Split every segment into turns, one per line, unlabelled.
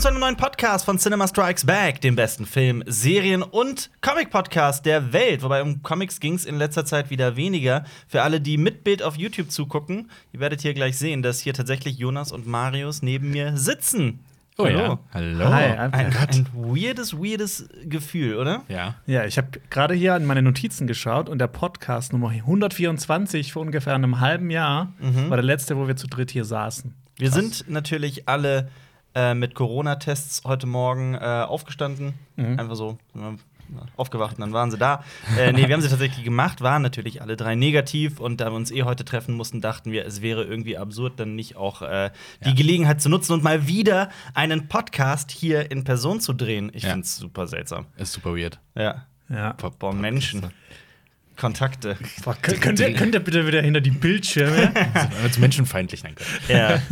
zu einem neuen Podcast von Cinema Strikes Back, dem besten Film, Serien und Comic-Podcast der Welt. Wobei um Comics ging es in letzter Zeit wieder weniger. Für alle, die mit Bild auf YouTube zugucken, ihr werdet hier gleich sehen, dass hier tatsächlich Jonas und Marius neben mir sitzen.
Oh ja. Hallo.
Hi,
Ein, ein weirdes, weirdes Gefühl, oder?
Ja.
Ja, ich habe gerade hier in meine Notizen geschaut und der Podcast Nummer 124 vor ungefähr einem halben Jahr
Mhm.
war der letzte, wo wir zu dritt hier saßen.
Wir sind natürlich alle äh, mit Corona-Tests heute Morgen äh, aufgestanden.
Mhm.
Einfach so äh, aufgewacht und dann waren sie da. Äh, nee, wir haben sie tatsächlich gemacht, waren natürlich alle drei negativ und da wir uns eh heute treffen mussten, dachten wir, es wäre irgendwie absurd, dann nicht auch äh, die
Ja.
Gelegenheit zu nutzen und mal wieder einen Podcast hier in Person zu drehen. Ich
Ja.
find's super seltsam.
Ist super weird.
Ja.
Ja.
Boah, Menschen. Kontakte.
Boah, könnt, könnt, ihr, könnt ihr bitte wieder hinter die Bildschirme?
Als Also, menschenfeindlich, danke.
Ja.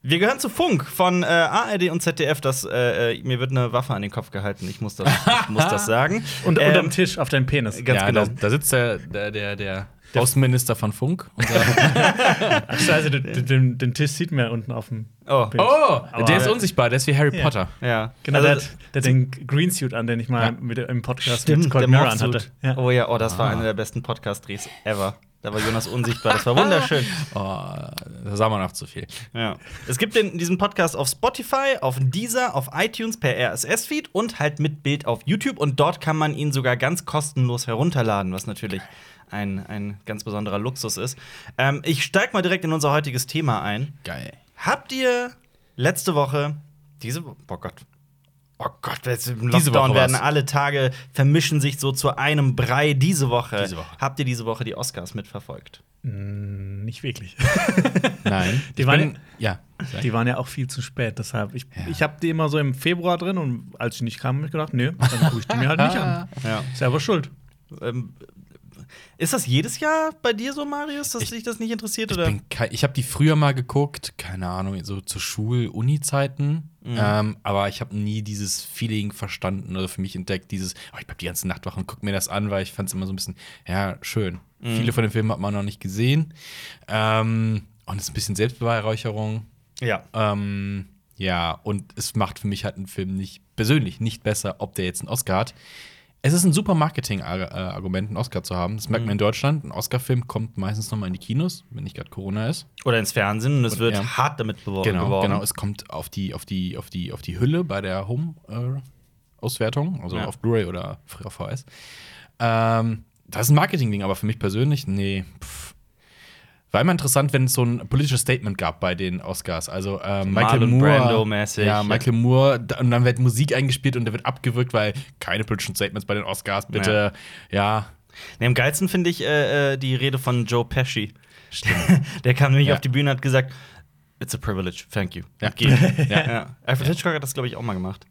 Wir gehören zu Funk von äh, ARD und ZDF. Das, äh, äh, mir wird eine Waffe an den Kopf gehalten. Ich muss das, ich muss das sagen.
und
Ähm,
unterm Tisch auf deinem Penis.
ganz
ja,
genau.
da, da sitzt der, der, der, der Außenminister von Funk. Unser
Ach, scheiße, den, den, den Tisch sieht man ja unten auf dem.
Oh,
Bild.
oh, der ist
Aber-
unsichtbar, der ist wie Harry
Ja.
Potter.
ja.
Genau,
Also,
der, hat, der hat den Greensuit an, den ich mal
Ja.
mit, im Podcast mit
stimmt,
Scott
der
Murray hatte.
Morphsuit.
Ja. Ah.
Oh ja, oh, das war einer der besten Podcast-Drehs ever. Da war Jonas unsichtbar. Das war wunderschön.
Oh, da sah man auch zu viel.
Ja. Es gibt den, diesen Podcast auf Spotify, auf Deezer, auf iTunes per RSS-Feed und halt mit Bild auf YouTube. Und dort kann man ihn sogar ganz kostenlos herunterladen, was natürlich ein, ein ganz besonderer Luxus ist. Ähm, ich steig mal direkt in unser heutiges Thema ein.
Geil.
Habt ihr letzte Woche, diese Woche, oh Gott, oh Gott, jetzt im Lockdown
Diese Woche
werden
war's.
alle Tage, vermischen sich so zu einem Brei. Diese Woche,
Diese Woche.
habt ihr diese Woche die Oscars mitverfolgt?
Mm, Nicht wirklich.
Nein.
Die
ich
waren-
bin, ja. sag.
Die waren ja auch viel zu spät, deshalb. Ich,
Ja.
ich habe die immer so im Februar drin und als ich nicht kam, habe ich gedacht, nö, dann gucke ich die mir halt nicht an.
Ja.
Selber schuld.
Ähm, ist das jedes Jahr bei dir so, Marius, dass
Ich-
dich das nicht interessiert?
Ich,
Oder?
bin kei- ich habe die früher mal geguckt, keine Ahnung, so zu Schul-Uni-Zeiten. Ähm, aber ich habe nie dieses Feeling verstanden oder für mich entdeckt, dieses, oh, ich bleib die ganze Nacht wach und guck mir das an, weil ich fand es immer so ein bisschen, ja, schön. Viele von den Filmen hat man noch nicht gesehen. Ähm, und es ist ein bisschen Selbstbeweihräucherung.
ja.
Ähm, ja, und es macht für mich halt einen Film nicht persönlich nicht besser, ob der jetzt einen Oscar hat. Es ist ein super Marketing-Argument, einen Oscar zu haben. Das merkt man in Deutschland. Ein Oscar-Film kommt meistens nochmal in die Kinos, wenn nicht gerade Corona ist.
Oder ins Fernsehen und es
Oder-
wird
ja.
hart damit beworben.
Genau,
geworben.
genau. Es kommt auf die, auf die, auf die, auf die Hülle bei der Home-Auswertung, also
Ja.
auf Blu-ray oder auf VS. Ähm, das ist ein Marketing-Ding, aber für mich persönlich, nee. Pff. War immer interessant, wenn es so ein politisches Statement gab bei den Oscars. Also ähm, Michael
Marlon
Moore.
Brando-mäßig.
Ja, Michael Moore. da- Und dann wird Musik eingespielt und der wird abgewürgt, weil keine politischen Statements bei den Oscars, bitte. Ja.
Nee, am geilsten finde ich äh, äh, die Rede von Joe Pesci. Der kam nämlich
Ja.
auf die Bühne und hat gesagt, It's a privilege, thank you.
Ja.
Und geht.
Ja.
ja. Alfred Hitchcock hat das, glaube ich, auch mal gemacht.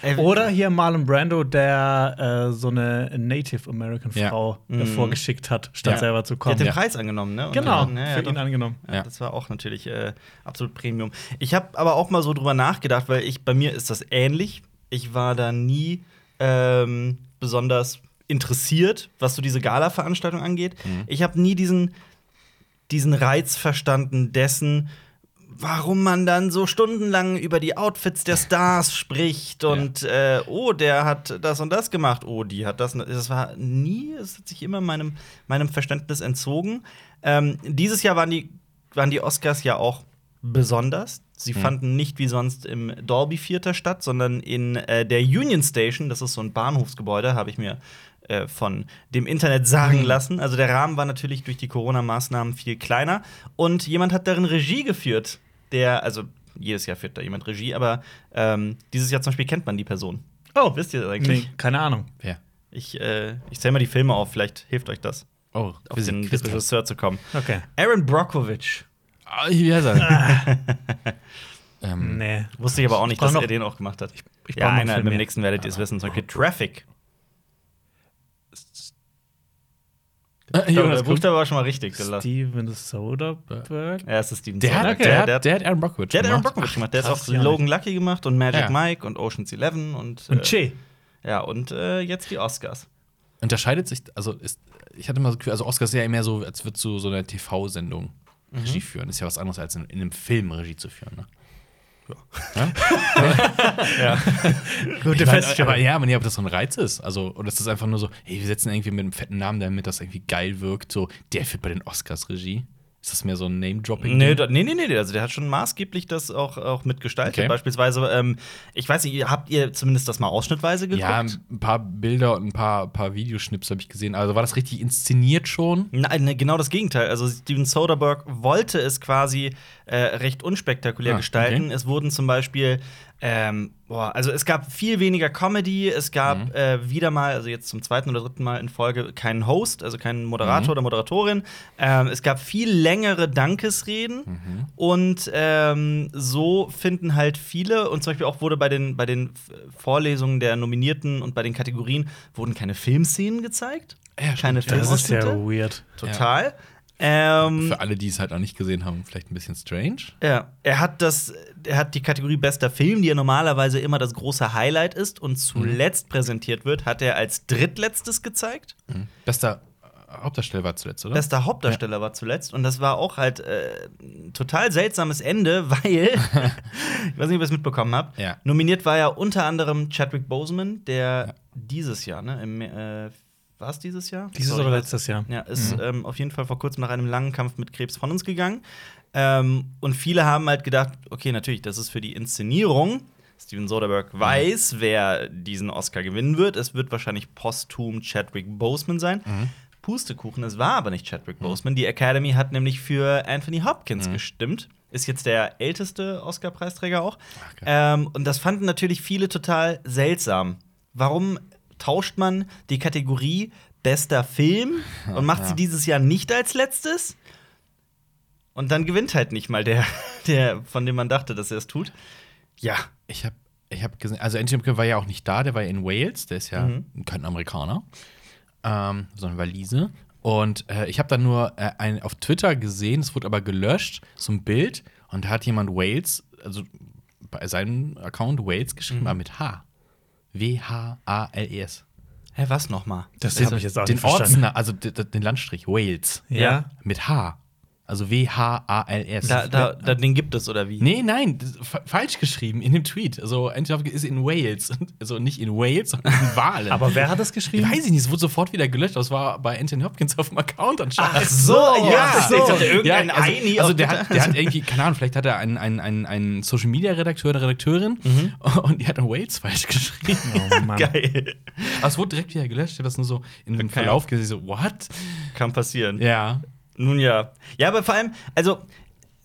Ey,
Oder hier Marlon Brando, der äh, so eine Native American
Ja.
Frau
Mhm.
äh, vorgeschickt hat, statt
Ja.
selber zu
Der hat den
kommen.
Preis angenommen, ne? Und
Genau,
dann- ja, ja,
für
doch.
ihn angenommen.
Ja,
Ja.
Das war auch natürlich äh, absolut Premium. Ich habe aber auch mal so drüber nachgedacht, weil ich bei mir ist das ähnlich. Ich war da nie ähm, besonders interessiert, was so diese Gala-Veranstaltung angeht. Ich habe nie diesen, diesen Reiz verstanden dessen, warum man dann so stundenlang über die Outfits der Stars spricht und äh, oh, der hat das und das gemacht, oh, die hat das. und das. Das war nie, es hat sich immer meinem, meinem Verständnis entzogen. Ähm, dieses Jahr waren die, waren die Oscars ja auch besonders. Sie fanden nicht wie sonst im Dolby Theater statt, sondern in äh, der Union Station, das ist so ein Bahnhofsgebäude, habe ich mir äh, von dem Internet
Mhm.
sagen lassen. Also der Rahmen war natürlich durch die Corona-Maßnahmen viel kleiner und jemand hat darin Regie geführt, der, also jedes Jahr führt da jemand Regie, aber ähm, dieses Jahr zum Beispiel kennt man die Person.
Oh,
Wisst ihr das eigentlich?
nee, keine Ahnung.
Ja.
Ich, äh, ich zähle mal die Filme auf, vielleicht hilft euch das,
Oh,
auf
wir
den
sind Quiz.
Regisseur zu kommen.
Okay.
Aaron Brockovich.
Ah, Wie heißt er? ähm,
Nee.
Wusste ich aber auch nicht,
brauch
dass
noch-
er den auch gemacht hat.
ich brauch
ja,
noch einen
einer,
Film
beim
mehr. Ah.
nächsten werdet ihr es wissen. Zum Beispiel Traffic.
äh,
Ja, der
Jonas, guck.
Buchstabe war schon mal richtig. Der La-
Steven Soderbergh?
ja, es ist Steven
Der hat,
Soderbergh.
der,
der,
hat, der hat Aaron Brockovich
der hat Aaron
gemacht.
Brockovich gemacht. Der hat
krass,
auch
ja.
Logan Lucky gemacht und Magic
Ja.
Mike und Ocean's Eleven und,
Und
äh,
Che.
ja und äh, jetzt die Oscars.
Unterscheidet sich, also ist, ich hatte mal so das Gefühl, also Oscar ist ja mehr so, als würdest
Mhm.
du so eine TV-Sendung Regie führen. Ist ja was anderes, als in, in einem Film Regie zu führen, ne? Ja?
Gute
Ich mein, aber
Feststellung.
ja, aber nee, ob das so ein Reiz ist. Also, oder ist das einfach nur so, hey, wir setzen irgendwie mit einem fetten Namen, damit das irgendwie geil wirkt. So, der führt bei den Oscars Regie. Ist das mehr so ein Name-Dropping?
Nee, da, nee, nee, nee, also der hat schon maßgeblich das auch, auch mitgestaltet.
Okay.
Beispielsweise, ähm, ich weiß nicht, ihr- habt ihr zumindest das mal ausschnittweise geguckt?
ja, ein paar Bilder und ein paar, paar Videoschnips habe ich gesehen. Also war das richtig inszeniert schon?
Nein, ne, genau das Gegenteil. Also Steven Soderbergh wollte es quasi äh, recht unspektakulär
Ah,
gestalten. Es wurden zum Beispiel, ähm, boah, also es gab viel weniger Comedy, es gab äh, wieder mal, also jetzt zum zweiten oder dritten Mal in Folge, keinen Host, also keinen Moderator oder Moderatorin. Ähm, es gab viel längere Dankesreden und ähm, so finden halt viele, und zum Beispiel auch wurde bei den, bei den Vorlesungen der Nominierten und bei den Kategorien wurden keine Filmszenen gezeigt.
Ja,
keine
Das ist ja
Filmausschnitte.
weird.
Total. Ähm,
Für alle, die es halt noch nicht gesehen haben, vielleicht ein bisschen strange.
ja, er hat das, er hat die Kategorie bester Film, die ja normalerweise immer das große Highlight ist und zuletzt präsentiert wird, hat er als drittletztes gezeigt.
Mhm.
Bester äh, Hauptdarsteller war zuletzt, oder?
Bester Hauptdarsteller war zuletzt und das war auch halt äh, ein total seltsames Ende, weil ich weiß nicht, ob ihr es mitbekommen habt.
Ja.
Nominiert war ja unter anderem Chadwick Boseman, der dieses Jahr, ne, im, äh, war es dieses Jahr?
Dieses
Sorry,
oder
ich weiß-
letztes Jahr.
Ja, ist ähm, auf jeden Fall vor kurzem nach einem langen Kampf mit Krebs von uns gegangen. Ähm, und viele haben halt gedacht, okay, natürlich, das ist für die Inszenierung. Steven Soderbergh weiß, wer diesen Oscar gewinnen wird. Es wird wahrscheinlich posthum Chadwick Boseman sein. Pustekuchen, es war aber nicht Chadwick Boseman. Die Academy hat nämlich für Anthony Hopkins gestimmt. Ist jetzt der älteste Oscar-Preisträger auch.
Okay.
Ähm, und das fanden natürlich viele total seltsam. Warum tauscht man die Kategorie bester Film und macht sie dieses Jahr nicht als letztes? Und dann gewinnt halt nicht mal der, der von dem man dachte, dass er es tut. Ja.
Ich habe ich hab gesehen, also Anthony Hopkins war ja auch nicht da, der war ja in Wales, der ist ja
Mhm.
kein Amerikaner, ähm, sondern Walise. Und äh, ich habe dann nur äh, ein, auf Twitter gesehen, es wurde aber gelöscht, so ein Bild, und da hat jemand Wales, also bei seinem Account Wales
Mhm.
geschrieben, aber mit H. W-H-A-L-E-S.
Hä, was nochmal?
Das habe ich jetzt
E
auch
Also den
nicht verstanden.
Ortsna- also d- d- den Landstrich, Wales.
Ja.
Mit H. Also W-H-A-L-S.
Da, da, da, den gibt es oder wie?
Nee, nein, das ist fa- falsch geschrieben in dem Tweet. Also Anthony Hopkins ist in Wales. Also nicht in Wales, sondern in Wales.
Aber wer hat das
ich
geschrieben?
weiß ich nicht, es wurde sofort wieder gelöscht. Das war bei Anthony Hopkins auf dem Account anscheinend.
so,
ja,
Ich dachte, irgendein
Ja, also,
Eini
also
auf
der
Twitter.
hat, der hat irgendwie, keine Ahnung, vielleicht hat er einen, einen, einen, einen Social Media Redakteur, eine Redakteurin und die hat in Wales falsch geschrieben.
Oh, Mann.
Geil.
Aber es wurde direkt wieder gelöscht. Ich habe das nur so in dem
Okay.
Verlauf gesehen, so, what?
Kann passieren.
Ja.
Nun ja. Ja, aber vor allem, also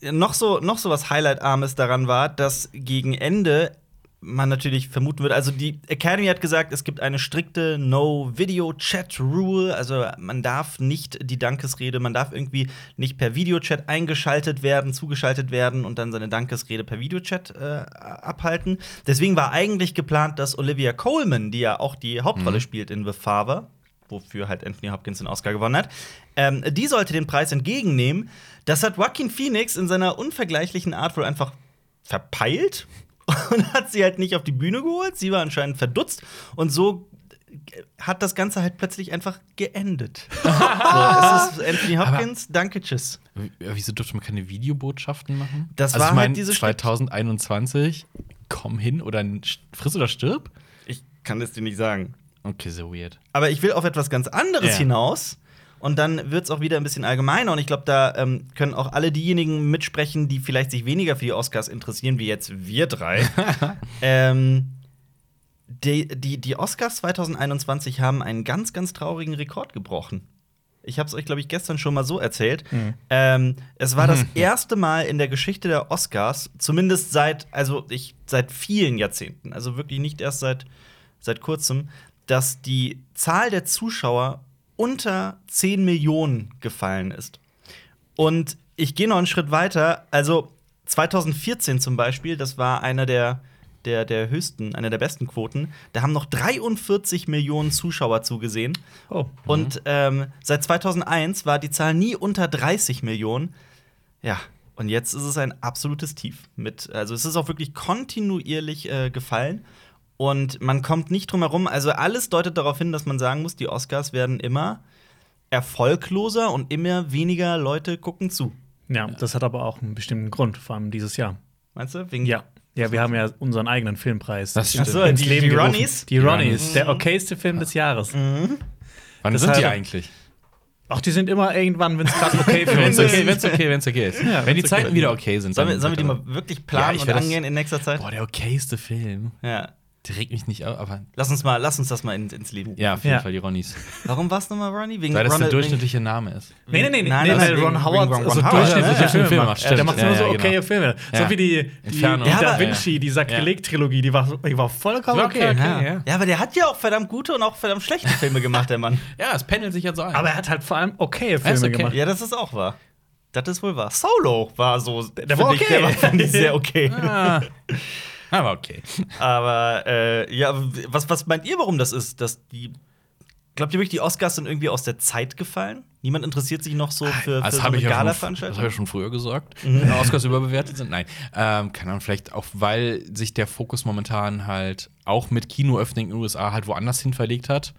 noch so, noch so was Highlight-Armes daran war, dass gegen Ende man natürlich vermuten wird, also die Academy hat gesagt, es gibt eine strikte No-Video-Chat-Rule, also man darf nicht die Dankesrede, man darf irgendwie nicht per Videochat eingeschaltet werden, zugeschaltet werden und dann seine Dankesrede per Videochat äh, abhalten. Deswegen war eigentlich geplant, dass Olivia Coleman, die ja auch die Hauptrolle spielt in The Father, wofür halt Anthony Hopkins den Oscar gewonnen hat, ähm, die sollte den Preis entgegennehmen. Das hat Joaquin Phoenix in seiner unvergleichlichen Art wohl einfach verpeilt und hat sie halt nicht auf die Bühne geholt. Sie war anscheinend verdutzt und so hat das Ganze halt plötzlich einfach geendet. so, es ist Anthony Hopkins, danke, tschüss.
W- äh, Wieso durfte man keine Videobotschaften machen? Also
Das war
ich mein,
halt diese Schrift-
2021, komm hin oder n- friss oder stirb?
Ich kann es dir nicht sagen.
Okay, so weird.
Aber ich will auf etwas ganz anderes
Ja.
hinaus. Und dann wird es auch wieder ein bisschen allgemeiner. Und ich glaube, da ähm, können auch alle diejenigen mitsprechen, die vielleicht sich weniger für die Oscars interessieren, wie jetzt wir drei. ähm, die, die, die Oscars 2021 haben einen ganz, ganz traurigen Rekord gebrochen. Ich habe es euch, glaube ich, gestern schon mal so erzählt. Ähm, es war das erste Mal in der Geschichte der Oscars, zumindest seit, also ich, seit vielen Jahrzehnten, also wirklich nicht erst seit, seit kurzem, dass die Zahl der Zuschauer unter 10 Millionen gefallen ist. Und ich gehe noch einen Schritt weiter. Also 2014 zum Beispiel, das war einer der, der, der höchsten, einer der besten Quoten. Da haben noch 43 Millionen Zuschauer zugesehen.
Oh.
Und ähm, seit 2001 war die Zahl nie unter 30 Millionen. Ja, und jetzt ist es ein absolutes Tief. Mit, also es ist auch wirklich kontinuierlich äh, gefallen. Und man kommt nicht drum herum. Also alles deutet darauf hin, dass man sagen muss, die Oscars werden immer erfolgloser und immer weniger Leute gucken zu.
Ja, das hat aber auch einen bestimmten Grund, vor allem dieses Jahr.
Meinst du? Wegen
Ja. Ja, wir haben ja unseren eigenen Filmpreis.
Das stimmt.
Ach so,
Ins
die- die
Leben gerufen.
Ronnies? Hm.
Die Ronnies,
Mhm.
der okayste Film des Jahres.
Wann
Das
sind die
heißt-
eigentlich?
Ach, die sind immer irgendwann, wenn es gerade okay für uns
Wenn's
ist.
okay, wenn's okay, wenn's okay ist.
Ja,
Wenn
wenn's
die
okay
Zeiten
ist.
wieder okay sind.
Sollen wir,
dann-
sollen wir die mal wirklich
Ja,
planen
ich
und
wär das-
angehen in nächster Zeit?
Boah, der okayste Film.
Ja.
Der regt mich nicht auf, aber.
Lass uns mal, lass uns das mal in, ins Leben.
Ja, auf jeden
Ja.
Fall die Ronnies.
Warum war es nochmal Ronnie? Wegen
Weil das der
Ronald-
durchschnittliche Name ist.
Nee, nee, nee, nee,
Nein,
nee,
das
weil
ist wegen-
Ron Howard
wegen Ron-
also
Ron Howard,
durchschnittliche
ne?
Filme
Filme
macht.
macht,
Der macht
stimmt.
immer
Ja,
so
ja,
okay
genau.
Filme. So
Ja.
wie die, die,
Inferno.
die
Ja,
Da
aber-
Vinci, die Sakrileg-Trilogie, die war, so- die war vollkommen
Die war
okay.
okay.
Ja.
ja.
ja, aber der hat ja auch verdammt gute und auch verdammt schlechte Filme gemacht, der Mann.
Ja, es pendelt sich ja so ein.
Aber er hat halt vor allem okay
Er
Filme
ist okay.
gemacht.
Ja, das ist auch wahr. Das ist wohl wahr. Solo war so.
Äh,
der war
find ich-
okay.
Der war, fand ich, sehr okay.
Ah. aber okay.
Aber äh, ja, w- was, was meint ihr, warum das ist? Dass die. Glaubt ihr wirklich, die Oscars sind irgendwie aus der Zeit gefallen? Niemand interessiert sich noch so äh, für, für
Ah, das
so
habe
eine
ich, ja schon- das Also hab
Gala-Veranstaltung? Mhm.
ich schon früher gesagt. Wenn Oscars überbewertet sind, nein. Ähm, keine Ahnung, vielleicht auch, weil sich der Fokus momentan halt auch mit Kinoöffnungen in den USA halt woanders hin verlegt hat.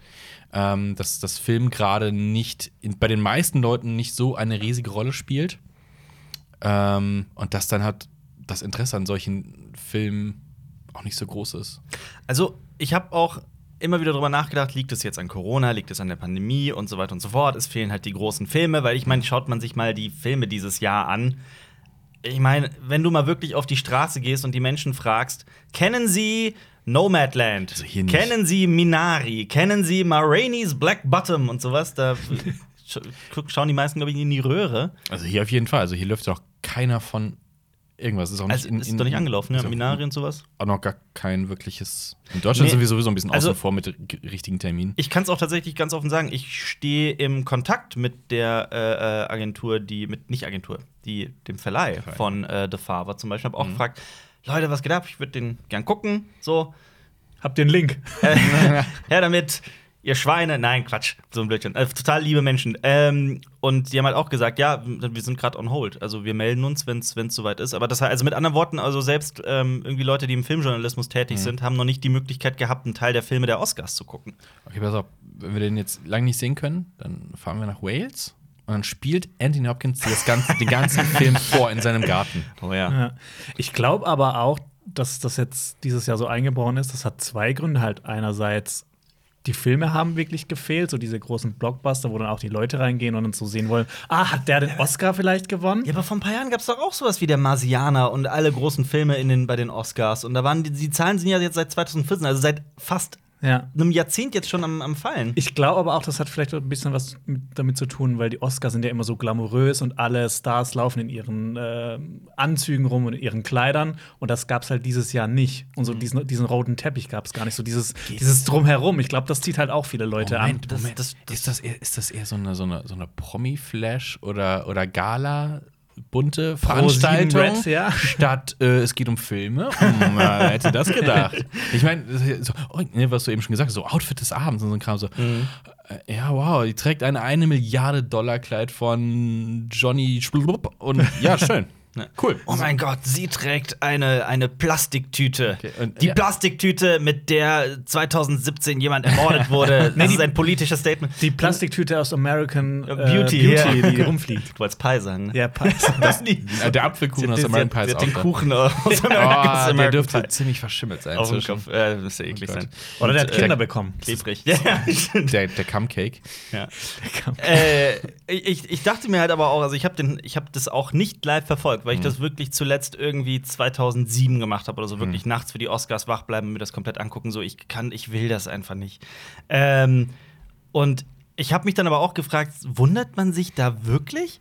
Ähm, dass das Film gerade nicht in, bei den meisten Leuten nicht so eine riesige Rolle spielt. Ähm, und dass dann halt das Interesse an solchen Filmen auch nicht so groß ist.
Also, ich habe auch immer wieder drüber nachgedacht, liegt es jetzt an Corona, liegt es an der Pandemie und so weiter und so fort. Es fehlen halt die großen Filme, weil ich meine, schaut man sich mal die Filme dieses Jahr an. Ich meine, wenn du mal wirklich auf die Straße gehst und die Menschen fragst, kennen Sie Nomadland?
Also hier nicht.
kennen Sie Minari? Kennen Sie Ma Rainey's Black Bottom und sowas? Da sch guck- schauen die meisten, glaube ich, in die Röhre.
Also hier auf jeden Fall. Also hier läuft doch keiner von irgendwas. Ist auch nicht,
Also, ist doch nicht angelaufen, ja,
ist auch-
Minari und sowas.
auch noch gar kein wirkliches. In Deutschland
Nee.
sind wir sowieso ein bisschen
Also-
außen vor mit g- richtigen Terminen.
Ich kann es auch tatsächlich ganz offen sagen. Ich stehe im Kontakt mit der äh, äh, Agentur, die mit nicht Agentur, die dem Verleih
Verleih.
von äh, The Father zum Beispiel. Habe auch gefragt, Leute, was geht ab? Ich würde den gern gucken. So,
Habt den Link.
äh, her damit, ihr Schweine. Nein, Quatsch, so ein Blödchen. Äh, total liebe Menschen. Ähm, und die haben halt auch gesagt, ja, wir sind gerade on hold. Also wir melden uns, wenn es soweit ist. Aber das heißt, also mit anderen Worten, also selbst ähm, irgendwie Leute, die im Filmjournalismus tätig sind, haben noch nicht die Möglichkeit gehabt, einen Teil der Filme der Oscars zu gucken.
Okay, pass auf, wenn wir den jetzt lange nicht sehen können, dann fahren wir nach Wales und dann spielt Anthony Hopkins das ganze, den ganzen Film vor in seinem Garten.
Oh ja.
Ja. Ich glaube aber auch, dass das jetzt dieses Jahr so eingebrochen ist. Das hat zwei Gründe. Halt einerseits, die Filme haben wirklich gefehlt, so diese großen Blockbuster, wo dann auch die Leute reingehen und uns so sehen wollen, ah, hat der den Oscar vielleicht gewonnen?
Ja, aber vor ein paar Jahren gab es doch auch sowas wie der Marsianer und alle großen Filme in den, bei den Oscars. Und da waren die, die Zahlen sind ja jetzt seit 2014, also seit fast
Ja.
einem Jahrzehnt jetzt schon am, am Fallen.
Ich glaube aber auch, das hat vielleicht ein bisschen was mit, damit zu tun, weil die Oscars sind ja immer so glamourös und alle Stars laufen in ihren äh, Anzügen rum und in ihren Kleidern und das gab es halt dieses Jahr nicht. Und so diesen, diesen roten Teppich gab es gar nicht. So dieses, dieses Drumherum. Ich glaube, das zieht halt auch viele Leute an.
das-
Moment.
das- das-
ist, das eher, ist das eher so eine, so eine, so eine Promi-Flash oder, oder Gala? Bunte Veranstaltung
Red, ja.
statt äh, es geht um Filme. Hm, wer hätte das gedacht? Ich meine, das ist so, oh, ne, was du eben schon gesagt hast, so Outfit des Abends und so ein Kram. So,
Mhm.
äh, Ja, wow, die trägt ein eine Milliarde Dollar Kleid von Johnny Schblub und ja, schön. Cool.
Oh mein Gott, sie trägt eine, eine Plastiktüte.
Okay, und-
die
ja.
Plastiktüte, mit der 2017 jemand ermordet wurde. Das ist ein politisches Statement.
Die Plastiktüte aus American äh,
Beauty,
Beauty
ja.
die rumfliegt.
Du wolltest Pie sagen, ne?
Ja, passt.
Das nie.
Äh, Der Apfelkuchen aus American Pie ist auch
den
da.
Kuchen aus American
Oh,
Pie.
der dürfte ziemlich verschimmelt sein.
auf dem
zwischen-
Kopf. Äh, müsste eklig
Gott.
sein.
Oder der
Und,
hat
äh,
Kinder bekommen.
Klebrig. Ja, stimmt.
Der, der Cumcake.
Ja. äh, ich, ich dachte mir halt aber auch, also ich habe hab das auch nicht live verfolgt, weil ich das wirklich zuletzt irgendwie 2007 gemacht habe oder so. Wirklich nachts für die Oscars wach bleiben und mir das komplett angucken. So, ich kann, ich will das einfach nicht. Ähm, und ich habe mich dann aber auch gefragt, wundert man sich da wirklich?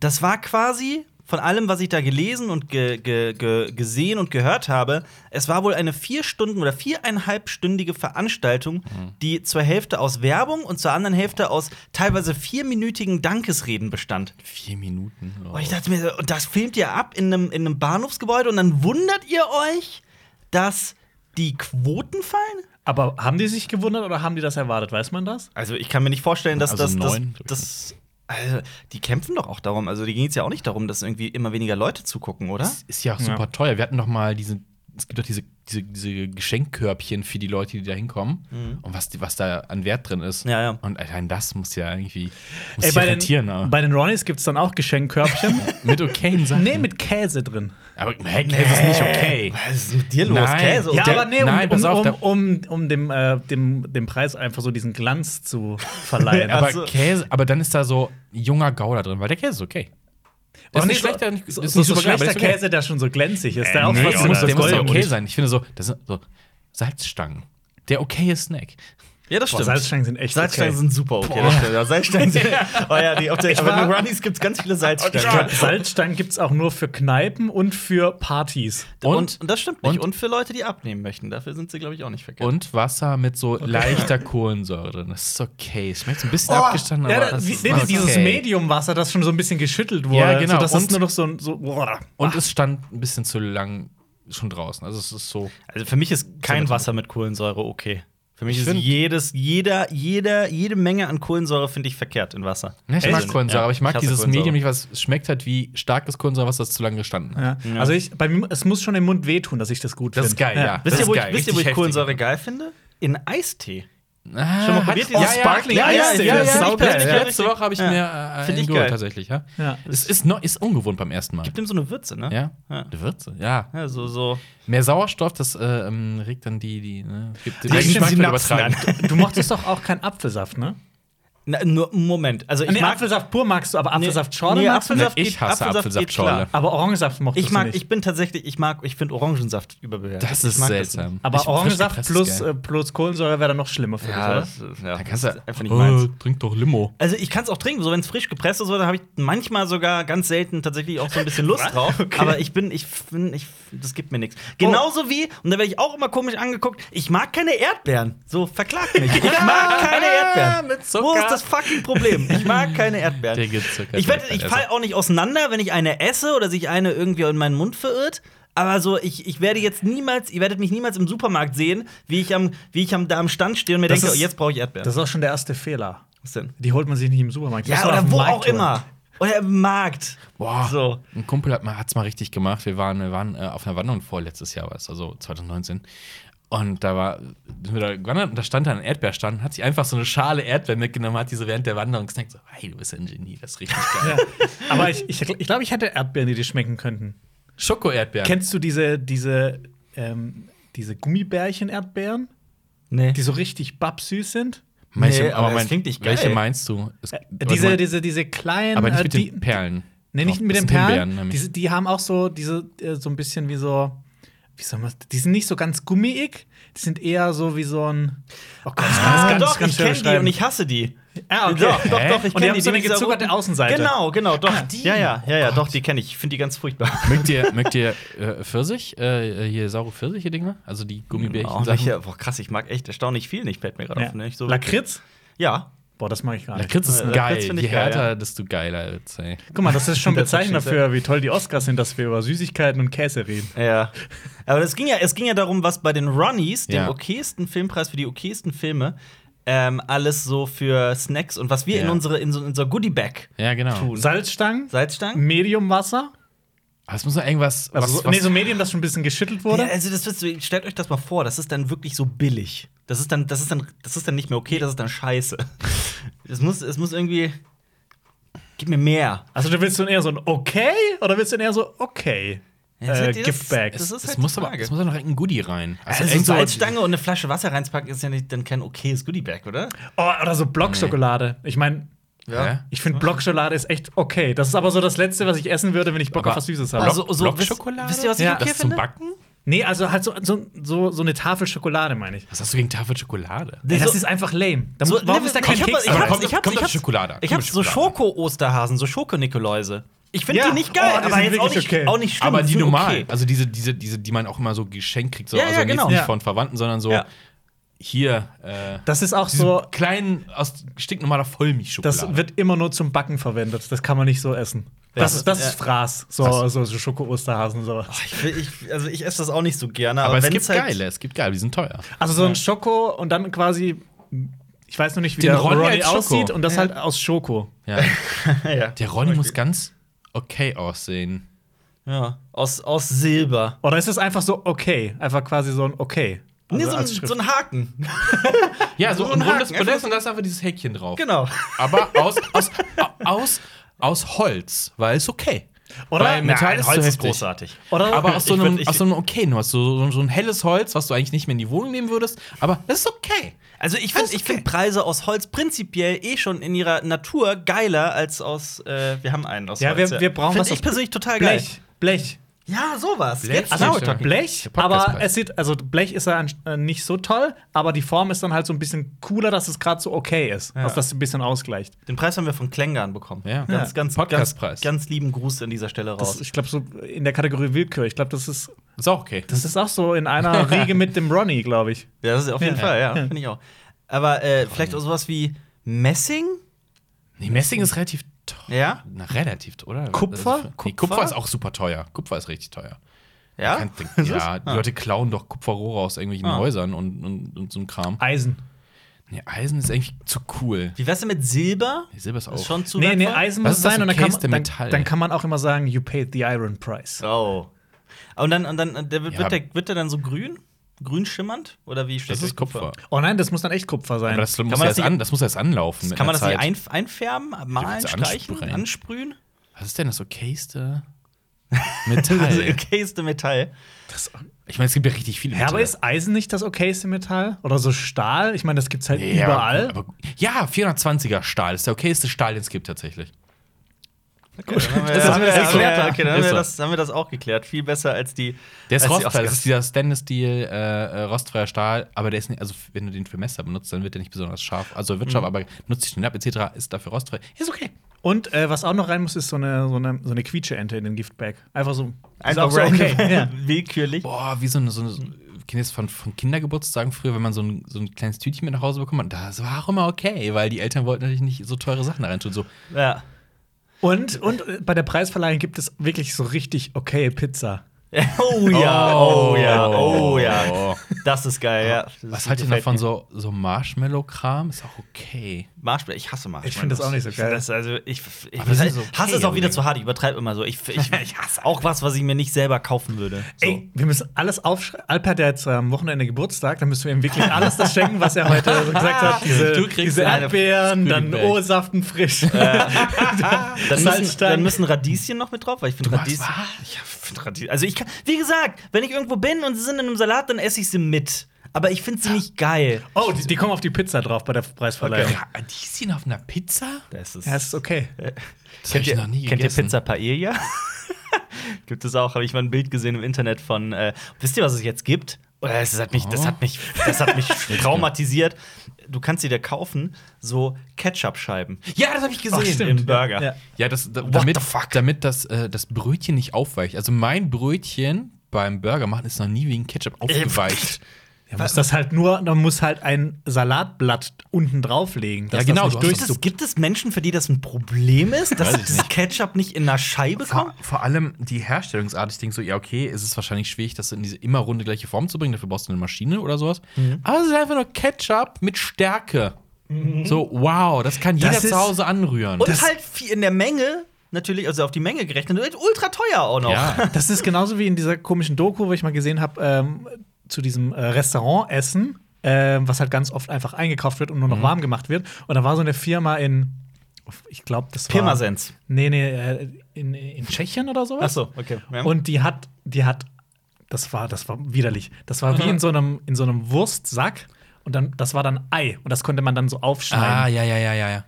Das war quasi von allem, was ich da gelesen und ge ge ge gesehen und gehört habe, es war wohl eine vier Stunden oder viereinhalbstündige Veranstaltung,
Mhm.
die zur Hälfte aus Werbung und zur anderen Hälfte aus teilweise vierminütigen Dankesreden bestand.
Vier Minuten. Oh.
Und ich dachte mir, so, und das filmt ihr ab in einem, in einem Bahnhofsgebäude und dann wundert ihr euch, dass die Quoten fallen?
Aber haben die sich gewundert oder haben die das erwartet? Weiß man das?
Also ich kann mir nicht vorstellen, dass
Also
das, das,
neun.
das also, die kämpfen doch auch darum. Also die ging es ja auch
Ah?
nicht darum, dass irgendwie immer weniger Leute zugucken, oder?
ist ja auch super
Ja.
teuer. Wir hatten doch mal diese, es gibt doch diese diese, diese Geschenkkörbchen für die Leute, die da hinkommen
Mhm.
und was, die- was da an Wert drin ist.
Ja, ja.
Und allein das muss ja irgendwie muss
Ey,
ja
bei,
rentieren.
den,
aber
bei den Ronnies gibt es dann auch Geschenkkörbchen.
mit okayen Sachen.
nee, mit Käse drin.
aber hey, Käse ist nicht okay.
Was ist mit dir los?
Nein.
Käse?
Ja,
und der-
aber- nein, pass auf,
um,
da-
um, um dem, äh, dem, dem Preis einfach so diesen Glanz zu verleihen.
Aber
so.
Käse, aber dann ist da so junger Gauder drin, weil der Käse ist okay. Der ist
Aber
nicht
so-
schlechter, nicht-
so,
ist
so,
nicht
so
super geil, aber
schlechter
der ist okay.
Käse, der schon so glänzig ist. der auch
Nee,
was
der muss,
drin
der muss
ist.
doch okay
Gold-
sein. Ich finde so, das sind so Salzstangen. Der okaye Snack.
ja, das
Boah,
stimmt.
Salzstangen sind echt
Oh, Salzstangen
okay.
sind super okay. Das stimmt. Ja, Salzstangen sind. Oh ja, die, auf der, aber
war-
in den Runnies gibt es ganz viele Salzstangen.
Ja.
Salzstangen gibt es auch nur für Kneipen und für Partys.
Und, und das stimmt nicht.
und-
Und, für Leute, die abnehmen möchten. Dafür sind sie, glaube ich, auch nicht
Genau.
verkehrt.
Und Wasser mit so leichter Kohlensäure drin. Das ist okay. Es schmeckt so ein bisschen
Oh,
abgestanden,
Ja,
aber
da,
das
wie,
ist
nee, nee, dieses
okay.
Mediumwasser, das schon so ein bisschen geschüttelt wurde.
Ja, genau.
So, das ist
Und-
nur noch so ein. So, boah.
Und es stand ein bisschen zu lang schon draußen. Also es ist so.
Also für mich ist kein Wasser mit Kohlensäure okay. Für mich
Ich
ist
find-
jedes, jeder, jeder, jede Menge an Kohlensäure finde ich verkehrt in Wasser.
Ja, ich mag
Echt?
Kohlensäure,
Ja,
aber ich mag
hasse
dieses
Kohlensäure.
Medium nicht, was es schmeckt halt wie starkes Kohlensäurewasser, das zu lange gestanden hat.
Ja. Also ich, bei mir, es muss schon im Mund wehtun, dass ich das gut finde.
Das ist geil, ja.
Wisst
Das
ihr, wo
ist
ich,
geil,
wisst ihr, wo ich
richtig heftig.
Kohensäure geil finde? In Eistee.
Ah,
Schon mal
hat-
probiert
ja,
dieses
ja,
Sparkling
ja, ja,
Eis?
ja, ja,
Das ist
ja,
saugeil,
letzte-
ja.
Letzte Woche habe ich
Ja.
mir äh,
Find
einen
ich
geholt,
geil.
tatsächlich. Ja.
Ja.
Es ist, neu- ist ungewohnt beim ersten Mal.
Gibt dem so eine Würze, ne?
Ja.
Ja.
Die Würze, ja.
Ja, so, so.
Mehr Sauerstoff, das äh, ähm, regt dann die, die, ne? Gibt, die
stimmt,
Geschmack wird
Synapsen
übertragen.
Du mochtest doch auch keinen Apfelsaft, ne?
Na, nur, Moment. Also ich
Nee,
mag
Apfelsaft pur magst du, aber Apfelsaftschorle
nee,
magst du nicht.
Apfelsaft
Nee, ich
geht-
hasse
Apfelsaft geht klar.
Apfelsaftschorle.
Aber Orangensaft mochtest
Ich mag,
du nicht.
ich bin tatsächlich, ich mag, ich finde Orangensaft überbewertet.
Das
ich
ist
mag
seltsam.
aber
Ich-
Orangensaft
frisch
plus,
gepresst,
äh, plus Kohlensäure wäre dann noch schlimmer für
nicht.
dich,
Ja,
oder?
Also, das, ist- ja,
Dann kannst
das
du Oh,
ist einfach nicht meins.
trink doch Limo.
Also ich kann es auch trinken, so wenn es frisch gepresst ist, so, dann habe ich manchmal sogar ganz selten tatsächlich auch so ein bisschen Lust drauf. Aber ich bin, ich bin, ich, das gibt mir nichts. Genauso wie, und da werde ich auch immer komisch angeguckt, ich mag keine Erdbeeren. So, verklagt mich. Ich mag keine Erdbeeren.
mit Zucker.
Wo ist das fucking Problem? Ich mag keine Erdbeeren.
Der gezuckerte
ich wette, ich
Erdbeeresser.
fall auch nicht auseinander, wenn ich eine esse oder sich eine irgendwie in meinen Mund verirrt. Aber so, ich, ich werde jetzt niemals, ihr werdet mich niemals im Supermarkt sehen, wie ich am, wie ich am, da am Stand stehe und mir
Das
denke,
ist-
oh, jetzt brauche ich Erdbeeren.
Das ist auch schon der erste Fehler.
Was denn?
Die holt man sich nicht im Supermarkt. Die muss
Ja,
man auf
oder
dem
wo
Markt
auch
holen.
immer. Oder im Markt.
Boah,
So.
ein Kumpel hat mal, hat's mal richtig gemacht. Wir waren, wir waren äh, auf einer Wanderung vor letztes Jahr, war es, also 2019. Und da war, sind wir da gewandert und da stand da ein Erdbeerstand, hat sich einfach so eine Schale Erdbeeren mitgenommen, hat diese während der Wanderung gesnackt. So, hey, du bist ja ein Genie, das ist richtig geil.
Ja. Aber ich, ich, ich glaube, ich hätte Erdbeeren, die dir schmecken könnten.
Schoko-Erdbeeren.
Kennst du diese, diese, ähm, diese Gummibärchen-Erdbeeren,
Nee.
die so richtig babsüß sind?
Manche,
Nee,
aber
aber das
mein,
klingt nicht geil.
welche meinst du? Es-
Äh,
warte
diese,
mal,
diese, diese kleinen.
aber nicht
äh,
mit
die,
den Perlen.
Nee, nicht
Doch,
mit
das
den
sind
Perlen.
Himbeeren nämlich.
diese, die haben auch so, diese, äh, so ein bisschen wie so. Wie soll man, die sind nicht so ganz gummiig, die sind eher so wie so ein. Oh Gott, das
ah,
kann- das
doch,
kann
ich kenne die
beschreiben.
und ich hasse die.
Ah, okay.
Doch, doch,
Hä?
doch, ich
Und die
kenne
haben so eine
mit dieser
gezuckerte
roten-
Außenseite.
Genau, genau, doch.
Ah, die.
Ja, ja, ja, ja,
Oh
doch,
Gott.
die kenne ich. Ich finde die ganz furchtbar.
Mögt ihr, mögt ihr äh, Pfirsich, äh, hier saure Pfirsiche Dinger? Also die Gummibärchen.
Auch nicht, ja, Genau. boah, krass, ich mag echt erstaunlich viel nicht, fällt mir gerade
Ja.
auf. Ne? Ich so,
Lakritz?
Ja.
Boah, das mag ich gar nicht.
Lakritz ist
Äh, Lakritz
geil.
find
Je
ich geil,
härter,
ja.
desto geiler wird's, ey.
Guck mal, das ist schon
Das ist
bezeichnend
schön,
dafür, wie toll die Oscars sind, dass wir über Süßigkeiten und Käse reden.
Ja. Aber das ging ja, es ging ja darum, was bei den Ronnies, dem
Ja.
okaysten Filmpreis für die okaysten Filme, ähm, alles so für Snacks und was wir in
Ja.
unsere in so, in unser Goodie Bag
Ja, genau.
tun.
Salzstangen,
Salzstangen?
Mediumwasser.
Aber es muss noch irgendwas.
Also,
was,
so-
was,
nee, so Medium, das schon ein bisschen geschüttelt wurde.
Ja, also das wisst ihr, stellt euch das mal vor, das ist dann wirklich so billig. Das ist dann, das ist dann, das ist dann nicht mehr okay, das ist dann scheiße. Es muss, es muss irgendwie. Gib mir mehr.
Äh,
Also, du willst du eher so ein okay oder willst du eher so okay?
Ja,
äh,
das-
Gift Bags.
das ist
es
halt
muss
die
aber
Frage.
es muss doch noch irgendein Goodie rein.
Also,
irgend so-
Salzstange und eine Flasche Wasser reinpacken ist ja nicht, dann kein okayes Goodiebag, oder?
Oh, oder so Blockschokolade. Ich meine,
Ja.
ich finde Blockschokolade ist echt okay. Das ist aber so das Letzte, was ich essen würde, wenn ich Bock
Aber-
auf was Süßes habe.
Block-
Also, so, wisst-
Blockschokolade?
wisst ihr, was ich
Ja.
okay
Das zum
finde?
Backen?
nee, also halt so, so, so, so eine Tafel Schokolade, meine ich.
Was hast du gegen Tafel Schokolade?
Ey, das
so-
ist einfach lame. Da
So,
muss, warum
nee,
ist da kein
ich hab-
Keks
ich
dabei?
hab's-
kommt-
ich hab's-
kommt
ich
auf
hab's-
Schokolade.
Ich habe so Schoko-Osterhasen, so Schokonikoläuse. Ich finde
Ja.
die nicht geil,
Oh, die
aber
sind
jetzt auch
wirklich
nicht,
okay.
auch nicht schlimm.
aber
die
die
sind
normal,
okay.
also diese, diese, diese, die man auch immer so geschenkt kriegt, so,
Ja, ja,
also jetzt
genau.
nicht
Ja.
von Verwandten, sondern so
Ja.
hier, äh,
Das ist auch
diese
so,
kleinen, aus stinknormaler Vollmilchschokolade.
das wird immer nur zum Backen verwendet. Das kann man nicht so essen. Das,
Ja.
ist- das
Ja.
ist Fraß. So, so, so Schoko-Osterhasen und sowas.
Ich will- ich- also ich esse das auch nicht so gerne, aber,
aber es
wenn's
gibt
halt,
geile, es gibt geile, die sind teuer.
Also so ein Schoko und dann quasi, ich weiß noch nicht, wie
Den
der
Ronny
Ronny,
als Schoko.
aussieht und das halt aus Schoko.
Ja.
Ja.
Der Ronny muss ganz okay aussehen.
Ja. Aus, aus Silber.
Oder ist es einfach so okay? Einfach quasi so ein okay.
Nee,
Also
so, ein-
als Schrift.
so ein Haken.
Ja, so
So
ein
ein
rundes
Haken, ne?
Podest und da ist einfach dieses Häkchen drauf.
genau.
Aber aus, aus, au- aus, aus Holz, weil es okay.
Oder?
Weil Metall
Nein,
ist
Holz
zu
ist
heftig.
großartig.
Oder
Aber aus so
Ich
einem,
würd- ich-
aus so einem okay, du hast so, so, so ein helles Holz, was du eigentlich nicht mehr in die Wohnung nehmen würdest, aber das ist okay.
Also ich finde
Alles
ich find Preise aus Holz prinzipiell eh schon in ihrer Natur geiler als aus. Äh, wir haben einen aus
Ja,
Holz.
wir- wir brauchen
Find
was
ich
aus
persönlich total geil.
Blech. Blech.
Ja, sowas.
Blech?
Jetzt
Also-
also,
Also
Talk.
Blech,
Der Podcast
aber
heißt.
es sieht, also Blech ist ja anst- äh, nicht so toll, aber die Form ist dann halt so ein bisschen cooler, dass es gerade so okay ist,
Ja.
dass das ein bisschen ausgleicht.
den Preis haben wir von Klängern bekommen.
Ja.
Ganz,
Ja.
ganz, ganz,
Podcastpreis.
ganz lieben Gruß an dieser Stelle raus.
Das, ich glaube so in der Kategorie Willkür. Ich glaube, das ist
Ist auch okay.
das ist auch so in einer Riege mit dem Ronny, glaube ich.
ja, das ist auf jeden
Ja.
Fall, ja, finde ich auch. Aber äh, vielleicht auch sowas wie Messing?
Nee, Messing ist relativ teuer.
Ja?
Na, relativ, oder?
Kupfer?
Also, nee, Kupfer ist auch super teuer. Kupfer ist richtig teuer.
Ja?
Kennt- ja, die Leute klauen doch Kupferrohre aus irgendwelchen
Ah.
Häusern und, und, und so ein Kram.
Eisen.
Nee, Eisen ist eigentlich zu cool.
Wie wär's denn mit Silber?
Nee, Silber ist auch.
Ist schon zu
Nee, nee,
wertvoll?
Eisen
Was
muss
ist das
sein und dann kann,
okayste
man- dann,
Metall?
dann kann man auch immer sagen, you paid the iron price.
Oh. Und dann, und dann äh, der, wird,
Ja.
der, wird der dann so grün? Grün schimmernd? Oder wie steht
das ist Kupfer.
Oh nein, das muss dann echt Kupfer sein.
Aber das muss,
man
ja
das
erst
nicht-
an, das muss erst anlaufen. mit
Kann man
einer
das nicht
Zeit.
ein, einfärben, malen,
willst du
streichen,
ansprühen?
ansprühen?
Was ist denn das okayste
Das
Metall?
okayste Metall.
Das-
ich meine, es gibt ja richtig viele
ja, aber
Metalle.
ist Eisen nicht das okayste Metall? Oder so Stahl? Ich meine, das gibt's halt
Nee, aber-
überall.
Aber, ja, 420er Stahl ist der okayste Stahl, den es gibt tatsächlich.
Okay, dann haben wir,
Das haben wir
das, haben
geklärt.
wir, okay, dann haben
Ist
wir
so.
das, haben wir das auch geklärt. Viel besser als die.
Der ist
als die
rostfrei, das
Oscars.
ist dieser Stainless Steel, äh, äh, rostfreier Stahl, aber der ist nicht, also wenn du den für Messer benutzt, dann wird der nicht besonders scharf. Also er wird scharf, aber nutzt dich schnell ab, etc. ist dafür rostfrei. Ist okay.
Und äh, was auch noch rein muss, ist so eine, so eine, so eine Quietscheente in den Giftbag. Einfach so. Ist
Einfach
auch so
random,
okay. ja.
willkürlich.
Boah, wie so eine, so eine Kennst du von, von Kindergeburtstagen früher, wenn man so ein, so ein kleines Tütchen mit nach Hause bekommen hat, das war auch immer okay, weil die Eltern wollten natürlich nicht so teure Sachen da reintun. So,
Ja.
Und, und äh, bei der Preisverleihung gibt es wirklich so richtig okay Pizza.
Oh ja, oh ja, oh ja.
Oh.
Das ist geil, ja. Das
Was
ist-
haltet ihr
gefällt
davon?
mir.
So, so Marshmallow-Kram ist auch okay.
Marshmallows, ich hasse Marshmallows.
Ich find das auch nicht so
find
geil.
Das, also ich ich,
Aber das
ich
ist okay,
hasse es auch wieder
Junge.
zu hart. Ich übertreibe immer so. Ich, ich, ich hasse auch was, was ich mir nicht selber kaufen würde. So.
Ey, wir müssen alles aufschreiben. Alper hat ja jetzt äh, am Wochenende Geburtstag, dann müssen wir ihm wirklich alles das schenken, was er heute so gesagt hat. Diese,
Du kriegst
diese
eine
Erdbeeren, dann
Spüliberg.
O-Saften frisch.
Dann müssen,
Salzstangen.
dann müssen Radieschen noch mit drauf, weil ich finde
magst
Radieschen. Ich finde Radieschen. Also ich kann, wie gesagt, wenn ich irgendwo bin und sie sind in einem Salat, dann esse ich sie mit. Aber ich finde sie nicht geil.
Oh, die, die kommen auf die Pizza drauf bei der Preisverleihung.
Radieschen auf einer Pizza?
Das ist.
Ja, ist okay.
Das hab
Kennt ihr, kennt ihr Pizza Paella? gibt es auch, habe ich mal ein Bild gesehen im Internet von, äh, wisst ihr, was es jetzt gibt? Oder es hat mich,
Oh.
das hat mich, das hat mich traumatisiert. Du kannst sie dir kaufen, so Ketchup-Scheiben.
Ja, das habe ich
Ach,
gesehen.
stimmt.
Im Burger.
Ja.
ja, das, da,
What
damit,
the fuck?
damit das, äh, das Brötchen nicht aufweicht. Also mein Brötchen beim Burger machen ist noch nie wegen Ketchup aufgeweicht.
Ja, muss das halt nur, dann muss halt ein Salatblatt unten drauflegen. dass
Ja, genau,
Das
du
nicht
hast
durch
Gibt es, gibt es Menschen, für die das ein Problem ist, dass
Weiß ich
das
nicht.
Ketchup nicht in einer Scheibe kommt?
Vor, vor allem die Herstellungsart. Ich denke so, ja, okay, es ist wahrscheinlich schwierig, das in diese immer runde gleiche Form zu bringen. Dafür brauchst du eine Maschine oder sowas.
Mhm.
Aber es ist einfach nur Ketchup mit Stärke. So, wow, das kann jeder
Mhm. Das ist-
zu Hause anrühren.
Und halt viel in der Menge, natürlich, also auf die Menge gerechnet, und ultra teuer auch noch.
ja.
Das ist genauso wie in dieser komischen Doku, wo ich mal gesehen habe, ähm, zu diesem äh, Restaurantessen, ähm, was halt ganz oft einfach eingekauft wird und nur noch warm gemacht wird. Und da war so eine Firma in, ich glaube, das war.
Pirmasens.
Nee, nee, äh, in, in Tschechien oder sowas.
Ach so, okay. Ja.
Und die hat, die hat, das war, das war widerlich. Das war wie in so einem, in so einem Wurstsack. Und dann, das war dann Ei. Und das konnte man dann so aufschneiden.
Ah, ja, ja, ja, ja, ja.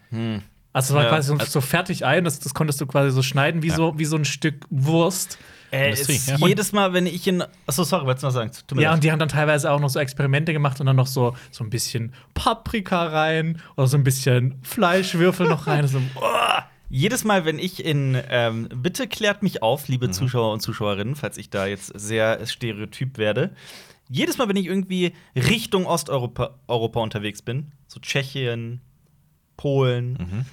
Also es war
Ja.
quasi so, so fertig ein, das, das konntest du quasi so schneiden, wie, so, wie so ein Stück Wurst.
Äh,
Industrie,
es-
ja.
Jedes Mal, wenn ich in. Achso, sorry, wolltest du noch sagen? Tut mir
Ja,
leid.
und die haben dann teilweise auch noch so Experimente gemacht und dann noch so, so ein bisschen Paprika rein oder so ein bisschen Fleischwürfel noch rein. So, oh,
Jedes Mal, wenn ich in ähm, Bitte klärt mich auf,
Mhm.
liebe Zuschauer und Zuschauerinnen, falls ich da jetzt sehr stereotyp werde. Jedes Mal, wenn ich irgendwie Richtung Osteuropa Europa unterwegs bin, so Tschechien, Polen,
Mhm.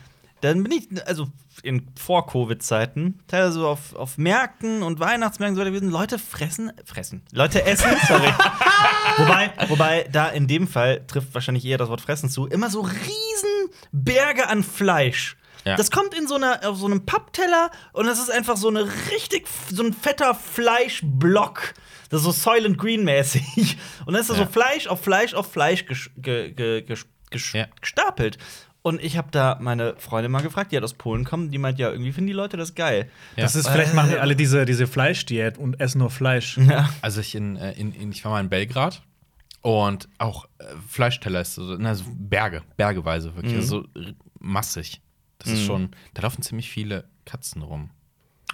dann bin ich, also in Vor-Covid-Zeiten, teilweise so auf, auf Märkten und Weihnachtsmärkten so gewesen, Leute fressen, fressen. Leute essen, sorry. wobei, wobei, da in dem Fall trifft wahrscheinlich eher das Wort fressen zu, immer so riesen Berge an Fleisch.
Ja.
Das kommt in so einer, auf so einem Pappteller und das ist einfach so eine richtig, so ein fetter Fleischblock. Das ist so Silent Green-mäßig. Und dann ist da so
Ja.
Fleisch auf Fleisch auf Fleisch gesch ge ge ges ges
Ja.
gestapelt. Und ich habe da meine Freundin mal gefragt, die hat aus Polen kommt, die meint, ja, irgendwie finden die Leute das geil.
Ja. Äh.
Das ist, vielleicht machen die alle diese, diese Fleischdiät und essen nur Fleisch.
Ja.
Also ich in, äh, in, in ich war mal in Belgrad und auch äh, Fleischteller ist so, na, so Berge, bergeweise wirklich,
Mhm.
also so r- massig. Das ist schon, da laufen ziemlich viele Katzen rum.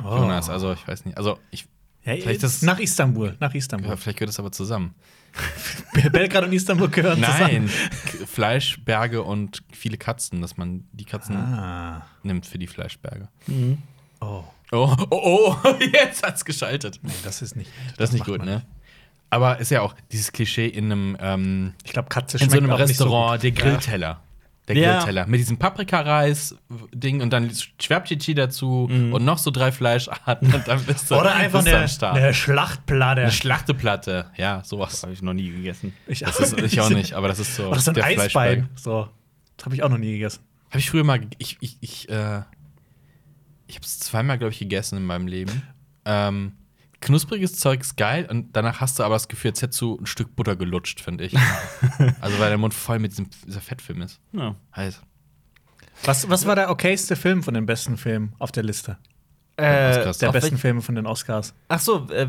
Oh.
Jonas, also ich weiß nicht, also ich
Ja,
Vielleicht das-
nach Istanbul, nach
ja,
Istanbul.
vielleicht gehört das aber zusammen.
Belgrad und Istanbul gehören
Nein,
zusammen.
K- Fleisch, Berge und viele Katzen, dass man die Katzen
Ah.
nimmt für die Fleischberge.
Oh,
Oh, oh, oh, jetzt hat's geschaltet.
nee, das ist nicht.
Das ist nicht
macht
gut,
man
ne? Aber ist ja auch dieses Klischee in einem ähm,
Ich glaube, Katze
in
schmeckt
so einem
auch nicht so
Restaurant, der
gut. Ja.
Grillteller. Der
Ja.
Grillteller. Mit diesem Paprikareis-Ding und dann Schwerbchichi dazu und noch so drei Fleischarten. Und dann bist du,
Mhm. Oder einfach
bist du
eine,
am Start.
eine Schlachtplatte.
Eine Schlachteplatte. Ja, sowas.
Habe ich noch nie gegessen.
Ich,
Das ist ich auch
also
nicht, aber das ist so.
Oder so ein
der
Eisbein.
Fleischberg.
So. Das habe ich auch noch nie gegessen.
Hab ich früher mal. ge- Ich, ich, ich, äh, ich habe es zweimal, glaube ich, gegessen in meinem Leben. Ähm, knuspriges Zeug ist geil und danach hast du aber das Gefühl, jetzt hättest du ein Stück Butter gelutscht, finde ich. also, weil der Mund voll mit diesem, dieser Fettfilm ist.
Ja.
Heiß.
Was, was war der okayste Film von den besten Filmen auf der Liste?
Das ist krass.
Der
Äh, auf
besten
welch-
Filme von den Oscars.
Ach so, äh,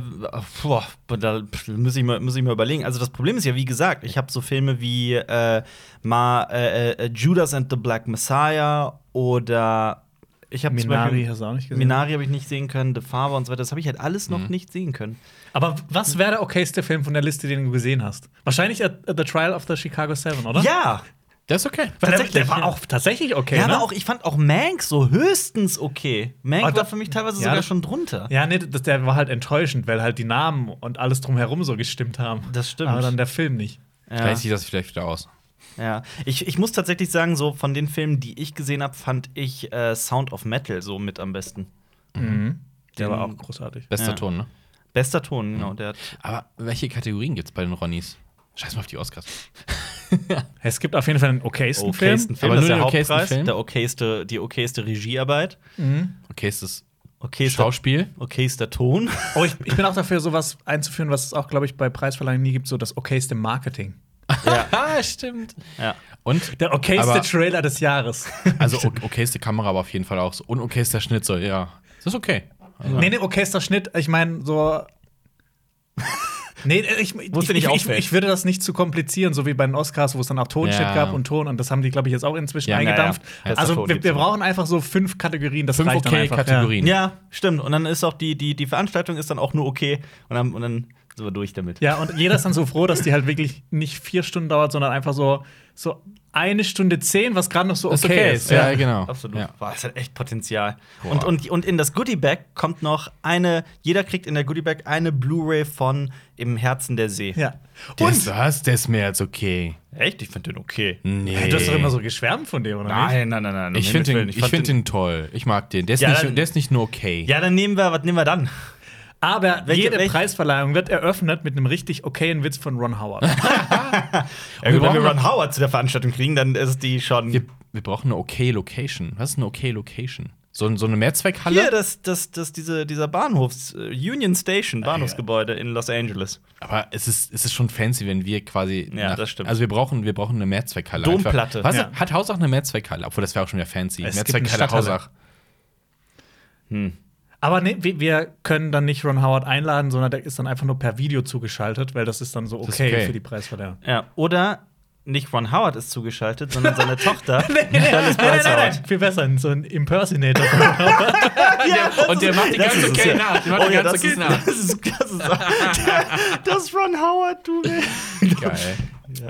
boah, da muss ich, mal, muss ich mal überlegen. Also das Problem ist ja, wie gesagt, ich habe so Filme wie äh, Ma, äh, äh, Judas and the Black Messiah oder ich habe zum
Minari
Beispiel
hast du auch nicht gesehen.
Minari habe ich nicht sehen können, The Father und so weiter. Das habe ich halt alles noch
Mhm.
nicht sehen können.
Aber was wäre der okayste Film von der Liste, den du gesehen hast? Wahrscheinlich äh, The Trial of the Chicago Seven, oder?
Ja,
Der ist okay.
Weil der, der
tatsächlich,
war
ja.
auch tatsächlich okay.
ja,
ne?
aber auch ich fand auch Mank so höchstens okay. Mank
Aber da-
war für mich teilweise
ja,
sogar
das-
schon drunter.
Ja, nee, das, der war halt enttäuschend, weil halt die Namen und alles drumherum so gestimmt haben.
Das stimmt.
Aber dann der Film nicht.
Vielleicht sieht das vielleicht wieder aus.
Ja, ich, ich muss tatsächlich sagen, so von den Filmen, die ich gesehen habe, fand ich äh, Sound of Metal so mit am besten.
Mhm. Der
Den-
war auch großartig.
Bester
Ja.
Ton, ne?
Bester Ton, genau. Der hat,
Aber welche Kategorien gibt's bei den Ronnies? Scheiß mal auf die Oscars.
Es gibt auf jeden Fall einen okaysten,
okaysten Film,
Aber
das ist
nur
der
den okaysten
Hauptpreis,
Film?
der okayste, die okayste Regiearbeit,
Okay, ist das
okayster,
Schauspiel?
okayster Ton.
Film. Oh, ich, ich bin auch dafür, sowas einzuführen, was es auch, glaube ich, bei Preisverleihungen nie gibt, so das okayste Marketing.
Ah, stimmt.
ja.
Und
Der okayste
Aber-
Trailer des Jahres.
Also o- okay ist die Kamera, aber auf jeden Fall auch so. Und okay ist der Schnitt so, ja. Das ist okay. Also,
Nee, nee, okayster Schnitt, ich meine, so. Nee, ich, ich,
Wo es dir nicht
ich, ich,
auffällt.
ich würde das nicht zu komplizieren, so wie bei den Oscars, wo es dann auch Tonshit
Ja.
gab und Ton und das haben die, glaube ich, jetzt auch inzwischen
Ja, na ja.
eingedampft.
Ja, das
Also
davor
wir,
gibt's
wir
ja.
brauchen einfach so fünf Kategorien, das
Fünf
reicht dann
okay
einfach.
Kategorien.
ja, stimmt. Und dann ist auch die, die, die Veranstaltung ist dann auch nur okay und dann, und dann sind wir durch damit.
Ja. ja, und jeder ist dann so froh, dass die halt wirklich nicht vier Stunden dauert, sondern einfach so, so eine Stunde zehn, was gerade noch so
Ist
okay,
okay,
ist.
ist- ja, genau.
Absolut.
Ja.
Boah, das hat echt Potenzial.
Boah.
Und, und, und in das Goodie Bag kommt noch eine, jeder kriegt in der Goodie Bag eine Blu-ray von Im Herzen der See.
ja.
Der
Und
ist, was? Der ist mehr als okay.
Echt? Ich finde den okay.
Nee.
Hey, du hast doch immer so geschwärmt von dem, oder nicht?
Nein, nein, nein, nein.
Hm. ich
um Himmels
finde den,
Willen.
ich
fand
find den toll. Ich mag den. Der ist,
Ja,
nicht,
dann-
der ist nicht nur okay.
Ja, dann nehmen wir, was nehmen wir dann?
Aber
Welche-
jede
welche-
Preisverleihung wird eröffnet mit einem richtig okayen Witz von Ron Howard.
Ja, gut, wenn wir
brauchen-
Ron Howard zu der Veranstaltung kriegen, dann ist die schon.
Wir, wir brauchen eine okay Location. Was ist eine okay Location? So, ein- so eine Mehrzweckhalle?
Hier, das, das, das, diese, dieser Bahnhofs, äh, Union Station,
Ah,
Bahnhofsgebäude in Los Angeles.
Aber es ist, es ist schon fancy, wenn wir quasi.
Ja, das stimmt.
Also wir brauchen, wir brauchen eine Mehrzweckhalle.
Domplatte.
Einfach. Was,
Ja.
Hat Hausach eine Mehrzweckhalle? Obwohl, das wäre auch schon wieder fancy.
Es gibt eine
Mehrzweckhalle
Stadthalle.
Hausach.
Aber nee, wir- wir können dann nicht Ron Howard einladen, sondern der ist dann einfach nur per Video zugeschaltet, weil das ist dann so okay,
ist okay.
für die Preisverleihung.
Ja. Oder nicht Ron Howard ist zugeschaltet, sondern seine Tochter.
nein,
Preis Howard.
Viel besser, so ein Impersonator. von Ron Howard.
Ja,
Und der macht die
das
ganz
ist es,
okay
ja.
nach. Der macht die ganz
das,
okay
ist,
nach.
das ist das ist das ist Ron Howard, du. ne?
Geil.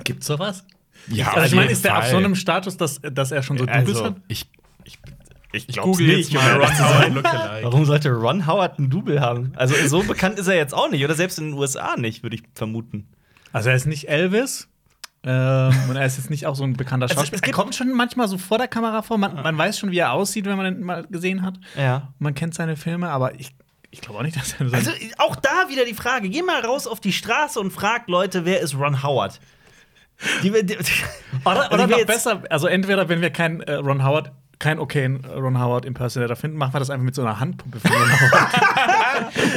Gibt's sowas?
Ja,
Also, ich
auf
meine,
jeden
ist der auf
Fall.
so einem Status, dass, dass er schon so Doubles
Also,
hat?
Ich,
Ich
google jetzt mal Ron Howard Lookalike.
Warum sollte Ron Howard einen Double haben? Also so bekannt ist er jetzt auch nicht, oder selbst in den USA nicht, würde ich vermuten.
Also er ist nicht Elvis. ähm, und er ist jetzt nicht auch so ein bekannter
Also,
Schauspieler.
es gibt-
er kommt schon manchmal so vor der Kamera vor. Man, man weiß schon, wie er aussieht, wenn man ihn mal gesehen hat.
Ja.
Man kennt seine Filme, aber ich, ich glaube auch nicht, dass er so
Also auch da wieder die Frage: Geh mal raus auf die Straße und frag Leute, wer ist Ron Howard? Die, die,
Oder,
Also ich
oder
will
noch also
jetzt-
besser, also entweder wenn wir keinen äh, Ron Howard keinen okayen Ron Howard Impersonator finden, machen wir das einfach mit so einer Handpumpe von Ron Howard.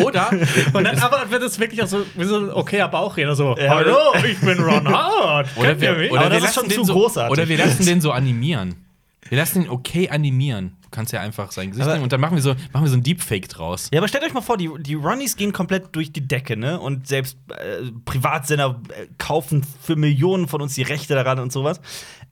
Oder?
Und dann aber wird es wirklich auch so wie so ein okayer Bauchredner so.
Ja.
Hallo, ich bin Ron Howard.
Oder
Kennt ihr
wir,
mich?
oder
Aber
wir
das ist
lassen
schon
den
zu
so,
großartig.
Oder wir lassen den so animieren. Wir lassen den okay animieren. Du kannst ja einfach sein Gesicht
Aber-
nehmen und dann machen wir so, machen wir so ein Deepfake draus.
Ja, aber stellt euch mal vor, die, die Ronnies gehen komplett durch die Decke, ne? Und selbst äh, Privatsender äh, kaufen für Millionen von uns die Rechte daran und sowas.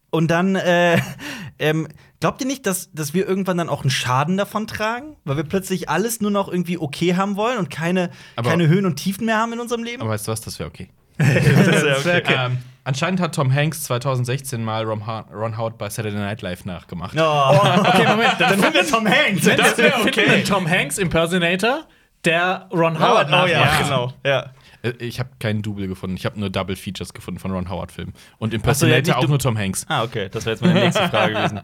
Und dann, äh, ähm, glaubt ihr nicht, dass, dass wir irgendwann dann auch einen Schaden davon tragen? Weil wir plötzlich alles nur noch irgendwie okay haben wollen und keine,
Aber-
keine Höhen und Tiefen mehr haben in unserem Leben?
Aber weißt du was, das wäre okay.
Das wär okay.
Ähm, anscheinend hat Tom Hanks 2016 mal Ron, Ho- Ron Howard bei Saturday Night Live nachgemacht.
Oh.
Okay, Moment, dann
Dann wir Tom Hanks.
das
wär
wäre okay. einen Tom Hanks Impersonator, der Ron Howard
Oh ja,
nachmacht.
genau. Ja.
Äh, Ich habe keinen Double gefunden. Ich habe nur Double Features gefunden von Ron Howard-Filmen. Und
so, ja,
Impersonator
nicht
auch
du-
nur Tom Hanks.
Ah, okay. Das wäre jetzt meine nächste Frage gewesen.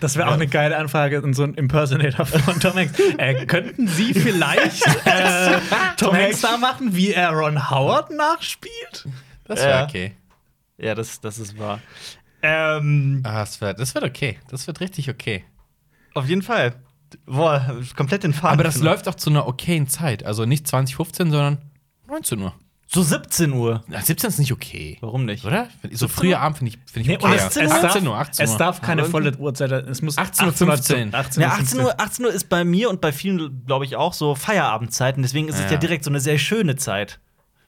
Das wäre auch eine geile Anfrage in so einen Impersonator von Tom Hanks. Äh, könnten Sie vielleicht äh, Tom Hanks da machen, wie er Ron Howard nachspielt?
Das wäre
Ja.
okay.
Ja, das, das ist wahr. Ähm,
Ah, das wird das wird okay. Das wird richtig okay.
auf jeden Fall. Boah, komplett den Faden.
Aber das
verloren.
läuft auch zu einer okayen Zeit. Also nicht 2015, sondern 19 Uhr.
So 17 Uhr.
Na, 17 ist nicht okay.
Warum nicht?
Oder? So früher Abend finde ich, find ich
Nee, und
okay.
es- es, darf,
18 Uhr, 18 Uhr.
es darf keine
Aber
volle Uhrzeit sein. Es muss
18 Uhr 15.
18
Ja, 18 Uhr, 18 Uhr ist bei mir und bei vielen, glaube ich, auch so Feierabendzeiten. Deswegen ist es
Ja.
ja direkt so eine sehr schöne Zeit.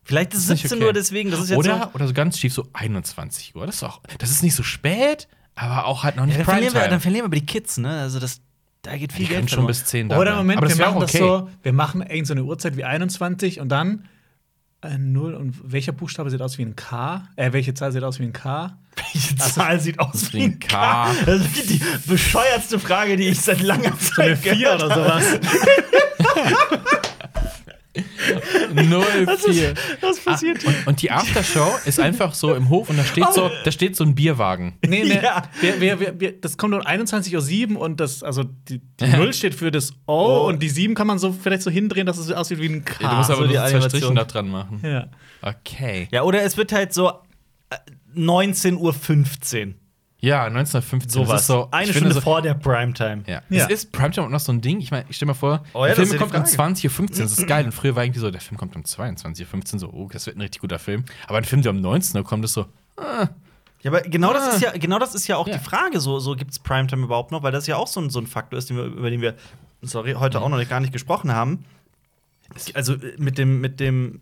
Vielleicht ist
Ist nicht
17
okay.
Uhr deswegen, das ist jetzt
oder,
so.
oder so ganz schief, so 21 Uhr. Das ist, auch, das ist nicht so spät, aber auch halt noch
Ja,
nicht
dann, verlieren wir, dann
Primetime.
verlieren wir aber die Kids, ne? Also das, da geht viel
Die können
Geld
schon
verloren.
bis 10 da
Oder
sein.
Moment,
aber das
wir
wäre auch
machen
okay.
das so, wir machen irgend so eine Uhrzeit wie 21 und dann äh, 0 und welcher Buchstabe sieht aus wie ein K? Äh, welche Zahl sieht aus wie ein K?
Welche Zahl Also sieht aus
wie ein K?
Das ist die bescheuertste Frage, die ich seit langer Zeit
So eine 4 oder sowas.
04.
Was
Ah,
passiert hier?
Und, und die Aftershow ist einfach so im Hof und da steht
Oh.
so, da steht so ein Bierwagen.
Nee, nee.
Ja.
Wir, wir, wir, wir, das kommt um 21.07 Uhr und das, also die, die 0 steht für das O
Oh.
und die 7 kann man so vielleicht so hindrehen, dass es aussieht wie ein K.
du musst
Ah, so
aber
die
so einen Verstrichen
Animation.
da dran machen.
ja.
Okay.
Ja, oder es wird halt so äh, 19.15 Uhr.
Ja, 1915. das
Sowas.
ist so,
Eine
ich finde
Stunde
so,
vor der Primetime.
Ja.
Ja.
Es ist Primetime auch noch so ein Ding. Ich meine, ich stell mal vor,
Oh ja,
der
das
Film
ist ja die
kommt um
Frage.
20.15 Uhr, das ist geil. Und früher war irgendwie so, der Film kommt um 22.15 Uhr, so, oh, das wird ein richtig guter Film. Aber ein Film, der um 19 Uhr kommt, ist so,
Ja, aber genau
Ah.
das ist ja, genau das ist ja auch
Ja.
die Frage. So, so gibt es Primetime überhaupt noch, weil das ja auch so ein, so ein Faktor ist, den wir, über den wir sorry, heute auch noch nicht, gar nicht gesprochen haben. Also äh, mit dem, mit dem